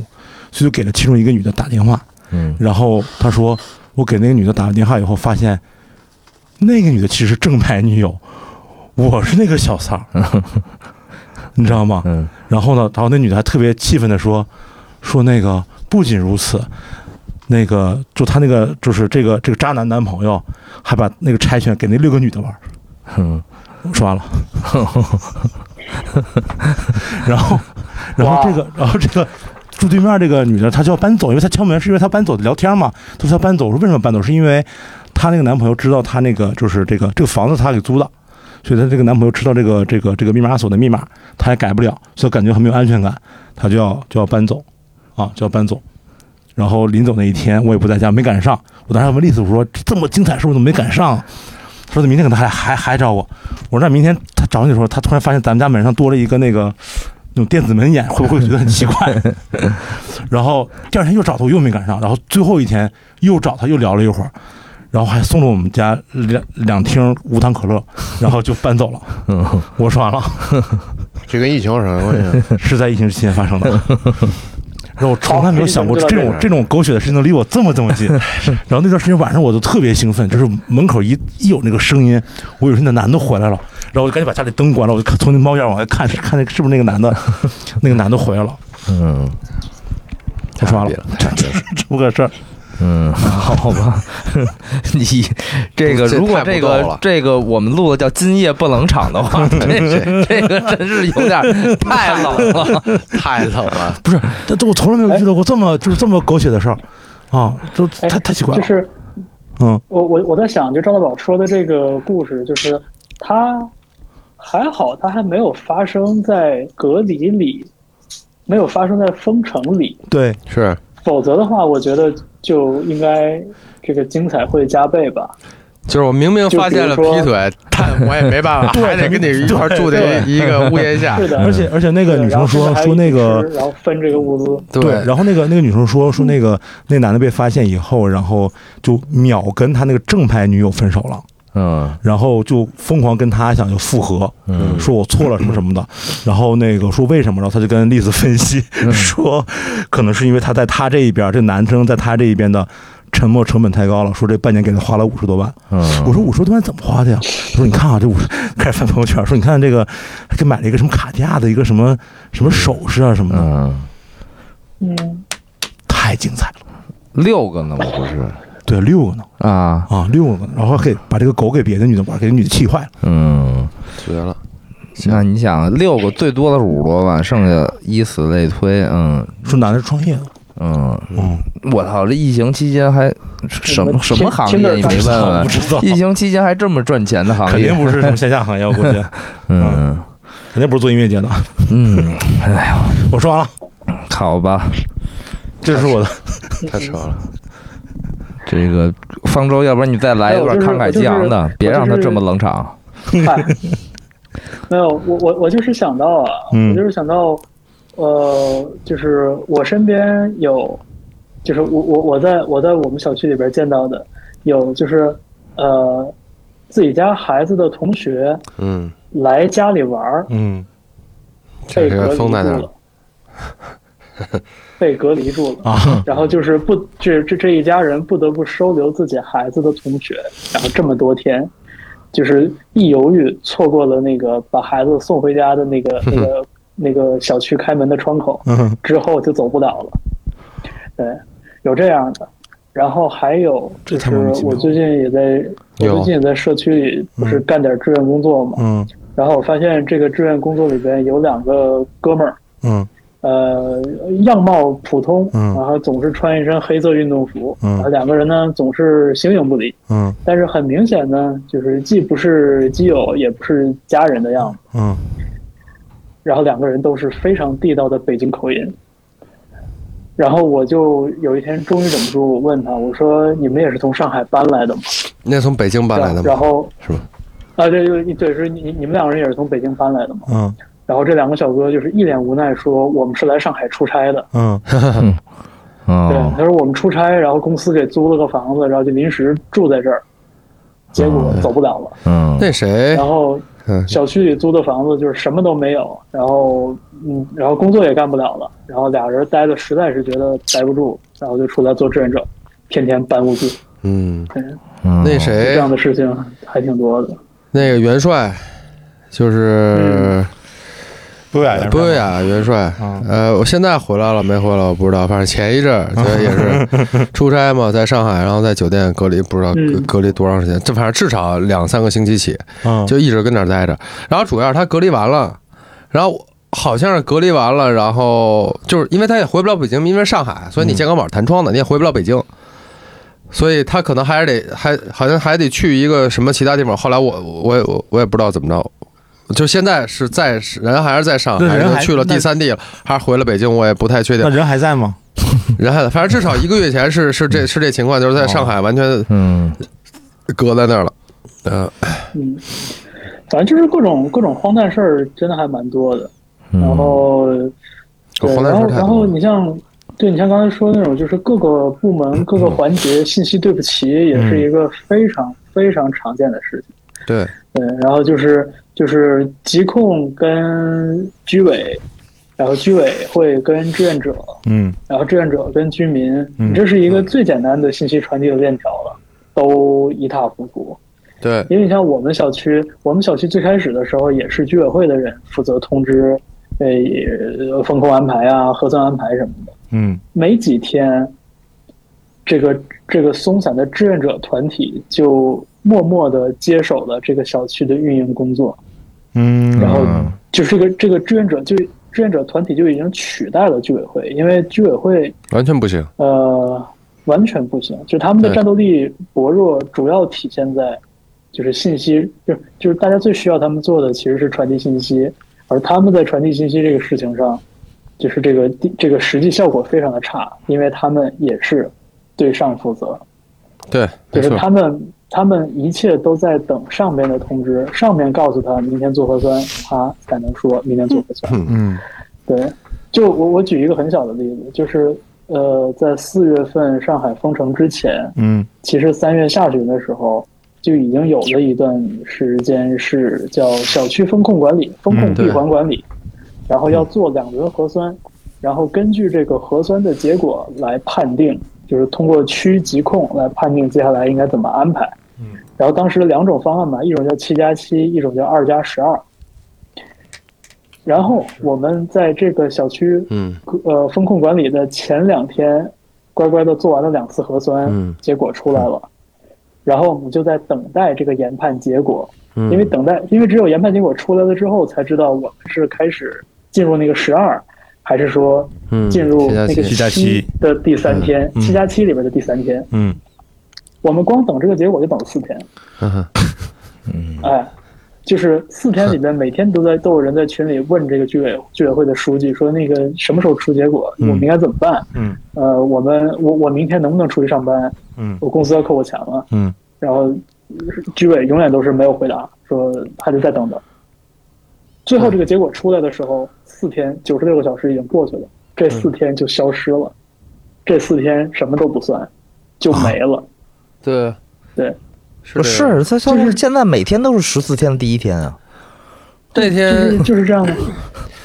S1: 所以就给了其中一个女的打电话。
S5: 嗯，
S1: 然后她说，我给那个女的打完电话以后，发现那个女的其实是正牌女友，我是那个小三儿，你知道吗？
S5: 嗯
S1: 然后呢，然后那女的还特别气愤的说，说那个不仅如此，那个就她那个就是这个这个渣男男朋友还把那个柴犬给那六个女的玩儿。
S5: 嗯
S1: 我说完了， 然后然后这个然后这个。住对面这个女的，她就要搬走，因为她敲门是因为她搬走聊天嘛，她说她搬走。我说为什么搬走？是因为她那个男朋友知道她那个就是这个这个房子她给租的，所以她这个男朋友知道这个这个这个密码锁的密码，她也改不了，所以感觉很没有安全感，她就要就要搬走，啊，就要搬走。然后临走那一天，我也不在家，没赶上。我当时还问丽丝，我说这么精彩是不是怎么没赶上啊？她说明天可能还还还找我。我说那明天她找你的时候，她突然发现咱们家门上多了一个那个那种电子门眼，会不会觉得很奇怪？ 然后第二天又找她，我又没赶上。然后最后一天又找她，又聊了一会儿，然后还送了我们家两两听无糖可乐，然后就搬走了。我说完了。
S3: 这跟疫情有什么 关系？啊
S1: 是在疫情之前发 生的。然后我从来没有想过
S6: 好
S1: 这种这种狗血的事情能离我这么这 么近。然后那段时间晚上我就特别兴奋，就是门口一一有那个声音，我以为是那男的回来了，然后我就赶紧把家里灯关了，我就看从那猫眼往外看，看那是不是那个男 的，那个男的回来了。
S5: 嗯
S1: 我说完
S3: 别
S1: 了，这这这么个事儿。
S5: 嗯，好吧， 你这个
S7: 这
S5: 如果
S7: 太不
S5: 这
S7: 够了
S5: 个这个我们录的叫今夜不冷场的话，这这个真是有点儿太冷 了。
S7: 太冷了。
S1: 不是， 这这我从来没有遇到过这么就是这么狗血的事儿啊，这
S2: 哎
S1: 太太奇怪
S6: 就
S1: 了。
S6: 是
S1: 嗯
S6: 我我我在想，就赵大宝说的这个故事，就是他
S2: 还好它还没有发生在隔离里，没有发生在封城里，
S1: 对，
S3: 是
S2: 否则的话，我觉得就应该这个精彩会加倍吧。
S8: 就是我明明发现了
S2: 就比如
S8: 劈
S2: 说
S8: 腿，但我也没办法，还得跟你一块儿住在一个屋檐下
S2: 是。的，
S1: 哎而且而且那个
S2: 对
S1: 女
S2: 然后
S1: 生说
S2: 甚至还
S1: 说那
S2: 有
S1: 个
S2: 一直然后分这个物资，
S1: 对，然后那个那个女生说说那个那男的被发现以后，然后就秒跟他那个正牌女友分手了，
S9: 嗯
S1: 然后就疯狂跟他想就复合，
S9: 嗯
S1: 说我错了什么什么的，然后那个说为什么，然后他就跟丽子分析、
S9: 嗯
S1: 说，可能是因为他在他这一边，这男生在他这一边的。沉默成本太高了，说这半年给他花了五十多万。
S9: 嗯，
S1: 我说五十多万怎么花的呀？他说你看啊，这五十开始翻朋友圈，说你看这个，还给买了一个什么卡地亚的一个什么什么首饰啊什么的，
S9: 嗯，
S2: 嗯，
S1: 太精彩了。
S5: 六个呢吗？不是
S1: 对，六个呢。
S5: 啊，
S1: 啊，六个，然后给把这个狗给别的女的玩，给女的气坏了。
S9: 嗯，
S3: 绝了，
S5: 那你想六个最多的是五十多万，剩下以此类推，嗯
S1: 说男的是创业的，
S5: 嗯，
S1: 嗯，
S5: 我操，这疫情期间还什么什么行
S2: 听
S5: 业
S2: 着
S5: 你没问
S1: 我
S5: 问
S1: 不？知道，
S5: 疫情期间还这么赚钱的行
S1: 嗯肯定
S5: 业，
S1: 不是什么线下行业，我估 计
S5: 嗯
S1: 肯定不是做音乐节的。
S5: 嗯，
S1: 我说完了，
S5: 好吧，
S1: 这是我的，
S3: 太扯了，
S5: 这个方舟，要不然你再来一段慷慨激昂的，别让他这么冷场。
S2: 嗨，没有，我我我就是想到啊，
S1: 嗯
S2: 我就是想到，呃，就是我身边有，就是我我我在我在我们小区里边见到的有就是呃自己家孩子的同学
S3: 嗯，
S2: 来家里玩儿，
S1: 嗯
S3: 这
S2: 被
S3: 是
S2: 隔
S3: 个
S2: 离住
S3: 风在那儿
S2: 了，被隔离住了。
S1: 啊，
S2: 然后就是不，这这这一家人不得不收留自己孩子的同学，然后这么多天，就是一犹豫错过了那个把孩子送回家的 那个那个那个小区开门的窗口，
S1: 嗯
S2: 之后就走不了了。对，有这样的，然后还有就
S1: 这太
S2: 是
S1: 莫名其妙嗯
S2: 我
S1: 了
S2: 最近也在，我
S3: 有
S2: 最近也在社区里不是干点志愿工作嘛，
S1: 嗯
S2: 然后我发现这个志愿工作里边有两个哥们儿，
S1: 嗯
S2: 呃，样貌普通，
S1: 嗯
S2: 然后总是穿一身黑色运动服，
S1: 嗯
S2: 然后两个人呢总是形影不离，
S1: 嗯
S2: 但是很明显呢，就是既不是基友，也不是家人的样子，
S1: 嗯，
S2: 然后两个人都是非常地道的北京口音。然后我就有一天终于忍不住问他，我说：“你们也是从上海搬来的吗
S3: 那从北京？”搬来的
S2: 然
S3: 吗？
S2: 后
S3: 是吗？
S2: 啊，对对对，是你你们两个人也是从北京搬来的吗？
S1: 嗯
S2: 然后这两个小哥就是一脸无奈说：“我们是来上海出差的。”
S1: 嗯
S2: 对
S9: 哦，，
S2: 他说我们出差，然后公司给租了个房子，然后就临时住在这儿，结果走不了了。
S9: 嗯，
S3: 那谁
S2: 然，后
S3: 嗯，
S2: 小区里租的房子就是什么都没有，然后嗯，然后工作也干不了了，然后俩人待的实在是觉得待不住，然后就出来做志愿者，天天搬物资，
S3: 嗯，
S9: 嗯
S3: 那
S2: 这
S3: 谁，
S2: 样的事情还挺多的。
S3: 那个元帅，
S2: 嗯
S3: 就是
S1: 不雅
S3: 波瑞亚哎元帅
S1: 嗯，
S3: 呃，我现在回来了没回来我不知道，反正前一阵 儿觉得也是出差嘛，在上海，然后在酒店隔离，不知道
S2: 嗯
S3: 隔隔离多长时间，这反正至少两三个星期起，
S1: 嗯
S3: 就一直跟那儿待着。然后主要是他隔离完了，然后呃好像是隔离完了，然后就是因为他也回不了北京，因为上海，所以你健康宝弹窗的，你也回不了北京。所以他可能还是得还好像还得去一个什么其他地方。后来我我也我我也不知道怎么着，就现在是在人还是在上海，
S1: 对
S3: 还
S1: 人
S3: 是
S1: 还
S3: 去了
S1: 那
S3: 第三地了，还是回了北京，我也不太确
S1: 那
S3: 定。
S1: 人还在吗？
S3: 然后反正至少一个月前是是这是这情况，就是在上海完全
S9: 嗯
S3: 隔在那儿了。嗯、
S2: 嗯，反正就是各种各种荒诞事儿，真的还蛮多的。然后对，
S3: 后来
S2: 然
S3: 说
S2: 后
S3: 太
S2: 然
S3: 多
S2: 后
S3: 了
S2: 你像，对你像刚才说那种，就是各个部门、各个
S3: 嗯
S2: 环节信息对不齐，也是一个非常非常常见的事情。
S3: 对，
S2: 对，然后就是就是疾控跟居委，然后居委会跟志愿者，
S1: 嗯
S2: 然后志愿者跟居民，
S1: 嗯
S2: 这是一个最简单的信息传递的链条了，都一塌糊涂。
S3: 对，
S2: 因为你像我们小区，我们小区最开始的时候也是居委会的人负责通知，呃，风控安排啊、核酸安排什么的。
S1: 嗯
S2: 没几天，这个这个松散的志愿者团体就默默的接手了这个小区的运营工作，
S1: 嗯，
S2: 然后就这个这个志愿者就志愿者团体就已经取代了居委会，因为居委会
S3: 完全不行。
S2: 呃完全不行，就他们的
S3: 对
S2: 战斗力薄弱，主要体现在就是信息，就就是大家最需要他们做的其实是传递信息，而他们在传递信息这个事情上，就是这个地这个实际效果非常的差，因为他们也是对上负责，
S10: 对，
S2: 就
S10: 没
S2: 是
S10: 错，
S2: 他们他们一切都在等上面的通知，上面告诉他明天做核酸，他才能说明天做核酸。
S1: 嗯
S2: 对，就我我举一个很小的例子，就是呃，在四月份上海封城之前，
S1: 嗯
S2: 其实三月下旬的时候就已经有了一段时间是叫小区风控管理、风控
S10: 嗯对
S2: 闭环管理，然后要做两轮核酸，然后根据这个核酸的结果来判定，就是通过区疾控来判定接下来应该怎么安排。
S1: 嗯，
S2: 然后当时两种方案吧，一种叫七加七，一种叫二加十二。然后我们在这个小区
S3: 嗯
S2: 呃风控管理的前两天，乖乖的做完了两次核酸，
S3: 嗯
S2: 结果出来了，然后我们就在等待这个研判结果，
S3: 嗯
S2: 因为等待，因为只有研判结果出来了之后，才知道我们是开始进入那个十二，还是说
S10: 嗯
S2: 进入
S10: 七加七
S2: 那个
S1: 七加七
S2: 七的第三天，
S1: 嗯
S2: 七加七里边的第三天，
S1: 嗯
S2: 我们光等这个结果就等了四天，
S10: 嗯哼
S2: 哎，就是四天里 边每天都在都有人在群里问这个居委居委会的书记说那个什么时候出结果，
S1: 嗯
S2: 我们应该怎么办？
S1: 嗯
S2: 呃，我们我我明天能不能出去上班？
S1: 嗯
S2: 我公司要扣我钱了。
S1: 嗯
S2: 然后居委永远都是没有回答，说还得再等等。最后这个结果出来的时候，四天九十六个小时已经过去了，这四
S1: 嗯
S2: 天就消失了，这四天什么都不算，就没
S1: 啊
S2: 了。
S10: 对
S2: 对，
S5: 不是，他就是现在每天都是十四天的第一天啊。
S3: 那
S2: 就是
S3: 天
S2: 就是这样 的，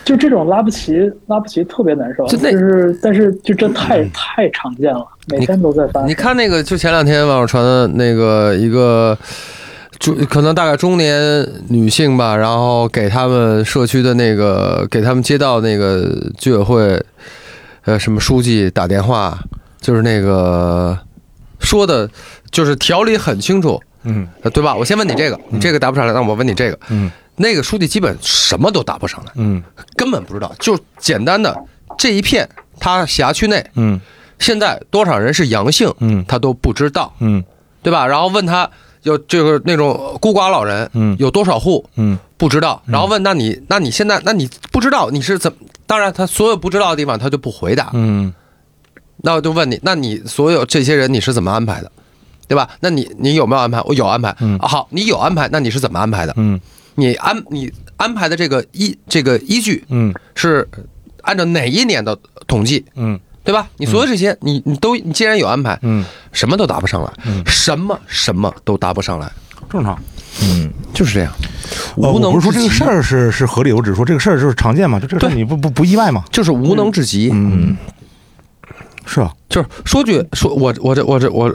S2: 就这种拉不齐，拉不齐特别难受。
S3: 就
S2: 就
S3: 那
S2: 是，但是就这太
S1: 嗯
S2: 太常见了，每天都在发生。
S3: 你看那个，就前两天网上传的那个一个。中可能大概中年女性吧，然后给他们社区的那个，给他们街道那个居委会，呃，什么书记打电话，就是那个说的，就是条理很清楚，
S1: 嗯
S3: 呃对吧？我先问你这个，你这个答不上来，那我问你这个，
S1: 嗯
S3: 那个书记基本什么都答不上来，
S1: 嗯
S3: 根本不知道，就简单的这一片他辖区内
S1: 嗯
S3: 现在多少人是阳性，
S1: 嗯
S3: 他都不知道，
S1: 嗯
S3: 对吧？然后问他有就是那种孤寡老人，
S1: 嗯
S3: 有多少户
S1: 嗯
S3: 不知道，然后问那你那你现在那你不知道你是怎么？当然，他所有不知道的地方他就不回答，
S1: 嗯
S3: 那我就问你，那你所有这些人你是怎么安排的，对吧？那你你有没有安排？我有安排，
S1: 嗯
S3: 啊好，你有安排，那你是怎么安排的？
S1: 嗯
S3: 你安你安排的这个依这个依据
S1: 嗯
S3: 是按照哪一年的统计，
S1: 嗯
S3: 对吧？你所有这些，你你都你既然有安排，
S1: 嗯，
S3: 什么都答不上来，
S1: 嗯
S3: 什么什么都答不上来，
S1: 正常。
S3: 就是这样，
S1: 呃
S3: 无
S1: 我
S3: 能
S1: 不是说这
S3: 至
S1: 个
S3: 极
S1: 事，儿是是合理，我只是说这个事儿就是常见嘛，就这个事儿你不不不意外嘛？
S3: 就是无能至极。
S1: 嗯，是啊，
S3: 就是说句说，我我这我这我，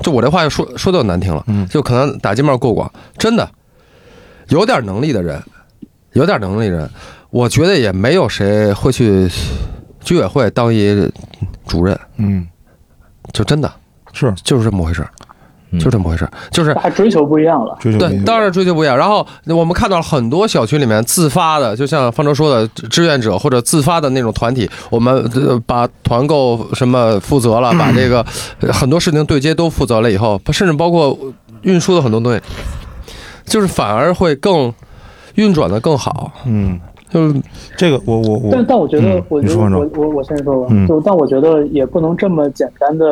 S3: 就我这话就说说的难听了，
S1: 嗯
S3: 就可能打击面过广，真的有点能力的人，有点能力的人，我觉得也没有谁会去居委会当一主任，
S1: 嗯，
S3: 就真的
S1: 是
S3: 就是这么回事儿，就这么回事儿，就是
S2: 大家追求不一样了，
S1: 追求
S3: 对，当然追求不一样。然后我们看到了很多小区里面自发的，就像方舟说的，志愿者或者自发的那种团体，我们呃把团购什么负责了，把这个
S5: 嗯
S3: 呃很多事情对接都负责了以后，甚至包括运输的很多东西，就是反而会更运转的更好。
S1: 嗯，
S3: 就是
S1: 这个我我
S2: 但
S1: 我
S2: 但我觉得
S1: 嗯，
S2: 我
S1: 你
S2: 觉得
S1: 说
S2: 我
S1: 说
S2: 我我先说吧
S1: 嗯，
S2: 就但我觉得也不能这么简单的，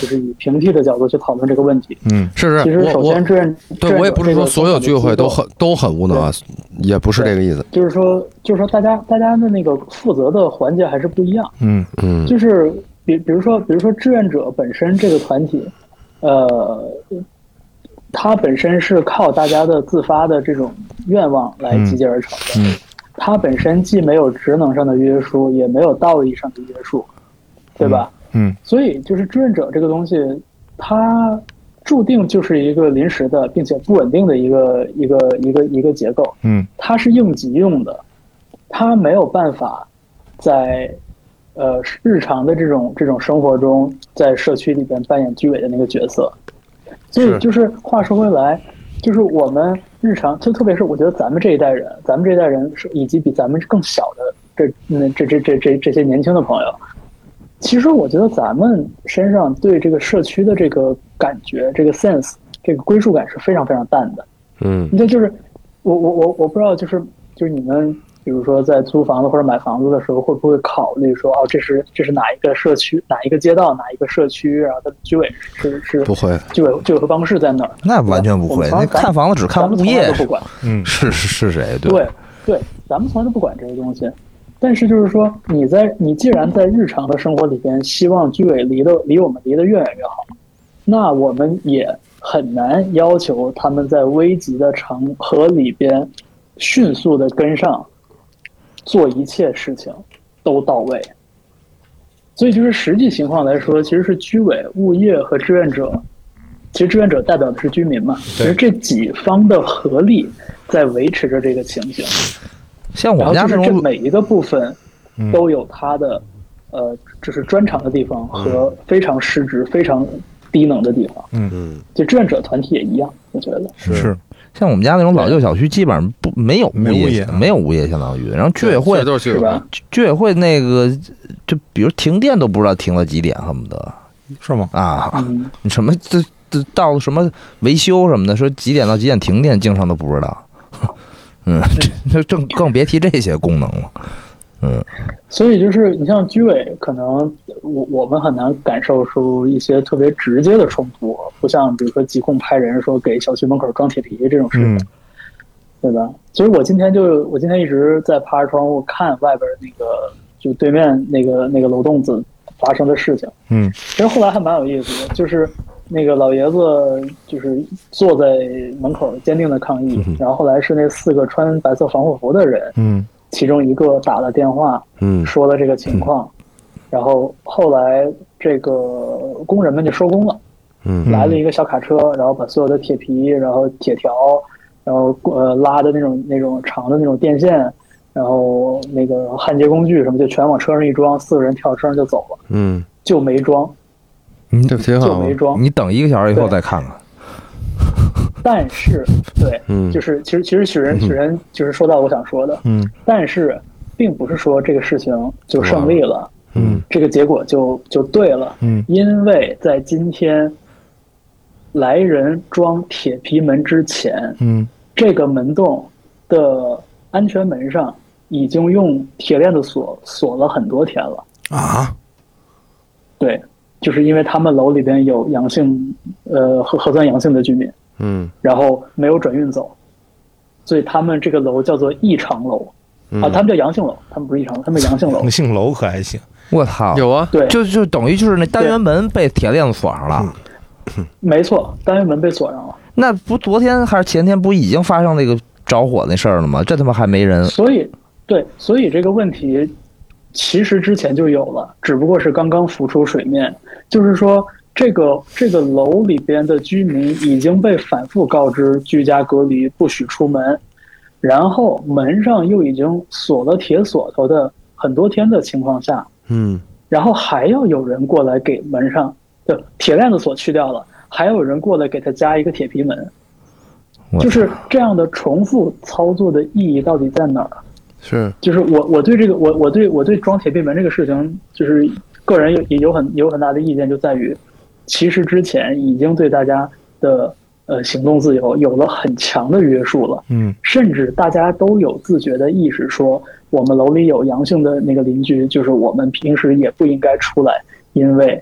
S2: 就是以平替的角度去讨论这个问题。
S1: 嗯
S3: 是不
S2: 其
S3: 是？
S2: 实
S3: 我
S2: 首
S3: 我
S2: 先志愿，志
S3: 对
S2: 愿
S3: 我也
S2: 者
S3: 不是
S2: 这个
S3: 说所有
S2: 组织
S3: 居委会
S2: 机构
S3: 都很都很无能啊，也不是这个意思。
S2: 就是说，就是说，大家大家的那个负责的环节还是不一样。
S1: 嗯
S3: 嗯
S2: 就是比比如说，比如说志愿者本身这个团体，呃，它本身是靠大家的自发的这种愿望来集结而成的。
S1: 嗯
S2: 它本身既没有职能上的约束，也没有道义上的约束，对吧？
S1: 嗯
S2: 所以就是志愿者这个东西，它注定就是一个临时的，并且不稳定的一个一个一个一个结构。
S1: 嗯
S2: 它是应急用的，它没有办法在呃日常的这种这种生活中，在社区里边扮演居委的那个角色。所以就是话说回来，就是我们日常，就特别是我觉得咱们这一代人，咱们这一代人是以及比咱们更小的这那这这这这这些年轻的朋友，其实我觉得咱们身上对这个社区的这个感觉、这个 sense、这个归属感是非常非常淡的。
S11: 嗯
S2: 那就是我我我我不知道，就是就是你们，比如说在租房子或者买房子的时候，会不会考虑说，哦，这是这是哪一个社区、哪一个街道、哪一个社区，然后它的居委是是
S3: 不会，
S2: 居委居委会办公室在哪儿？
S5: 那完全不
S2: 我
S5: 会，那
S2: 们从来
S5: 看房子只看
S2: 咱们
S5: 物
S2: 从来
S5: 业
S2: 都不管。
S1: 嗯，
S5: 是是是谁，对吧
S2: 对对，咱们从来都不管这些东西。但是就是说，你在你既然在日常的生活里边，希望居委离得离我们离得越远越好，那我们也很难要求他们在危急的场合里边迅速的跟上，做一切事情都到位。所以就是实际情况来说，其实是居委、物业和志愿者其实志愿者代表的是居民嘛，其实这几方的合力在维持着这个情形。
S5: 像我
S2: 然后
S5: 们家
S2: 就
S5: 这
S2: 是这
S5: 种
S2: 每一个部分
S1: 嗯
S2: 都有它的、呃，就是专长的地方和非常失职、非常低能的地方。
S1: 嗯
S2: 嗯，就志愿者团体也一样，我觉得。
S1: 是
S5: 像我们家那种老旧小区，基本上不没有
S1: 没
S5: 物
S1: 物
S5: 业啊
S1: 业，
S5: 没有物业相当于。然后居委会
S3: 这都是居
S2: 是
S3: 委会
S2: 吧？
S5: 居委会那个，就比如停电都不知道停了几点，恨不得
S1: 是吗？
S5: 啊，
S2: 嗯，
S5: 什么这这到什么维修什么的，说几点到几点停电，经常都不知道。 嗯，这这更更别提这些功能了。
S2: 所以就是你像居委，可能我我们很难感受出一些特别直接的冲突，不像比如说疾控派人说给小区门口装铁皮这种事情。
S1: 嗯
S2: 对吧？其实我今天就我今天一直在趴着窗户看外边那个，就对面那个那个楼栋子发生的事情。
S1: 嗯
S2: 其实后来还蛮有意思的，就是那个老爷子就是坐在门口坚定的抗议，然后后来是那四个穿白色防护服的人，
S1: 嗯
S2: 其中一个打了电话
S11: 嗯
S2: 说了这个情况，然后后来这个工人们就收工了。
S11: 嗯
S2: 来了一个小卡车，然后把所有的铁皮，然后铁条，然后呃拉的那种那种长的那种电线，然后那个焊接工具什么就全往车上一装，四个人跳车上就走了，
S11: 嗯，
S2: 就没装，
S3: 这不挺
S2: 就
S3: 好吗
S2: 没？
S11: 啊
S2: 装。
S5: 你等一个小时以后再看看。
S2: 但是，对，
S11: 嗯
S2: 就是其实其实许人许人就是说到我想说的，
S1: 嗯
S2: 但是并不是说这个事情就胜利了，
S1: 嗯
S2: 这个结果就就对了，
S1: 嗯
S2: 因为在今天来人装铁皮门之前，
S1: 嗯
S2: 这个门洞的安全门上已经用铁链子锁锁了很多天了。
S1: 啊，
S2: 对，就是因为他们楼里边有阳性，呃，核核酸阳性的居民，
S11: 嗯
S2: 然后没有转运走，所以他们这个楼叫做异常楼啊，他们叫阳性楼，他们不是异常楼，他们叫阳性楼
S1: 那。姓楼可还行？
S5: 我操！
S3: 有啊，
S2: 对，
S5: 就就等于就是那单元门被铁链子锁上
S2: 嗯
S5: 了。
S2: 没错，单元门被锁上了，
S5: 那不昨天还是前天不已经发生那个着火那事儿了吗？这他妈还没人。
S2: 所以对，所以这个问题其实之前就有了，只不过是刚刚浮出水面。就是说，这个这个楼里边的居民已经被反复告知居家隔离，不许出门，然后门上又已经锁了铁锁头的很多天的情况下，
S11: 嗯
S2: 然后还要有人过来给门上的铁链子锁去掉了，还有人过来给它加一个铁皮门
S5: 我。
S2: 就是这样的重复操作的意义到底在哪儿？
S3: 是
S2: 就是我我对这个我我对我对装铁闭门这个事情，就是个人有也有很有很大的意见，就在于其实之前已经对大家的呃行动自由有了很强的约束了，
S1: 嗯
S2: 甚至大家都有自觉的意识说，我们楼里有阳性的那个邻居，就是我们平时也不应该出来，因为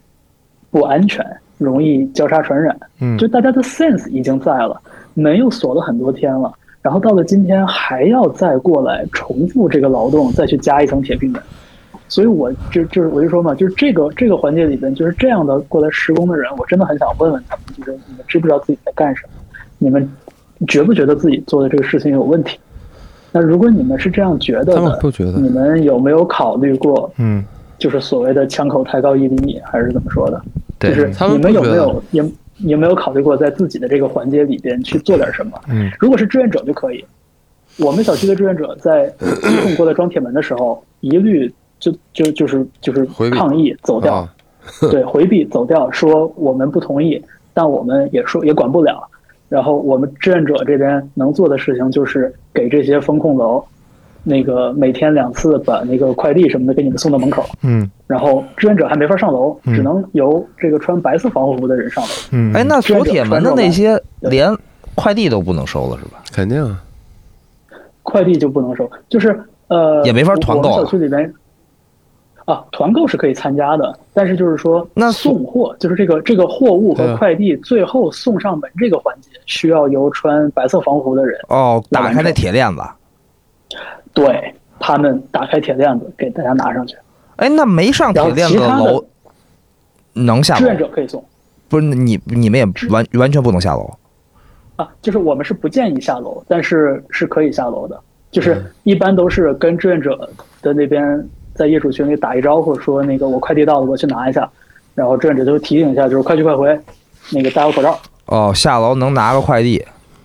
S2: 不安全，容易交叉传染。
S1: 嗯
S2: 就大家的 sense 已经在了，门又锁了很多天了，然后到了今天还要再过来重复这个劳动，再去加一层铁皮门。所以我就就是我就说嘛，就是这个这个环节里边，就是这样的过来施工的人，我真的很想问问他们，就是你们知不知道自己在干什么？你们觉不觉得自己做的这个事情有问题？那如果你们是这样觉得
S3: 他们
S2: 的，
S3: 不觉得
S2: 你们有没有考虑过，
S1: 嗯
S2: 就是所谓的枪口抬高一厘米，还是怎么说的？
S11: 对
S2: 就是
S3: 他们
S2: 你们有
S3: 不觉
S2: 没
S3: 得啊
S2: 有也有没有考虑过在自己的这个环节里边去做点什么？
S1: 嗯
S2: 如果是志愿者就可以。我们小区的志愿者在疾控过来装铁门的时候，一律就就就是就是
S3: 回避
S2: 抗议走掉，
S3: 啊，
S2: 对，回避走掉，说我们不同意，但我们也说也管不了。然后我们志愿者这边能做的事情就是给这些风控楼那个每天两次把那个快递什么的给你们送到门口，
S1: 嗯
S2: 然后志愿者还没法上楼，
S1: 嗯
S2: 只能由这个穿白色防护服的人上楼。
S1: 嗯，
S5: 哎，那锁铁门的那些
S2: 对
S5: 连快递都不能收了是吧？
S3: 肯定啊，
S2: 快递就不能收，就是呃，
S5: 也没法团购
S2: 我
S5: 了
S2: 们小区里边啊，团购是可以参加的，但是就是说，
S5: 那
S2: 送货就是这个这个货物
S3: 对
S2: 和
S3: 啊
S2: 快递最后送上门这个环节，需要由穿白色防护服的人，
S5: 哦，打开
S2: 那
S5: 那铁链子。
S2: 对他们打开铁链子给大家拿上去，
S5: 哎，那没上铁链子
S2: 然后其他的
S5: 楼能下
S2: 志愿
S5: 楼？
S2: 者可以送
S5: 不是你你们也完完全不能下楼。
S2: 啊，就是我们是不建议下楼，但是是可以下楼的，就是
S5: 嗯
S2: 一般都是跟志愿者的那边在业主群里打一招呼，说那个我快递到了，我去拿一下，然后志愿者就提醒一下，就是快去快回。那个戴好口罩，
S5: 哦，下楼能拿个快递。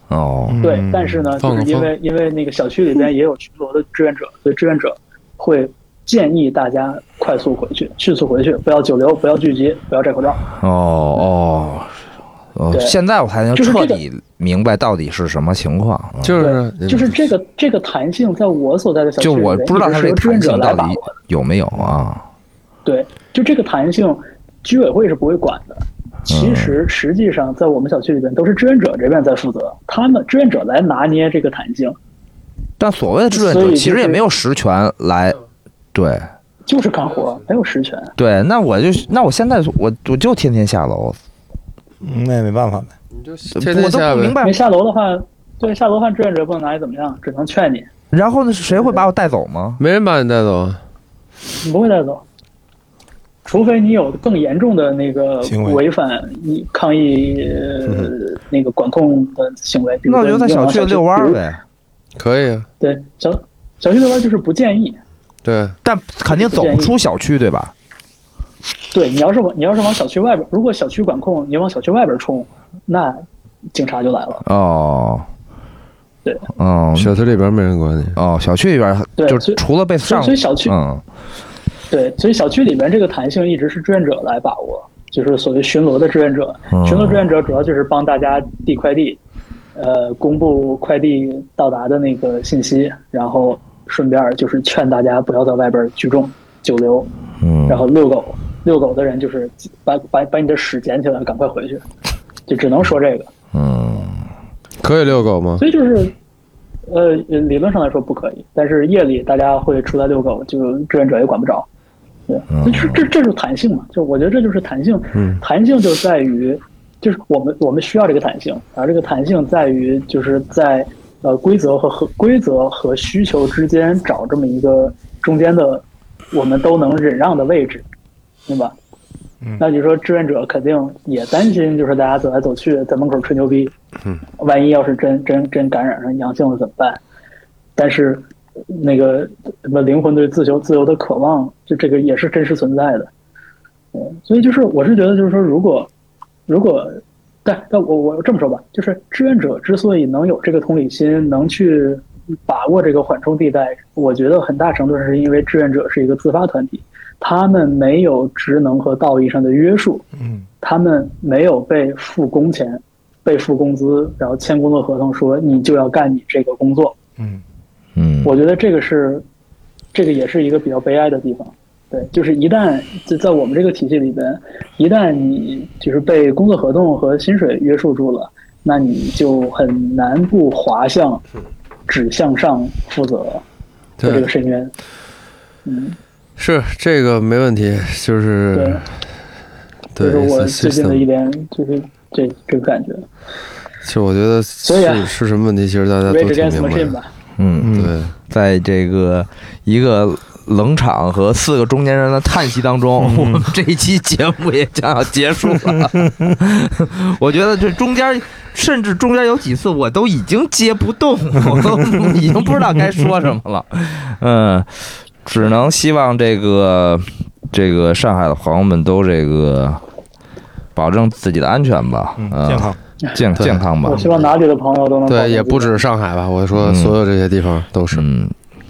S5: 哦，
S1: 嗯
S2: 对，但是呢，
S3: 放
S2: 就是
S3: 个
S2: 因
S3: 风
S2: 为因为那个小区里边也有巡逻的志愿者，所以志愿者会建议大家快速回去，迅速回去，不要久留，不要聚集，不要摘口罩。
S5: 哦哦哦！
S2: 嗯对
S5: 现在我才能
S2: 就是这
S5: 彻
S2: 个
S5: 底明白到底是什么情况。嗯
S3: 就是
S2: 对，就是这个这个弹性，在我所在的小区
S5: 就
S2: 里面，
S5: 我不知道
S2: 一直是
S5: 它这
S2: 由志愿
S5: 弹
S2: 者
S5: 性
S2: 来
S5: 到
S2: 把
S5: 底
S2: 握的。
S5: 有没有啊？
S2: 对，就这个弹性，居委会是不会管的。
S1: 嗯
S2: 其实实际上，在我们小区里边，都是志愿者这边在负责，他们志愿者来拿捏这个弹性，
S5: 但所谓的志愿
S2: 所以
S5: 者
S2: 就
S5: 其实也
S2: 是
S5: 没有实权来，对
S2: 就是干活，没有实权。
S5: 对。那我就那我现在我我就天天下楼，
S1: 嗯那也没办法呗。
S3: 天天
S5: 我都
S3: 下
S5: 不
S3: 呗
S5: 明。白
S2: 没下楼的话，对下楼的话，志愿者不能拿你怎么样，只能劝你，
S5: 然后呢，谁会把我带走吗？
S3: 没人把你带走啊，
S2: 你不会带走，除非你有更严重的那个
S1: 行为嗯
S2: 违反你抗议呃那个管控的行为。比如
S5: 那我就
S2: 说
S5: 在
S2: 你
S5: 小
S2: 往
S5: 区
S2: 小
S5: 遛弯
S2: 比
S5: 儿
S2: 如
S5: 呗。
S3: 可以啊，
S2: 对，小小区遛弯儿就是不建议。
S3: 对，
S5: 但肯定走不出小区，对吧？
S2: 对你要是往你要是往小区外边，如果小区管控，你往小区外边冲，那警察就来了。
S5: 哦，
S2: 对，
S5: 嗯，
S3: 小区里边没人管你。
S5: 哦，小区里边儿
S2: 对
S5: 就
S2: 所以
S5: 除了被上，
S2: 所以小区
S5: 嗯，
S2: 对，所以小区里边这个弹性一直是志愿者来把握，就是所谓巡逻的志愿者。
S5: 哦
S2: 巡逻志愿者主要就是帮大家递快递，呃，公布快递到达的那个信息，然后顺便就是劝大家不要在外边聚众久留，
S5: 嗯
S2: 然后遛狗，遛狗的人就是把把把你的屎捡起来，赶快回去，就只能说这个。
S5: 嗯，
S3: 可以遛狗吗？
S2: 所以就是，呃，理论上来说不可以，但是夜里大家会出来遛狗，就志愿者也管不着。对，就是这这就是弹性嘛，就我觉得这就是弹性。弹性就在于，就是我们我们需要这个弹性，而这个弹性在于就是在呃规则和和规则和需求之间找这么一个中间的我们都能忍让的位置，对吧？
S1: 嗯
S2: 那你说志愿者肯定也担心，就是大家走来走去，在门口吹牛逼，万一要是真真真感染上阳性了怎么办？但是那个什么灵魂对自由自由的渴望，就这个也是真实存在的。嗯，所以就是我是觉得就是说，如果如果但但我我这么说吧，就是志愿者之所以能有这个同理心，能去把握这个缓冲地带，我觉得很大程度上是因为志愿者是一个自发团体，他们没有职能和道义上的约束，
S1: 嗯
S2: 他们没有被付工钱，被付工资，然后签工作合同说你就要干你这个工作。
S1: 嗯
S5: 嗯，
S2: 我觉得这个是，这个也是一个比较悲哀的地方。对，就是一旦就在我们这个体系里边，一旦你就是被工作合同和薪水约束住了，那你就很难不滑向指向上负责的这个
S3: 对，
S2: 深渊。
S3: 是这个没问题，就是
S2: 对，这
S3: 对
S2: 是我最近的一
S3: system。
S2: 点，就是这这个感觉。
S3: 其实我觉得
S2: 以啊
S3: 是是什么问题，其实大家
S2: Rage
S3: 都挺
S2: Against
S3: 明
S2: Machine
S3: 白
S2: 吧
S3: 的。。
S5: 嗯，
S1: 嗯，
S3: 对，
S5: 在这个一个冷场和四个中年人的叹息当中，
S1: 嗯
S5: 我们这一期节目也将要结束了。 我觉得这中间，甚至中间有几次我都已经接不动，我都已经不知道该说什么了。 嗯，只能希望这个这个上海的朋友们都这个保证自己的安全吧，
S1: 嗯
S5: 啊
S1: 健康。
S5: 健
S3: 对
S5: 健康吧
S2: 我。希望哪里的朋友都能保护
S3: 对，也
S2: 自己
S3: 不止上海吧，我说
S5: 嗯
S3: 所有这些地方都是。
S5: 嗯，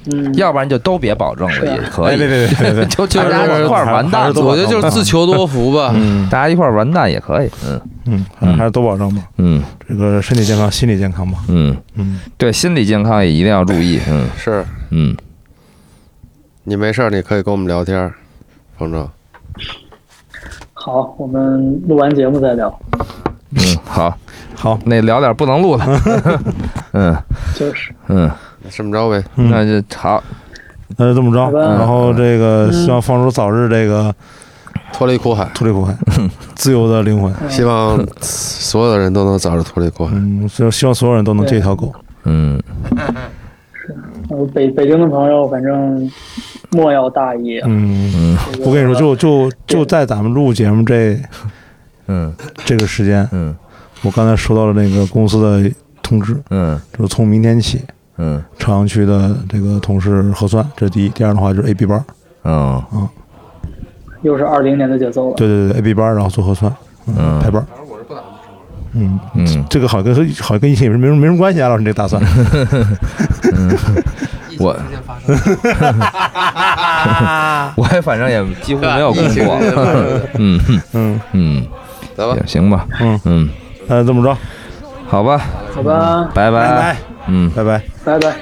S2: 嗯，
S5: 要不然就都别保证
S2: 是
S5: 了，
S2: 啊
S5: 也可
S1: 哎别
S5: 以，
S1: 别别别别，
S5: 就就
S3: 还
S5: 是
S3: 是
S5: 大家一块儿完
S1: 还
S5: 蛋
S1: 是，多
S3: 我觉得就是自求多福吧。
S1: 嗯
S5: 大家一块儿完蛋也可以，嗯
S1: 嗯，反正还是多保证吧，
S5: 嗯
S1: 这个身体健康、心理健康吧。
S5: 嗯，
S1: 嗯，
S5: 对，心理健康也一定要注意，嗯
S3: 是
S5: 嗯，
S3: 你没事儿，你可以跟我们聊天儿，方正。
S2: 好，我们录完节目再聊。
S5: 嗯，好，
S1: 好，
S5: 那聊点不能 录了，嗯
S2: 就是
S5: 嗯，
S3: 这么着呗，
S1: 嗯
S5: 那就好，
S1: 那就这么着
S2: 好。嗯吧
S1: 然后这个希望方叔早日这个
S3: 脱离苦海，
S1: 脱离苦海， 自由的灵魂。
S3: 希望所有的人都能早日脱离苦海。
S1: 嗯，就希望所有人都能
S2: 对
S1: 这条狗。
S5: 嗯
S2: 呃，北北京的朋友，反正莫要大意啊。
S1: 嗯，
S2: 这个
S1: 我跟你说，就就就在咱们录节目这
S5: 嗯
S1: 这个时间，
S5: 嗯
S1: 我刚才收到了那个公司的通知，
S5: 嗯
S1: 就是从明天起，
S5: 嗯
S1: 朝阳区的这个同事核酸，这是第一。第二的话就是 A B 班，
S5: 嗯
S2: 又是二零年的节奏了。
S1: 对对对，A B 班，然后做核酸，嗯，排班。嗯，
S5: 嗯，
S1: 这个好像跟好像跟疫情也是没什么没什么关系啊，老师，你这个打算
S5: 我我也反正也几乎没有工作，嗯
S1: 嗯
S5: 嗯，
S3: 来吧
S5: 也，行吧，
S1: 嗯
S5: 嗯，
S1: 那这么着，
S5: 好吧，
S2: 好吧，
S5: 拜拜，
S1: 拜拜，
S5: 嗯。
S1: 拜拜。
S2: 拜拜。